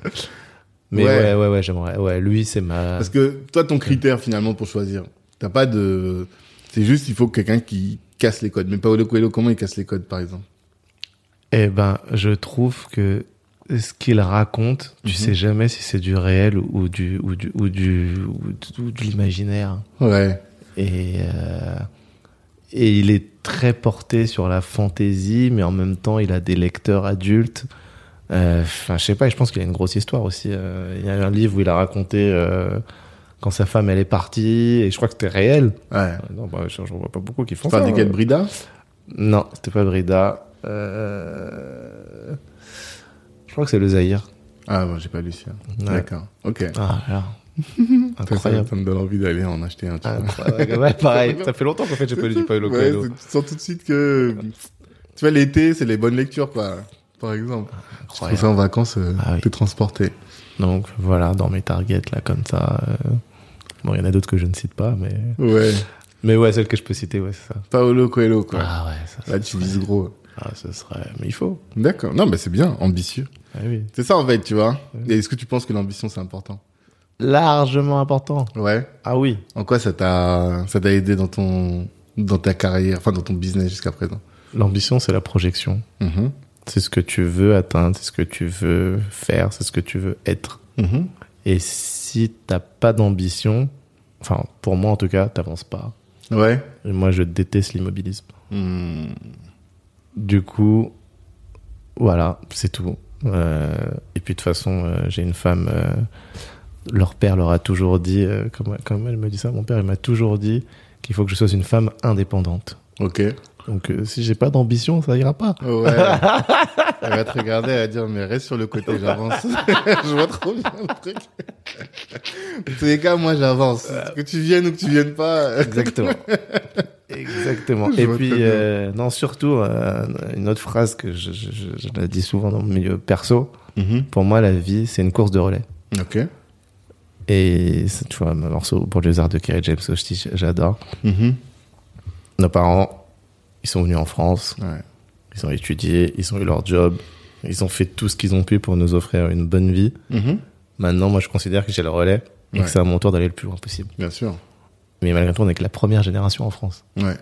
S2: mais
S1: Ouais.
S2: ouais, ouais, ouais, j'aimerais. Ouais, lui, c'est ma.
S1: Parce que toi, ton critère, finalement, pour choisir, t'as pas de. C'est juste, il faut quelqu'un qui casse les codes. Mais Paolo Coelho, comment il casse les codes, par exemple
S2: Eh ben, je trouve que ce qu'il raconte, tu
S1: Mhm.
S2: sais jamais si c'est du réel ou du ou du ou du ou de, ou de l'imaginaire.
S1: Ouais.
S2: Et euh, et il est très porté sur la fantaisie, mais en même temps, il a des lecteurs adultes. Euh, Enfin, je sais pas. Je pense qu'il a une grosse histoire aussi. Euh, Il y a un livre où il a raconté euh, quand sa femme elle est partie, et je crois que c'était réel.
S1: Ouais.
S2: Non, bah, je, je vois pas beaucoup qui font
S1: Tu parles
S2: ça. euh.
S1: de quel Brida
S2: Non, c'était pas Brida. Euh, Je crois que c'est le Zahir.
S1: Ah, moi, j'ai pas lu ça.
S2: Ouais.
S1: D'accord. Ok.
S2: Ah, là.
S1: Ça, ça,
S2: Incroyable. Ah,
S1: ça me donne envie d'aller en acheter un. tu vois.
S2: Incroyable. Ouais, pareil, ça fait longtemps qu'en fait j'ai pas lu du Paolo
S1: Ouais,
S2: Coelho.
S1: c'est- tu sens tout de suite que. Tu vois, l'été, c'est les bonnes lectures, quoi. Par exemple. Je trouve ça
S2: Incroyable.
S1: en vacances, euh,
S2: Ah oui.
S1: t'es transporté.
S2: Donc voilà, dans mes targets là comme ça. euh, Bon, il y en a d'autres que je ne cite pas, mais.
S1: Ouais.
S2: Mais ouais, celle que je peux citer, ouais, c'est ça.
S1: Paolo Coelho, quoi.
S2: Ah ouais, ça.
S1: Là, tu vises gros.
S2: Ah, ce serait. Mais il faut.
S1: D'accord. Non, mais c'est bien, ambitieux.
S2: Ah oui.
S1: C'est ça, en fait, tu vois. Et Est-ce que tu penses que l'ambition, c'est important
S2: Largement important.
S1: Ouais.
S2: Ah oui.
S1: En quoi ça t'a, ça t'a aidé dans ton, dans ta carrière, enfin, dans ton business jusqu'à présent
S2: L'ambition, c'est la projection.
S1: Mhm.
S2: C'est ce que tu veux atteindre, c'est ce que tu veux faire, c'est ce que tu veux être.
S1: Mhm.
S2: Et si t'as pas d'ambition, enfin pour moi en tout cas, t'avances pas.
S1: Ouais.
S2: Et moi je déteste l'immobilisme. Mm.
S1: Hmm.
S2: Du coup, voilà, c'est tout. Euh, et puis de toute façon, euh, j'ai une femme. euh, leur père leur a toujours dit, euh, comme, comme elle me dit ça, mon père il m'a toujours dit qu'il faut que je sois une femme indépendante.
S1: Ok.
S2: Donc euh, si j'ai pas d'ambition, ça ira pas.
S1: Ouais. elle va te regarder, elle va dire, mais reste sur le côté, j'avance. je vois trop bien le truc. Dans tous les cas, moi, j'avance. Que tu viennes ou que tu viennes pas.
S2: Exactement. Exactement.
S1: Je
S2: Et
S1: vois
S2: puis,
S1: très bien.
S2: euh, non, surtout, euh, une autre phrase que je, je- je- je la dis souvent dans mon milieu perso,
S1: Mhm.
S2: pour moi, la vie, c'est une course de relais.
S1: Ok.
S2: Et c'est- tu vois, mon morceau pour les arts de Kerry James Hostie, j- j'adore.
S1: Mhm.
S2: Nos parents, ils sont venus en France,
S1: Ouais.
S2: ils ont étudié, ils ont eu leur job, ils ont fait tout ce qu'ils ont pu pour nous offrir une bonne vie.
S1: Mhm.
S2: Maintenant, moi, je considère que j'ai le relais et
S1: Ouais.
S2: que c'est à mon tour d'aller le plus loin possible.
S1: Bien sûr.
S2: Mais malgré tout, on est que la première génération en France.
S1: Ouais.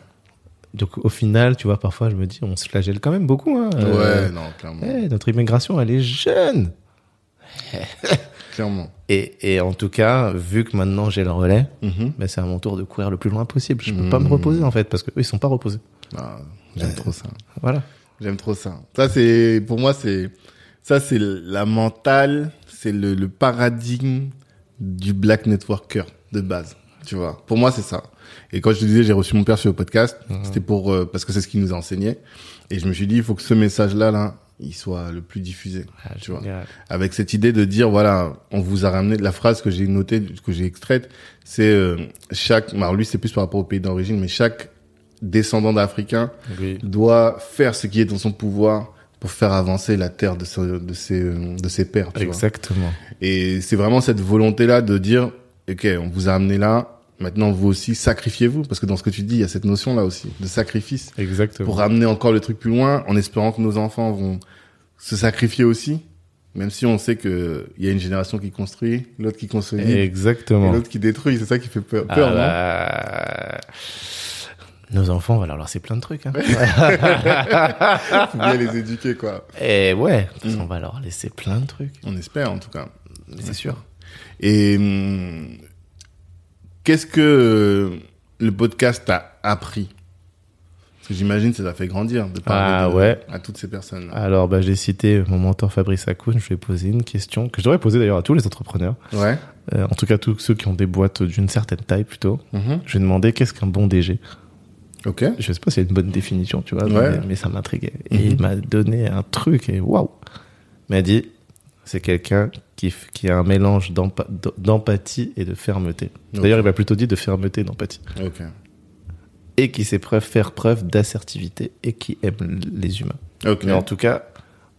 S2: Donc au final, tu vois, parfois je me dis, on se flagelle quand même beaucoup. Hein, Euh,
S1: Ouais, non, clairement.
S2: eh, notre immigration, elle est jeune.
S1: Clairement.
S2: Et, et en tout cas, vu que maintenant j'ai le relais,
S1: Mhm.
S2: ben, c'est à mon tour de courir le plus loin possible. Je peux
S1: Mhm.
S2: pas me reposer en fait, parce que eux, ils sont pas reposés.
S1: Ah, j'aime trop ça.
S2: Voilà.
S1: J'aime trop ça. Ça, c'est, pour moi, c'est, ça, c'est la mentale, c'est le, le paradigme du black networker de base. Tu vois. Pour moi, c'est ça. Et quand je te disais, j'ai reçu mon père sur le podcast, c'était pour, euh, parce que c'est ce qu'il nous a enseigné. Et je me suis dit, il faut que ce message-là, là, il soit le plus diffusé. tu vois.
S2: euh,
S1: Avec cette idée de dire, voilà, on vous a ramené, la phrase que j'ai notée, que j'ai extraite, c'est, euh, chaque, alors lui, c'est plus par rapport au pays d'origine, mais chaque descendant d'Africain,
S2: Oui.
S1: doit faire ce qui est dans son pouvoir pour faire avancer la terre de, ce- de, ses, euh, de ses pères. Tu vois.
S2: Exactement.
S1: Et c'est vraiment cette volonté-là de dire, OK, on vous a amené là, maintenant vous aussi, sacrifiez-vous, parce que dans ce que tu dis, il y a cette notion-là aussi, de sacrifice,
S2: Exactement.
S1: pour ramener encore le truc plus loin, en espérant que nos enfants vont se sacrifier aussi, même si on sait que il y a une génération qui construit, l'autre qui consolide, et
S2: Exactement.
S1: l'autre qui détruit, c'est ça qui fait peur,
S2: Ah
S1: peur non
S2: bah, Nos enfants, on va leur lancer plein de trucs. Hein.
S1: Faut bien les éduquer, quoi.
S2: Et Eh ouais, on va leur laisser plein de trucs.
S1: On espère, en tout cas.
S2: C'est sûr.
S1: Et hum, qu'est-ce que euh, le podcast t'a appris Parce que j'imagine que ça t'a fait grandir de parler
S2: Ah
S1: de-
S2: ouais.
S1: à toutes ces personnes.
S2: Alors, bah, j'ai cité mon mentor Fabrice Akoun. Je lui ai posé une question que je devrais poser d'ailleurs à tous les entrepreneurs,
S1: Ouais.
S2: Euh, en tout cas tous ceux qui ont des boîtes d'une certaine taille plutôt.
S1: Mhm.
S2: Je lui ai demandé qu'est-ce qu'un bon DG.
S1: Ok.
S2: Je sais pas si c'est une bonne définition, tu vois,
S1: Ouais.
S2: mais, mais ça m'intriguait. Et
S1: Mhm.
S2: il m'a donné un truc et waouh Il m'a dit c'est quelqu'un qui, f- qui a un mélange d'empa- d'empathie et de fermeté. D'ailleurs, il m'a plutôt dit de fermeté et d'empathie.
S1: Ok.
S2: Et qui sait preuve, faire preuve d'assertivité et qui aime les humains.
S1: Ok.
S2: Mais en tout cas,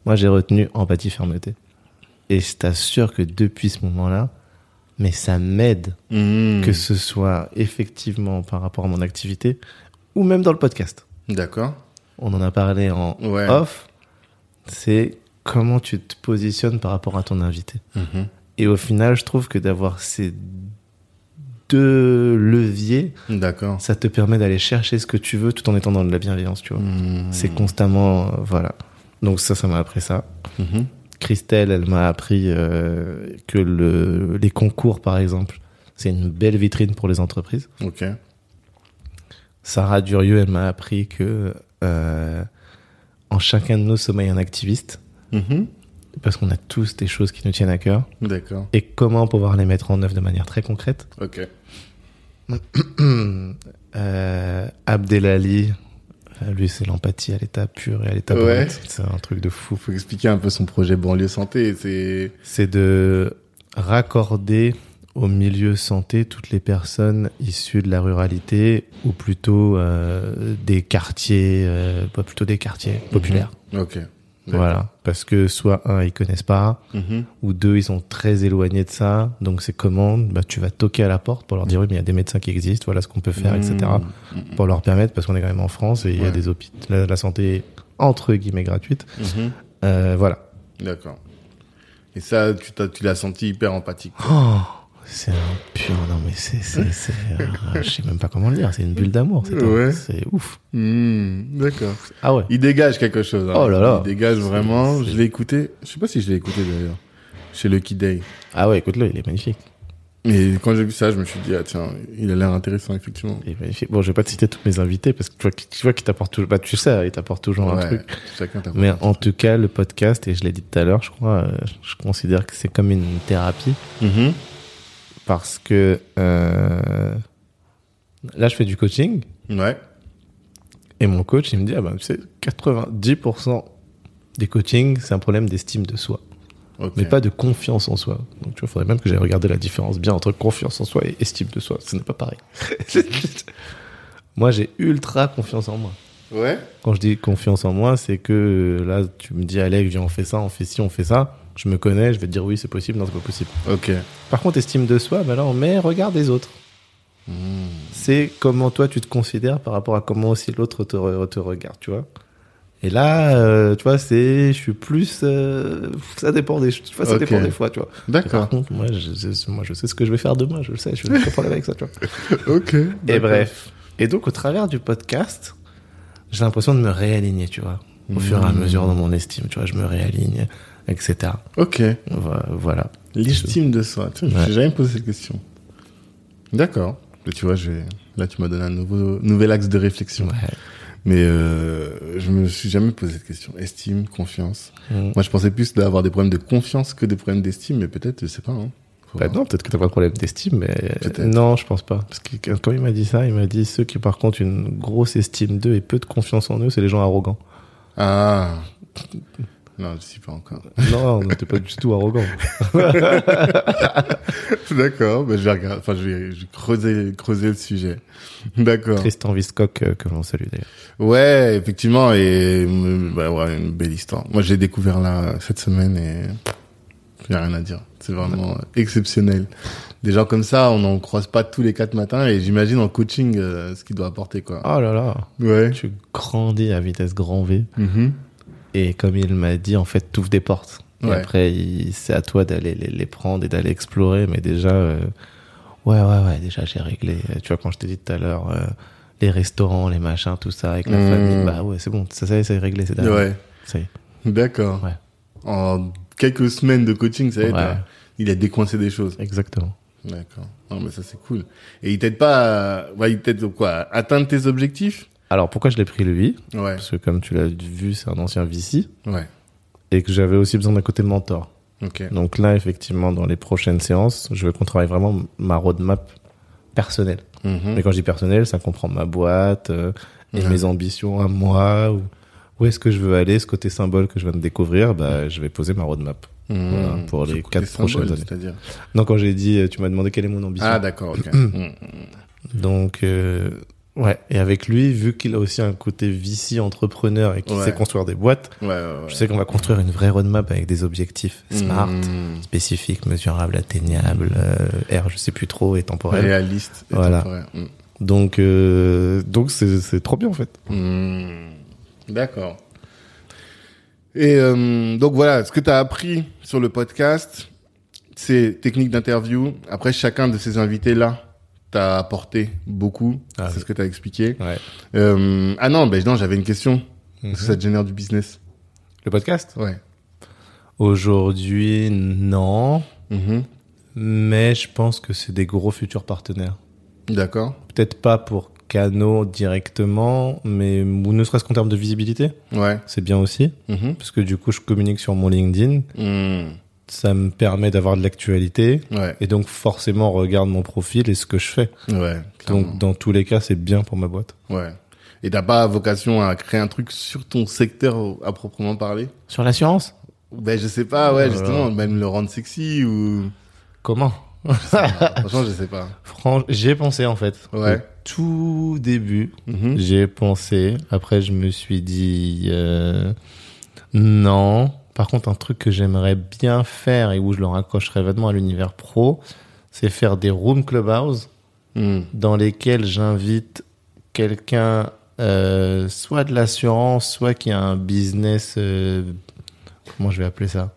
S2: moi j'ai retenu empathie, fermeté. Et je t'assure que depuis ce moment-là, mais ça m'aide,
S1: Mhm.
S2: que ce soit effectivement par rapport à mon activité ou même dans le podcast.
S1: D'accord.
S2: On en a parlé en
S1: Ouais.
S2: off. C'est comment tu te positionnes par rapport à ton invité.
S1: Mhm.
S2: Et au final, je trouve que d'avoir ces deux leviers,
S1: D'accord.
S2: ça te permet d'aller chercher ce que tu veux tout en étant dans
S1: Hmm.
S2: de la bienveillance, tu vois.
S1: Mhm.
S2: C'est constamment, euh, voilà. Donc ça, ça m'a appris ça.
S1: Mhm.
S2: Christelle, elle m'a appris euh, que le, les concours, par exemple, c'est une belle vitrine pour les entreprises.
S1: Ok.
S2: Sarah Durieux, elle m'a appris que euh, en chacun de nous sommeille un activiste, Mm-hmm.
S1: Mhm.
S2: parce qu'on a tous des choses qui nous tiennent à cœur,
S1: D'accord.
S2: et comment pouvoir les mettre en œuvre de manière très concrète.
S1: Ok.
S2: Euh, Abdelali, euh, lui, c'est l'empathie à l'état pur et à l'état
S1: Ouais.
S2: brut. C'est un truc de fou.
S1: Faut expliquer un peu son projet banlieue santé. C'est
S2: c'est de raccorder au milieu santé toutes les personnes issues de la ruralité ou plutôt euh, des quartiers, euh, bah, plutôt des quartiers populaires.
S1: ok. D'accord.
S2: Voilà, parce que soit un ils connaissent pas,
S1: Mhm.
S2: ou deux ils sont très éloignés de ça. Donc c'est comment bah, tu vas toquer à la porte pour leur dire oui mais il y a des médecins qui existent, voilà ce qu'on peut faire, etc.
S1: Mhm.
S2: Pour leur permettre parce qu'on est quand même en France et il y
S1: Ouais.
S2: a des hôpitaux, la, la santé est entre guillemets gratuite.
S1: Mhm.
S2: Euh, voilà,
S1: D'accord. Et ça, tu t'as- tu l'as senti hyper empathique.
S2: Oh, c'est un pur. Non, mais c'est. c'est, c'est euh, je sais même pas comment le dire. C'est une bulle d'amour. C'est, un-
S1: Ouais.
S2: c'est ouf.
S1: Mhm. D'accord.
S2: Ah ouais.
S1: Il dégage quelque chose. hein.
S2: Oh là là.
S1: Il dégage vraiment.
S2: c'est-
S1: Je l'ai écouté. Je sais pas si je l'ai écouté d'ailleurs. Chez Lucky Day.
S2: Ah ouais, écoute-le, il est magnifique.
S1: Et quand j'ai vu ça, je me suis dit, ah tiens, il a l'air intéressant, effectivement.
S2: Il est magnifique. Bon, je vais pas te citer tous mes invités parce que tu vois, qu'il- tu vois qu'il t'apporte toujours. Bah, tu sais, il t'apporte toujours un
S1: Ouais,
S2: truc.
S1: Chacun t'a-
S2: Mais en tout cas, le podcast, et je l'ai dit tout à l'heure, je crois, euh, je considère que c'est comme une thérapie
S1: Mhm.
S2: Mm-hmm. parce que euh, là, je fais du coaching
S1: Ouais.
S2: et mon coach, il me dit, ah bah, tu sais, 90% des coachings, c'est un problème d'estime de soi.
S1: Ok.
S2: mais pas de confiance en soi. Donc tu vois, faudrait même que j'aille regarder la différence bien entre confiance en soi et estime de soi. Ce n'est pas pareil. moi, j'ai ultra confiance en moi.
S1: Ouais.
S2: Quand je dis confiance en moi, c'est que euh, là, tu me dis, Alex, viens, on fait ça, on fait ci, on fait ça. Je me connais, je vais te dire oui, c'est possible, non, c'est pas possible.
S1: Ok.
S2: Par contre, estime de soi, bah là, on met regard des autres.
S1: Hmm.
S2: C'est comment toi, tu te considères par rapport à comment aussi l'autre te, re- te regarde, tu vois. Et là, euh, tu vois, c'est, je suis plus, euh, ça dépend des, tu vois, ça
S1: Ok.
S2: dépend des fois, tu vois. Par
S1: D'accord.
S2: contre, moi je, je- moi, je sais ce que je vais faire demain, je le sais, je n'ai pas de problème avec ça, tu vois.
S1: ok.
S2: Et
S1: D'accord.
S2: Bah, bref. Et donc, au travers du podcast, j'ai l'impression de me réaligner, tu vois. Au
S1: Mmh.
S2: fur et à mesure dans mon estime, tu vois, je me réaligne, etc.
S1: Ok.
S2: Vo- Voilà.
S1: L'estime de soi. Tu vois, je me suis
S2: Ouais.
S1: jamais posé cette question. D'accord. Mais Tu vois, je vais- là, tu m'as donné un nouveau, nouvel axe de réflexion.
S2: Ouais.
S1: Mais euh, je me suis jamais posé cette question. Estime, confiance.
S2: Mmh.
S1: Moi, je pensais plus d'avoir des problèmes de confiance que des problèmes d'estime, mais peut-être, je sais pas. Hein. Faut
S2: Bah
S1: voir.
S2: non, peut-être que t'as pas de problème d'estime, mais
S1: Peut-être.
S2: non, je pense pas. Parce que quand quand il m'a dit ça, il m'a dit ceux qui par contre une grosse estime d'eux et peu de confiance en eux, c'est les gens arrogants.
S1: Ah. Non, je suis pas encore.
S2: Non, non, t'es pas du tout arrogant.
S1: D'accord, bah, je vais regarder, enfin, je vais, je vais creuser, creuser le sujet. D'accord.
S2: Tristan Viscock, euh, que l'on salue d'ailleurs.
S1: Ouais, effectivement, et euh, bah, ouais, une belle histoire. Moi, j'ai découvert là cette semaine et y a rien à dire. C'est vraiment euh, exceptionnel. Des gens comme ça, on n'en croise pas tous les quatre matins et j'imagine en coaching euh, ce qu'il doit apporter quoi.
S2: Oh là là,
S1: Ouais.
S2: tu grandis à vitesse grand V.
S1: Mhm.
S2: Et comme il m'a dit, en fait, t'ouvres des portes. Et
S1: Ouais.
S2: après, il- c'est à toi d'aller les, les prendre et d'aller explorer. Mais déjà, euh, ouais, ouais, ouais, déjà, j'ai réglé. Euh, Tu vois, quand je t'ai dit tout à l'heure, euh, les restaurants, les machins, tout ça, avec la
S1: Mmh.
S2: famille, bah ouais, c'est bon, ça, ça y est, c'est réglé, c'est derrière.
S1: Ouais.
S2: Ça y est.
S1: D'accord.
S2: Ouais.
S1: En quelques semaines de coaching, ça y est,
S2: Ouais.
S1: t'as- il a décoincé des choses.
S2: Exactement.
S1: D'accord. Non, mais ça c'est cool. Et il t'aide pas, à... ouais, il t'aide quoi à Atteindre tes objectifs
S2: Alors, pourquoi je l'ai pris lui
S1: Ouais.
S2: Parce que, comme tu l'as vu, c'est un ancien VC.
S1: Ouais.
S2: Et que j'avais aussi besoin d'un côté mentor.
S1: Ok.
S2: Donc là, effectivement, dans les prochaines séances, je veux qu'on travaille vraiment ma roadmap personnelle.
S1: Mhm.
S2: Mais quand je dis personnel, ça comprend ma boîte euh, et
S1: Ouais.
S2: mes ambitions à moi. Ou, où est-ce que je veux aller Ce côté symbole que je viens de découvrir, bah, je vais poser ma roadmap.
S1: Mhm.
S2: Voilà, pour
S1: Ce
S2: les
S1: côté
S2: quatre prochaines
S1: symbole,
S2: années.
S1: C'est-à-dire.
S2: Non, quand j'ai dit, euh, tu m'as demandé quelle est mon ambition.
S1: Ah d'accord. ok. Mhm.
S2: Donc, euh, ouais. Et avec lui, vu qu'il a aussi un côté vici entrepreneur et qu'il
S1: Ouais.
S2: sait construire des boîtes,
S1: Ouais, ouais, ouais.
S2: je sais qu'on va construire une vraie roadmap avec des objectifs smart,
S1: Mhm.
S2: spécifiques, mesurables, atteignables, euh, R, je sais plus trop, et temporels.
S1: Réaliste. et
S2: Voilà.
S1: temporaire. Mhm.
S2: Donc, euh, donc c'est c'est trop bien en fait.
S1: Hmm, D'accord. Et euh, donc voilà, ce que tu as appris sur le podcast, c'est technique d'interview. Après, chacun de ces invités-là t'a apporté beaucoup.
S2: Ah
S1: c'est
S2: oui.
S1: ce que tu as expliqué.
S2: Ouais.
S1: Euh, ah non, ben non, j'avais une question. Est-ce que ça te génère du business
S2: Le podcast
S1: Ouais.
S2: Aujourd'hui, non.
S1: Mhm.
S2: Mais je pense que c'est des gros futurs partenaires.
S1: D'accord.
S2: Peut-être pas pour Cano directement, mais ou ne serait-ce qu'en termes de visibilité,
S1: Ouais.
S2: c'est bien aussi.
S1: Mhm.
S2: Parce que du coup, je communique sur mon LinkedIn.
S1: Mhm.
S2: Ça me permet d'avoir de l'actualité.
S1: Ouais.
S2: Et donc, forcément, on regarde mon profil et ce que je fais.
S1: Ouais. clairement.
S2: Donc, dans tous les cas, c'est bien pour ma boîte.
S1: Ouais. Et t'as pas vocation à créer un truc sur ton secteur au- à proprement parler
S2: Sur l'assurance
S1: Ben je sais pas, ouais,
S2: Voilà.
S1: justement, même le rendre sexy ou
S2: Comment
S1: franchement je sais pas.
S2: Franchement, j'ai pensé en fait.
S1: Ouais.
S2: Au tout début,
S1: Mhm.
S2: j'ai pensé. Après, je me suis dit euh, non. Par contre, un truc que j'aimerais bien faire et où je le raccrocherais vraiment à l'univers pro, c'est faire des room clubhouse
S1: Mhm.
S2: dans lesquels j'invite quelqu'un, euh, soit de l'assurance, soit qui a un business, euh, comment je vais appeler ça,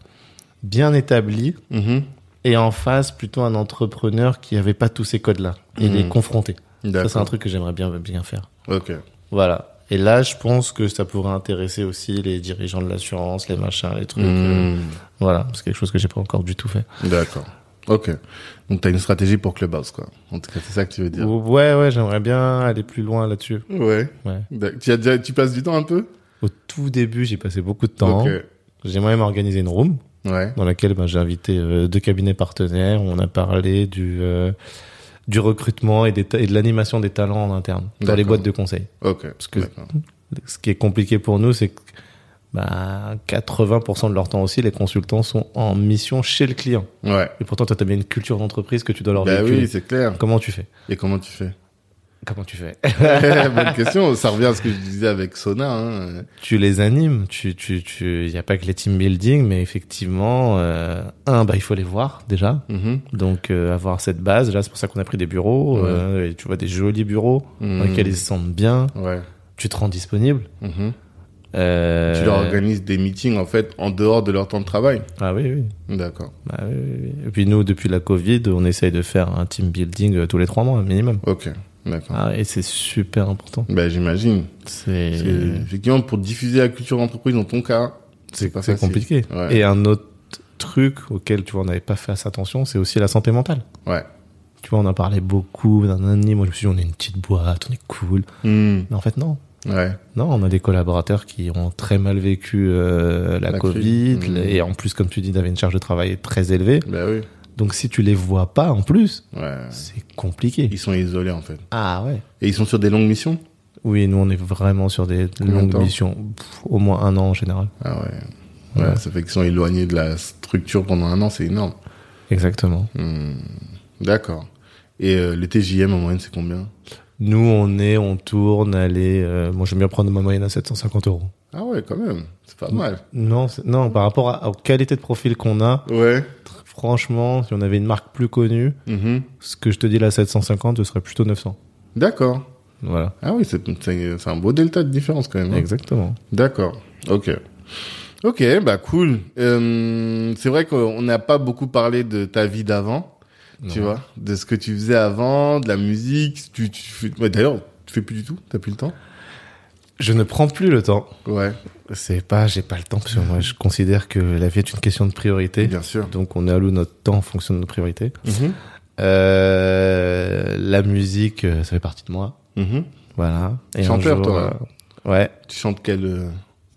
S2: bien établi,
S1: Mhm.
S2: et en face plutôt un entrepreneur qui n'avait pas tous ces codes-là et
S1: Mhm.
S2: les confronter. Ça, c'est un
S1: D'accord.
S2: truc que j'aimerais bien, bien faire.
S1: Ok.
S2: Voilà. Et là, je pense que ça pourrait intéresser aussi les dirigeants de l'assurance, les machins, les trucs. euh,
S1: Mhm.
S2: Voilà, c'est quelque chose que j'ai pas encore du tout fait.
S1: D'accord. Ok. Donc t'as une stratégie pour Clubhouse quoi. En tout cas c'est ça que tu veux dire.
S2: Ouais, ouais, j'aimerais bien aller plus loin là-dessus.
S1: Ouais.
S2: Ouais.
S1: D'ac- Tu, as déjà- tu passes du temps un peu
S2: Au tout début, j'ai passé beaucoup de temps.
S1: Ok.
S2: J'ai moi-même organisé une room
S1: Ouais.
S2: dans laquelle ben, j'ai invité euh, deux cabinets partenaires. On a parlé du, euh, du recrutement et, des ta- et de l'animation des talents en interne dans les
S1: D'accord.
S2: boîtes de conseil.
S1: Ok.
S2: Parce que-
S1: D'accord.
S2: Ce qui est compliqué pour nous, c'est que bah, 80% de leur temps aussi, les consultants sont en mission chez le client.
S1: Ouais.
S2: Et pourtant, toi, tu as bien une culture d'entreprise que tu dois leur
S1: Bah
S2: véhiculer.
S1: oui, c'est clair.
S2: Comment tu fais
S1: Et comment tu fais
S2: Comment tu fais
S1: Bonne question. Ça revient à ce que je disais avec Sona. Hein.
S2: Tu les animes. Tu, tu, tu. Il n'y a pas que les team building, mais effectivement, euh, un, bah, il faut les voir déjà.
S1: Mhm.
S2: Donc euh, avoir cette base, là c'est pour ça qu'on a pris des bureaux,
S1: Ouais.
S2: euh, et tu vois des jolis bureaux dans
S1: Mhm.
S2: lesquels ils se sentent bien,
S1: Ouais.
S2: tu te rends disponible.
S1: Mhm.
S2: Euh,
S1: Tu leur organises des meetings en fait en dehors de leur temps de travail.
S2: Ah oui, oui.
S1: D'accord.
S2: Bah, oui, oui, oui. Et puis nous, depuis la Covid, on essaye de faire un team building euh, tous les trois mois minimum.
S1: Ok. D'accord.
S2: Ah, et c'est super important.
S1: Ben j'imagine.
S2: C'est
S1: Parce que, Effectivement, pour diffuser la culture d'entreprise dans ton cas, c'est pas
S2: c'est
S1: facile.
S2: compliqué.
S1: Ouais.
S2: Et un autre truc auquel tu vois on n'avait pas fait assez attention, c'est aussi la santé mentale.
S1: Ouais.
S2: Tu vois, on en parlait beaucoup, nanani. Moi, je me suis dit, on est une petite boîte, on est cool.
S1: Hmm.
S2: Mais en fait, non.
S1: Ouais.
S2: Non, on a des collaborateurs qui ont très mal vécu euh, la,
S1: La
S2: Covid.
S1: crise. Mmh.
S2: Et en plus, comme tu dis, t'avais une charge de travail très élevée.
S1: Ben oui.
S2: Donc, si tu les vois pas, en plus,
S1: Ouais.
S2: c'est compliqué.
S1: Ils sont isolés en fait.
S2: Ah ouais.
S1: Et ils sont sur des longues missions
S2: Oui, nous, on est vraiment sur des
S1: Combien de
S2: longues
S1: temps
S2: missions. Pff, au moins un an en général.
S1: Ah ouais. Ouais, ça fait qu'ils sont éloignés de la structure pendant un an, c'est énorme.
S2: Exactement.
S1: Hmm. D'accord. Et euh, le TJM en moyenne, c'est combien
S2: Nous, on est, on tourne, allez. euh, moi, j'aime bien prendre ma moyenne à 750 euros.
S1: Ah ouais, quand même. C'est pas mal.
S2: Non, c'est- non, par rapport à, aux qualités de profil qu'on a,
S1: Ouais.
S2: tr- franchement, si on avait une marque plus connue,
S1: Mhm.
S2: ce que je te dis là, 750, ce serait plutôt 900.
S1: D'accord.
S2: Voilà.
S1: Ah oui, c'est c'est- c'est un beau delta de différence quand même. hein.
S2: Exactement.
S1: D'accord. Ok. Ok, bah cool. Euh, c'est vrai qu'on n'a pas beaucoup parlé de ta vie d'avant, tu
S2: Non.
S1: vois, de ce que tu faisais avant, de la musique. Tu, tu fais- ouais, D'ailleurs, tu fais plus du tout T'as plus le temps
S2: Je ne prends plus le temps.
S1: Ouais,
S2: C'est pas, j'ai pas le temps, parce que moi, je considère que la vie est une question de priorité.
S1: bien sûr.
S2: Donc, on alloue notre temps en fonction de nos priorités.
S1: Mhm.
S2: Euh, la musique, euh, ça fait partie de moi.
S1: Mhm.
S2: Voilà. un
S1: Chanteur, toi,
S2: euh, Ouais.
S1: Tu chantes quel euh,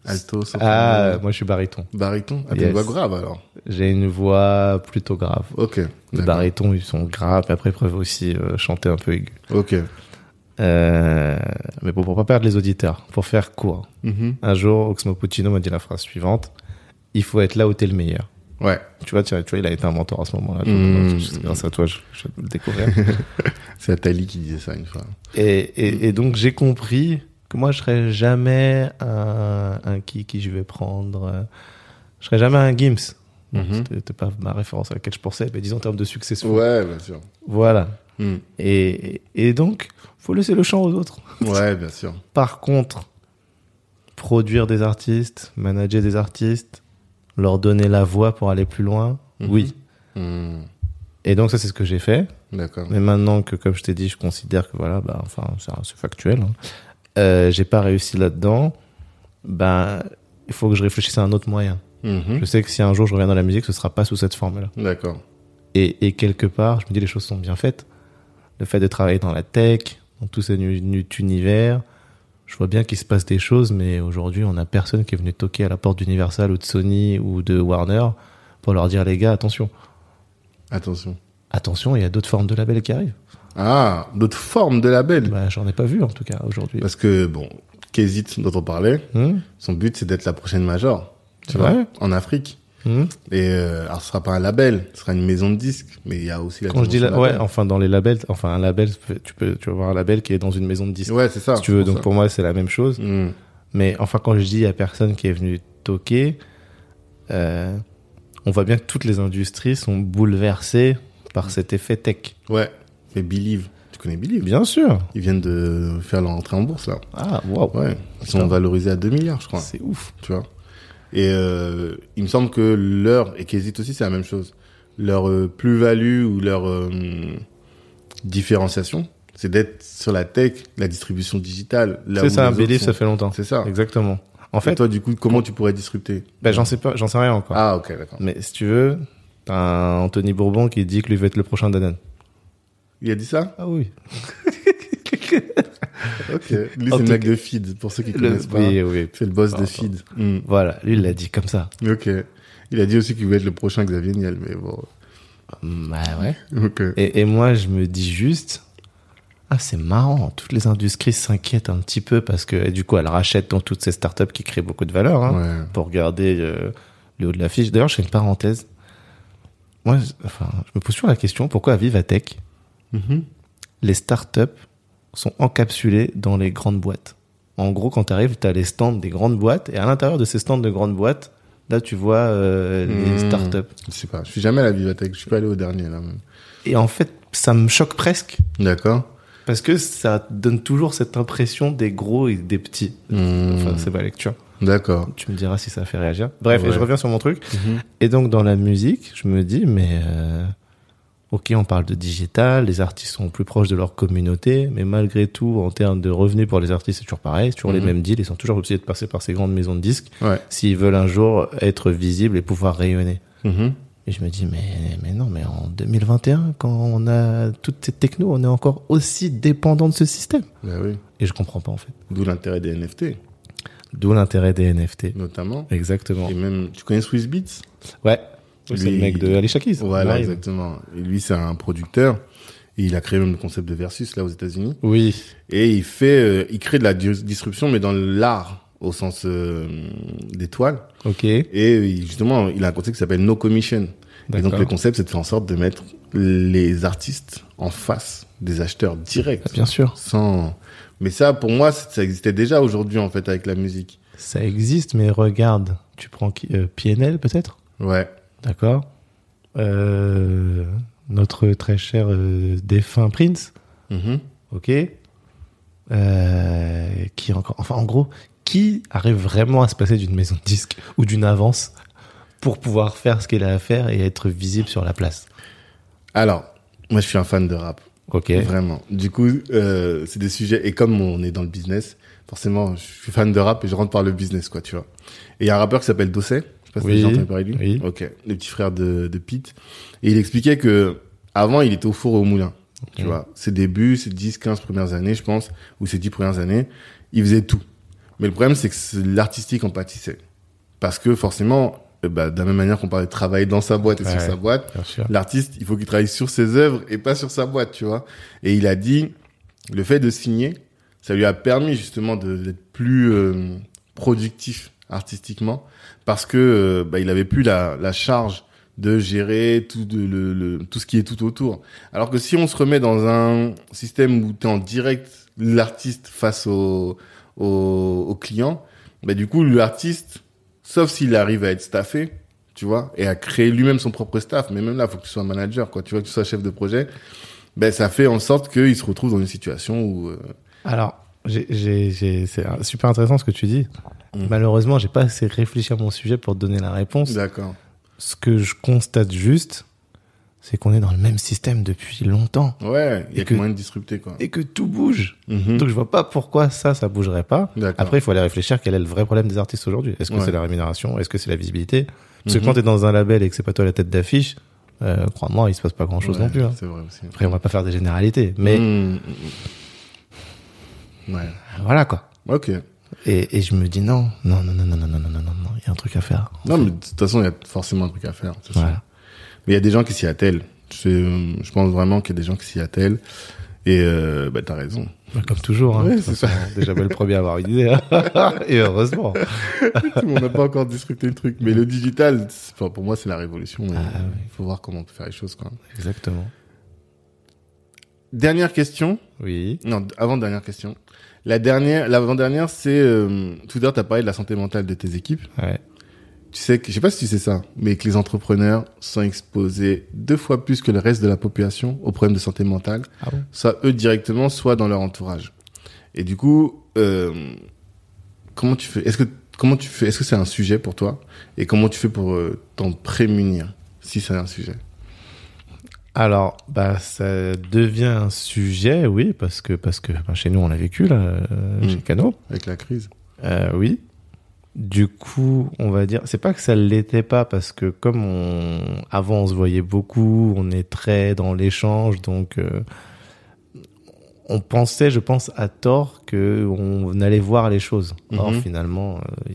S1: alto soprano,
S2: Ah, euh, moi, je suis bariton.
S1: Baryton Ah, t'as une
S2: yes.
S1: voix grave alors.
S2: J'ai une voix plutôt grave.
S1: Ok.
S2: Les
S1: d'accord.
S2: barytons, ils sont graves, mais après, ils peuvent aussi euh, chanter un peu aigu.
S1: Ok.
S2: Euh, mais bon, pour pas perdre les auditeurs, pour faire court.
S1: Mhm.
S2: Un jour, Oxmo Puccino m'a dit la phrase suivante. Il faut être là où t'es le meilleur.
S1: Ouais,
S2: Tu vois, tiens, tu vois, il a été un mentor à ce moment-là. Tu
S1: Mmh.
S2: vois, c'est Grâce à toi, je, je vais le découvrir.
S1: c'est Atali qui disait ça une fois.
S2: et, et, et donc, j'ai compris que moi, je serais jamais un, un qui qui je vais prendre. euh, Je serais jamais un Gims. Bon,
S1: Mhm.
S2: C'était c'était pas ma référence à laquelle je pensais, mais disons en termes de succès.
S1: Ouais, bien sûr.
S2: Voilà.
S1: Hmm.
S2: Et, et et donc, faut laisser le champ aux autres.
S1: Ouais, bien sûr.
S2: Par contre, produire des artistes, manager des artistes, leur donner la voix pour aller plus loin,
S1: Mhm.
S2: oui.
S1: Hmm.
S2: Et donc ça c'est ce que j'ai fait.
S1: D'accord.
S2: Mais maintenant que comme je t'ai dit, je considère que voilà, bah enfin c'est c'est factuel. hein. Bah, Euh, j'ai pas réussi là-dedans. Ben il faut que je réfléchisse à un autre moyen. Je sais que si un jour je reviens dans la musique, ce sera pas sous cette forme-là.
S1: Mhm. D'accord.
S2: Et, et quelque part, je me dis les choses sont bien faites. Le fait de travailler dans la tech, dans tout cet nu- nu- univers, je vois bien qu'il se passe des choses, mais aujourd'hui, on a personne qui est venu toquer à la porte d'Universal ou de Sony ou de Warner pour leur dire les gars, attention,
S1: Attention.
S2: attention, il y a d'autres formes de labels qui arrivent.
S1: Ah, d'autres formes de label.
S2: Bah, j'en ai pas vu en tout cas aujourd'hui.
S1: Parce que, bon, Kézit, dont on parlait,
S2: Hmm
S1: son but, c'est d'être la prochaine major. Tu
S2: Ouais.
S1: vois En Afrique.
S2: Hmm
S1: Et euh, alors, ce sera pas un label, ce sera une maison de disques. Mais il y a aussi la
S2: Quand je dis la-
S1: dimension
S2: ouais,
S1: label.
S2: enfin dans les labels, enfin un label, tu peux, tu vas voir un label qui est dans une maison de disques.
S1: Ouais, c'est ça.
S2: si tu veux,
S1: c'est
S2: donc
S1: ça.
S2: pour moi c'est la même chose.
S1: Hmm.
S2: Mais enfin, quand je dis il n'y a personne qui est venu toquer, euh, on voit bien que toutes les industries sont bouleversées
S1: Mm.
S2: par cet effet tech.
S1: Ouais. Mais Believe. Tu connais Believe
S2: Bien sûr.
S1: Ils viennent de faire leur entrée en bourse, là.
S2: Ah, waouh.
S1: Ouais. Ils sont
S2: Putain.
S1: valorisés à 2 milliards, je crois.
S2: C'est ouf.
S1: Tu vois Et euh, il me semble que leur, et qu'hésite aussi, c'est la même chose. Leur euh, plus-value ou leur euh, différenciation, c'est d'être sur la tech, la distribution digitale. là
S2: C'est
S1: où
S2: ça,
S1: les
S2: un
S1: autres
S2: belief,
S1: sont.
S2: ça fait longtemps.
S1: C'est ça.
S2: Exactement. En
S1: En fait,
S2: fait,
S1: toi, du coup, comment tu pourrais disrupter
S2: bah, j'en sais pas, j'en sais rien encore.
S1: Ah, ok, d'accord.
S2: Mais si tu veux, t'as un Anthony Bourbon qui dit que lui va être le prochain Danone.
S1: Il a dit ça
S2: Ah oui.
S1: Ok. Lui,
S2: En
S1: c'est le
S2: tout
S1: mec de Feed, pour ceux qui connaissent pas.
S2: Oui, Ah, oui.
S1: C'est le boss de
S2: Pardon.
S1: Feed. Hmm.
S2: Voilà, lui, il l'a dit comme ça.
S1: Ok. Il a dit aussi qu'il voulait être le prochain Xavier Niel, mais bon.
S2: Bah ouais.
S1: Ok.
S2: Et, et moi, je me dis juste, ah, c'est marrant, toutes les industries s'inquiètent un petit peu parce que, et du coup, elles rachètent dans toutes ces startups qui créent beaucoup de valeur hein,
S1: Ouais.
S2: pour garder euh, le haut de l'affiche. D'ailleurs, je fais une parenthèse. Moi, je, enfin, je me pose toujours la question, pourquoi à Vivatech,
S1: Mhm.
S2: les startups sont encapsulées dans les grandes boîtes En gros, quand tu arrives, tu as les stands des grandes boîtes et à l'intérieur de ces stands de grandes boîtes, là, tu vois euh, les
S1: Mhm.
S2: startups.
S1: Je sais pas. Je suis jamais à la bibliothèque. Je suis pas allé au dernier, là, même.
S2: Et en fait, ça me choque presque
S1: D'accord.
S2: Parce que ça donne toujours cette impression des gros et des petits.
S1: Hmm.
S2: Enfin, c'est ma lecture.
S1: D'accord.
S2: Tu me diras si ça fait réagir. Bref, et
S1: Ouais.
S2: je reviens sur mon truc. Et donc, dans la musique, je me dis, mais euh, ok, on parle de digital, les artistes sont plus proches de leur communauté, mais malgré tout, en termes de revenus pour les artistes, c'est toujours pareil, c'est toujours les
S1: Mhm.
S2: mêmes deals, ils sont toujours obligés de passer par ces grandes maisons de disques
S1: Ouais.
S2: s'ils veulent un jour être visibles et pouvoir rayonner.
S1: Mhm.
S2: Et je me dis, mais, mais non, mais en 2021, quand on a toutes ces technos, on est encore aussi dépendant de ce système.
S1: Bah oui.
S2: Et je comprends pas, en fait.
S1: D'où l'intérêt des NFT,
S2: D'où l'intérêt des NFT.
S1: notamment.
S2: Exactement.
S1: Et même, tu connais Swissbeats
S2: Ouais. C'est le
S1: Lui-
S2: mec de Alicia Keys. Bah,
S1: Voilà,
S2: Marie.
S1: exactement. Et lui, c'est un producteur. Et il a créé même le concept de Versus, là, aux États-Unis.
S2: Oui.
S1: Et il fait, euh, il crée de la dis- disruption, mais dans l'art, au sens euh, des toiles.
S2: Ok.
S1: Et euh, il- justement, il a un concept qui s'appelle No Commission. Et donc,
S2: D'accord.
S1: le concept, c'est de faire en sorte de mettre les artistes en face des acheteurs directs.
S2: Ah, Bien sûr.
S1: Sans... Mais ça, pour moi, c- ça existait déjà aujourd'hui, en fait, avec la musique.
S2: Ça existe, mais regarde. Tu prends qui- euh, PNL, peut-être
S1: Ouais.
S2: D'accord. Euh, notre très cher euh, défunt Prince.
S1: Mhm.
S2: Ok. Euh, qui encore Enfin, en gros, qui arrive vraiment à se passer d'une maison de disque ou d'une avance pour pouvoir faire ce qu'elle a à faire et être visible sur la place
S1: Alors, moi, je suis un fan de rap.
S2: Ok.
S1: Vraiment. Du coup, euh, c'est des sujets. Et comme on est dans le business, forcément, je suis fan de rap et je rentre par le business, quoi, tu vois. Et il y a un rappeur qui s'appelle Dossé. Je sais pas si
S2: Oui.
S1: t'as déjà entendu parler de lui.
S2: Oui.
S1: Ok. Le petit frère de, de Pete. Et il expliquait que avant, il était au four et au moulin. Tu
S2: Ok.
S1: vois, ses débuts, ses 10, 15 premières années, je pense, ou ses 10 premières années, il faisait tout. Mais le problème, c'est que c'est- l'artistique en pâtissait. Parce que forcément, euh, bah, de la même manière qu'on parlait de travailler dans sa boîte et
S2: Ouais.
S1: sur sa boîte,
S2: Bien sûr.
S1: L'artiste, il faut qu'il travaille sur ses œuvres et pas sur sa boîte, tu vois. Et il a dit, le fait de signer, ça lui a permis justement de- d'être plus euh, productif artistiquement parce que euh, bah, il avait plus la, la charge de gérer tout de- le, le- tout ce qui est tout autour. Alors que si on se remet dans un système où tu es en direct l'artiste face au, au, au client, bah, du coup l'artiste, sauf s'il arrive à être staffé, tu vois, et à créer lui-même son propre staff. Mais même là, il faut que tu sois un manager, quoi. Tu vois, que tu sois chef de projet. Ben, ça fait en sorte qu'il se retrouve dans une situation où, euh,
S2: Alors, j'ai- j'ai- j'ai- c'est euh, super intéressant ce que tu dis.
S1: Mm.
S2: Malheureusement, j'ai pas assez réfléchi à mon sujet pour te donner la réponse.
S1: d'accord.
S2: Ce que je constate juste, c'est qu'on est dans le même système depuis longtemps
S1: Ouais, il y
S2: Et
S1: a
S2: que-
S1: que moyen de disrupter, quoi.
S2: et que tout bouge.
S1: Mhm.
S2: Donc je vois pas pourquoi ça, ça bougerait pas.
S1: D'accord.
S2: Après, il faut aller réfléchir quel est le vrai problème des artistes aujourd'hui. Est-ce que
S1: Ouais.
S2: c'est la rémunération Est-ce que c'est la visibilité Parce
S1: Mhm.
S2: que quand t'es dans un label et que c'est pas toi la tête d'affiche, euh, crois-moi, il se passe pas grand-chose
S1: Ouais,
S2: non plus. hein.
S1: C'est vrai aussi.
S2: Après, on va pas faire des généralités, mais
S1: Mhm. Ouais.
S2: voilà quoi.
S1: Ok.
S2: Et, et je me dis non, non, non, non, non, non, non, non, non, non, non, il y a un truc à faire.
S1: Non, mais de toute façon, il y a forcément un truc à faire. c'est sûr.
S2: Voilà.
S1: Mais il y a des gens qui s'y attellent. C'est, euh, Je, pense vraiment qu'il y a des gens qui s'y attellent. Et euh, bah, t'as raison.
S2: Bah, Comme toujours, hein,
S1: Ouais,
S2: de toute
S1: c'est
S2: façon, déjà pas le premier à avoir une idée. hein. et heureusement.
S1: On n'a pas encore discuté le truc. Mais le digital, c'est- enfin, pour moi, c'est la révolution. Il
S2: Ah, oui.
S1: faut voir comment on peut faire les choses. Quoi.
S2: Exactement.
S1: Dernière question.
S2: Oui.
S1: Non, avant-dernière question. La dernière, l'avant-dernière, c'est... euh, tout à l'heure, t'as parlé de la santé mentale de tes équipes.
S2: Ouais.
S1: Tu sais que, je sais pas si tu sais ça, mais que les entrepreneurs sont exposés deux fois plus que le reste de la population aux problèmes de santé mentale,
S2: Ah bon
S1: soit eux directement, soit dans leur entourage. Et du coup, euh, comment tu fais Est-ce que comment tu fais Est-ce que c'est un sujet pour toi Et comment tu fais pour euh, t'en prémunir si c'est un sujet
S2: Alors, bah, ça devient un sujet, oui, parce que, parce que bah, chez nous, on l'a vécu, là, euh,
S1: Mm.
S2: chez Cano.
S1: avec la crise
S2: Euh, oui. Du coup, on va dire, c'est pas que ça l'était pas parce que comme on, avant on se voyait beaucoup, on est très dans l'échange, donc euh, on pensait, je pense, à tort que on allait voir les choses. Or
S1: Mhm.
S2: finalement, euh,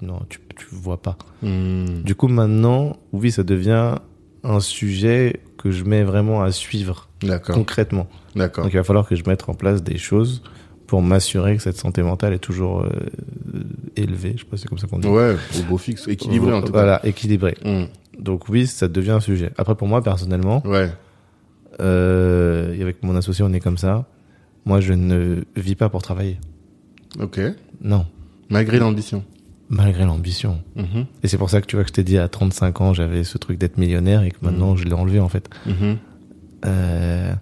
S2: il- non, tu, tu vois pas.
S1: Hmm,
S2: Du coup, maintenant, oui, ça devient un sujet que je mets vraiment à suivre
S1: D'accord,
S2: concrètement.
S1: d'accord.
S2: Donc il va falloir que je mette en place des choses pour m'assurer que cette santé mentale est toujours euh, euh, élevée. Je sais pas si c'est comme ça qu'on dit.
S1: Ouais, au beau fixe, équilibré en tout cas.
S2: Voilà, équilibré.
S1: Hmm,
S2: Donc oui, ça devient un sujet. Après, pour moi, personnellement,
S1: Ouais,
S2: euh, et avec mon associé, on est comme ça. Moi, je ne vis pas pour travailler.
S1: ok.
S2: Non,
S1: Malgré l'ambition.
S2: malgré l'ambition.
S1: Mhm,
S2: Et c'est pour ça que tu vois que je t'ai dit à 35 ans, j'avais ce truc d'être millionnaire et que maintenant,
S1: Mmh.
S2: je l'ai enlevé en fait.
S1: mhm,
S2: Euh,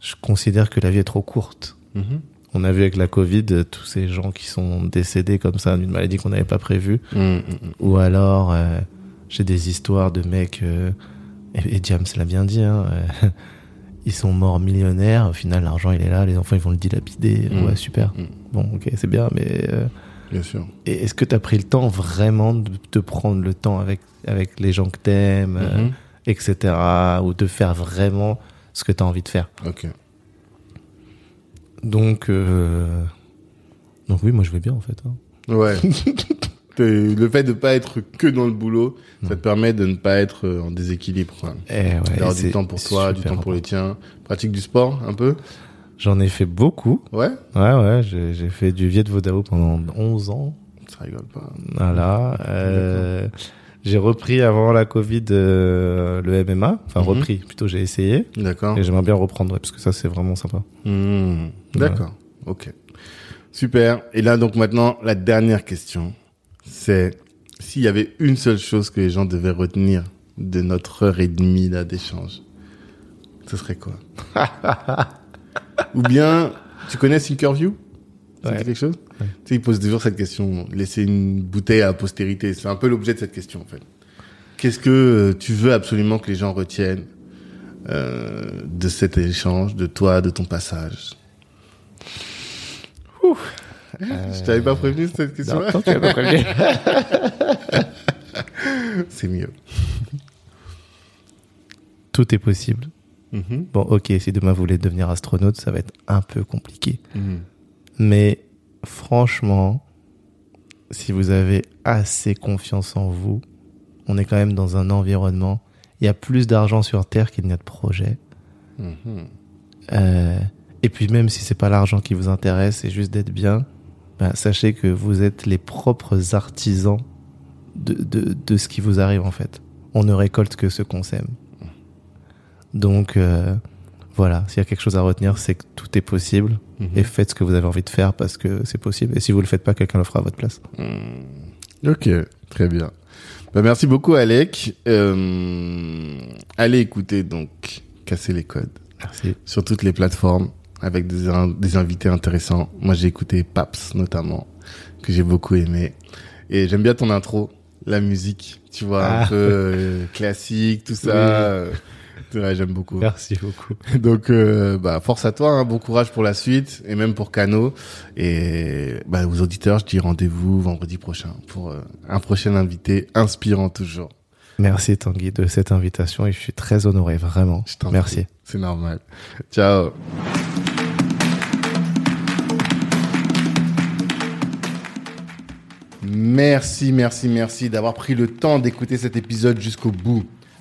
S2: je considère que la vie est trop courte.
S1: mhm,
S2: On a vu avec la Covid euh, tous ces gens qui sont décédés comme ça d'une maladie qu'on n'avait pas prévue.
S1: hmm, hmm,
S2: Ou alors, euh, j'ai des histoires de mecs, euh, et, et James l'a bien dit, hein, euh, ils sont morts millionnaires, au final l'argent il est là, les enfants ils vont le dilapider,
S1: Mm.
S2: ouais super.
S1: Mm.
S2: Bon ok c'est bien, mais euh,
S1: Bien sûr.
S2: et est-ce que t'as pris le temps vraiment de te prendre le temps avec, avec les gens que t'aimes, euh,
S1: Mhm,
S2: etc. Ou de faire vraiment ce que t'as envie de faire
S1: Ok.
S2: Donc, euh, donc oui, moi je vais bien en fait. hein.
S1: Ouais. T'es- le fait de pas être que dans le boulot, ça te permet de ne pas être euh, en déséquilibre. quoi.
S2: Eh ouais,
S1: D'avoir
S2: c'est
S1: du temps pour toi, du
S2: super
S1: temps pour les
S2: important.
S1: tiens. Pratique du sport un peu
S2: J'en ai fait beaucoup.
S1: Ouais
S2: Ouais, ouais, j'ai j'ai fait du Viet Vodao pendant 11 ans.
S1: Ça rigole pas.
S2: Voilà. euh, j'ai repris avant la Covid euh, le MMA. Enfin,
S1: Mhm.
S2: repris, plutôt j'ai essayé.
S1: D'accord.
S2: Et j'aimerais bien reprendre, ouais, parce que ça, c'est vraiment sympa.
S1: Hmm, D'accord. Ok. Super. Et là, donc maintenant, la dernière question, c'est s'il y avait une seule chose que les gens devaient retenir de notre heure et demie là d'échange, ce serait quoi Ou bien, tu connais Thinkerview Ça te dit
S2: Ouais.
S1: quelque chose
S2: Ouais.
S1: Tu sais, ils posent toujours cette question, laisser une bouteille à la postérité. C'est un peu l'objet de cette question, en fait. Qu'est-ce que euh, tu veux absolument que les gens retiennent euh, de cet échange, de toi, de ton passage Je t'avais pas prévenu de cette question
S2: Euh, Non, Bah, tant qu'il y a pas prévenu.
S1: C'est mieux.
S2: Tout est possible.
S1: Mhm.
S2: Bon, ok, si demain vous voulez devenir astronaute, ça va être un peu compliqué.
S1: Mhm.
S2: Mais franchement, si vous avez assez confiance en vous, on est quand même dans un environnement. Il y a plus d'argent sur Terre qu'il n'y a de projets.
S1: Mhm.
S2: Euh, et puis même si c'est pas l'argent qui vous intéresse, c'est juste d'être bien. ben, sachez que vous êtes les propres artisans de, de, de ce qui vous arrive en fait. On ne récolte que ce qu'on sème. Donc euh, voilà, s'il y a quelque chose à retenir, c'est que tout est possible
S1: Mhm.
S2: et faites ce que vous avez envie de faire parce que c'est possible. Et si vous le faites pas, quelqu'un le fera à votre place.
S1: Ok, très bien. Bah, merci beaucoup, Alec. Euh, allez écouter donc Casser les codes
S2: Merci.
S1: sur toutes les plateformes avec des, in- des invités intéressants. Moi, j'ai écouté Paps notamment, que j'ai beaucoup aimé. Et j'aime bien ton intro, la musique, tu vois, un
S2: Ah.
S1: peu euh, classique, tout ça.
S2: Oui.
S1: euh, Ouais, J'aime beaucoup.
S2: Merci beaucoup.
S1: Donc, euh, bah, force à toi, hein, bon courage pour la suite et même pour Cano. Et bah, aux auditeurs, je dis rendez-vous vendredi prochain pour euh, un prochain invité inspirant toujours.
S2: Merci Tanguy de cette invitation et je suis très honoré, vraiment.
S1: Je t'en
S2: Merci.
S1: prie, C'est normal. Ciao. Merci, merci, merci d'avoir pris le temps d'écouter cet épisode jusqu'au bout.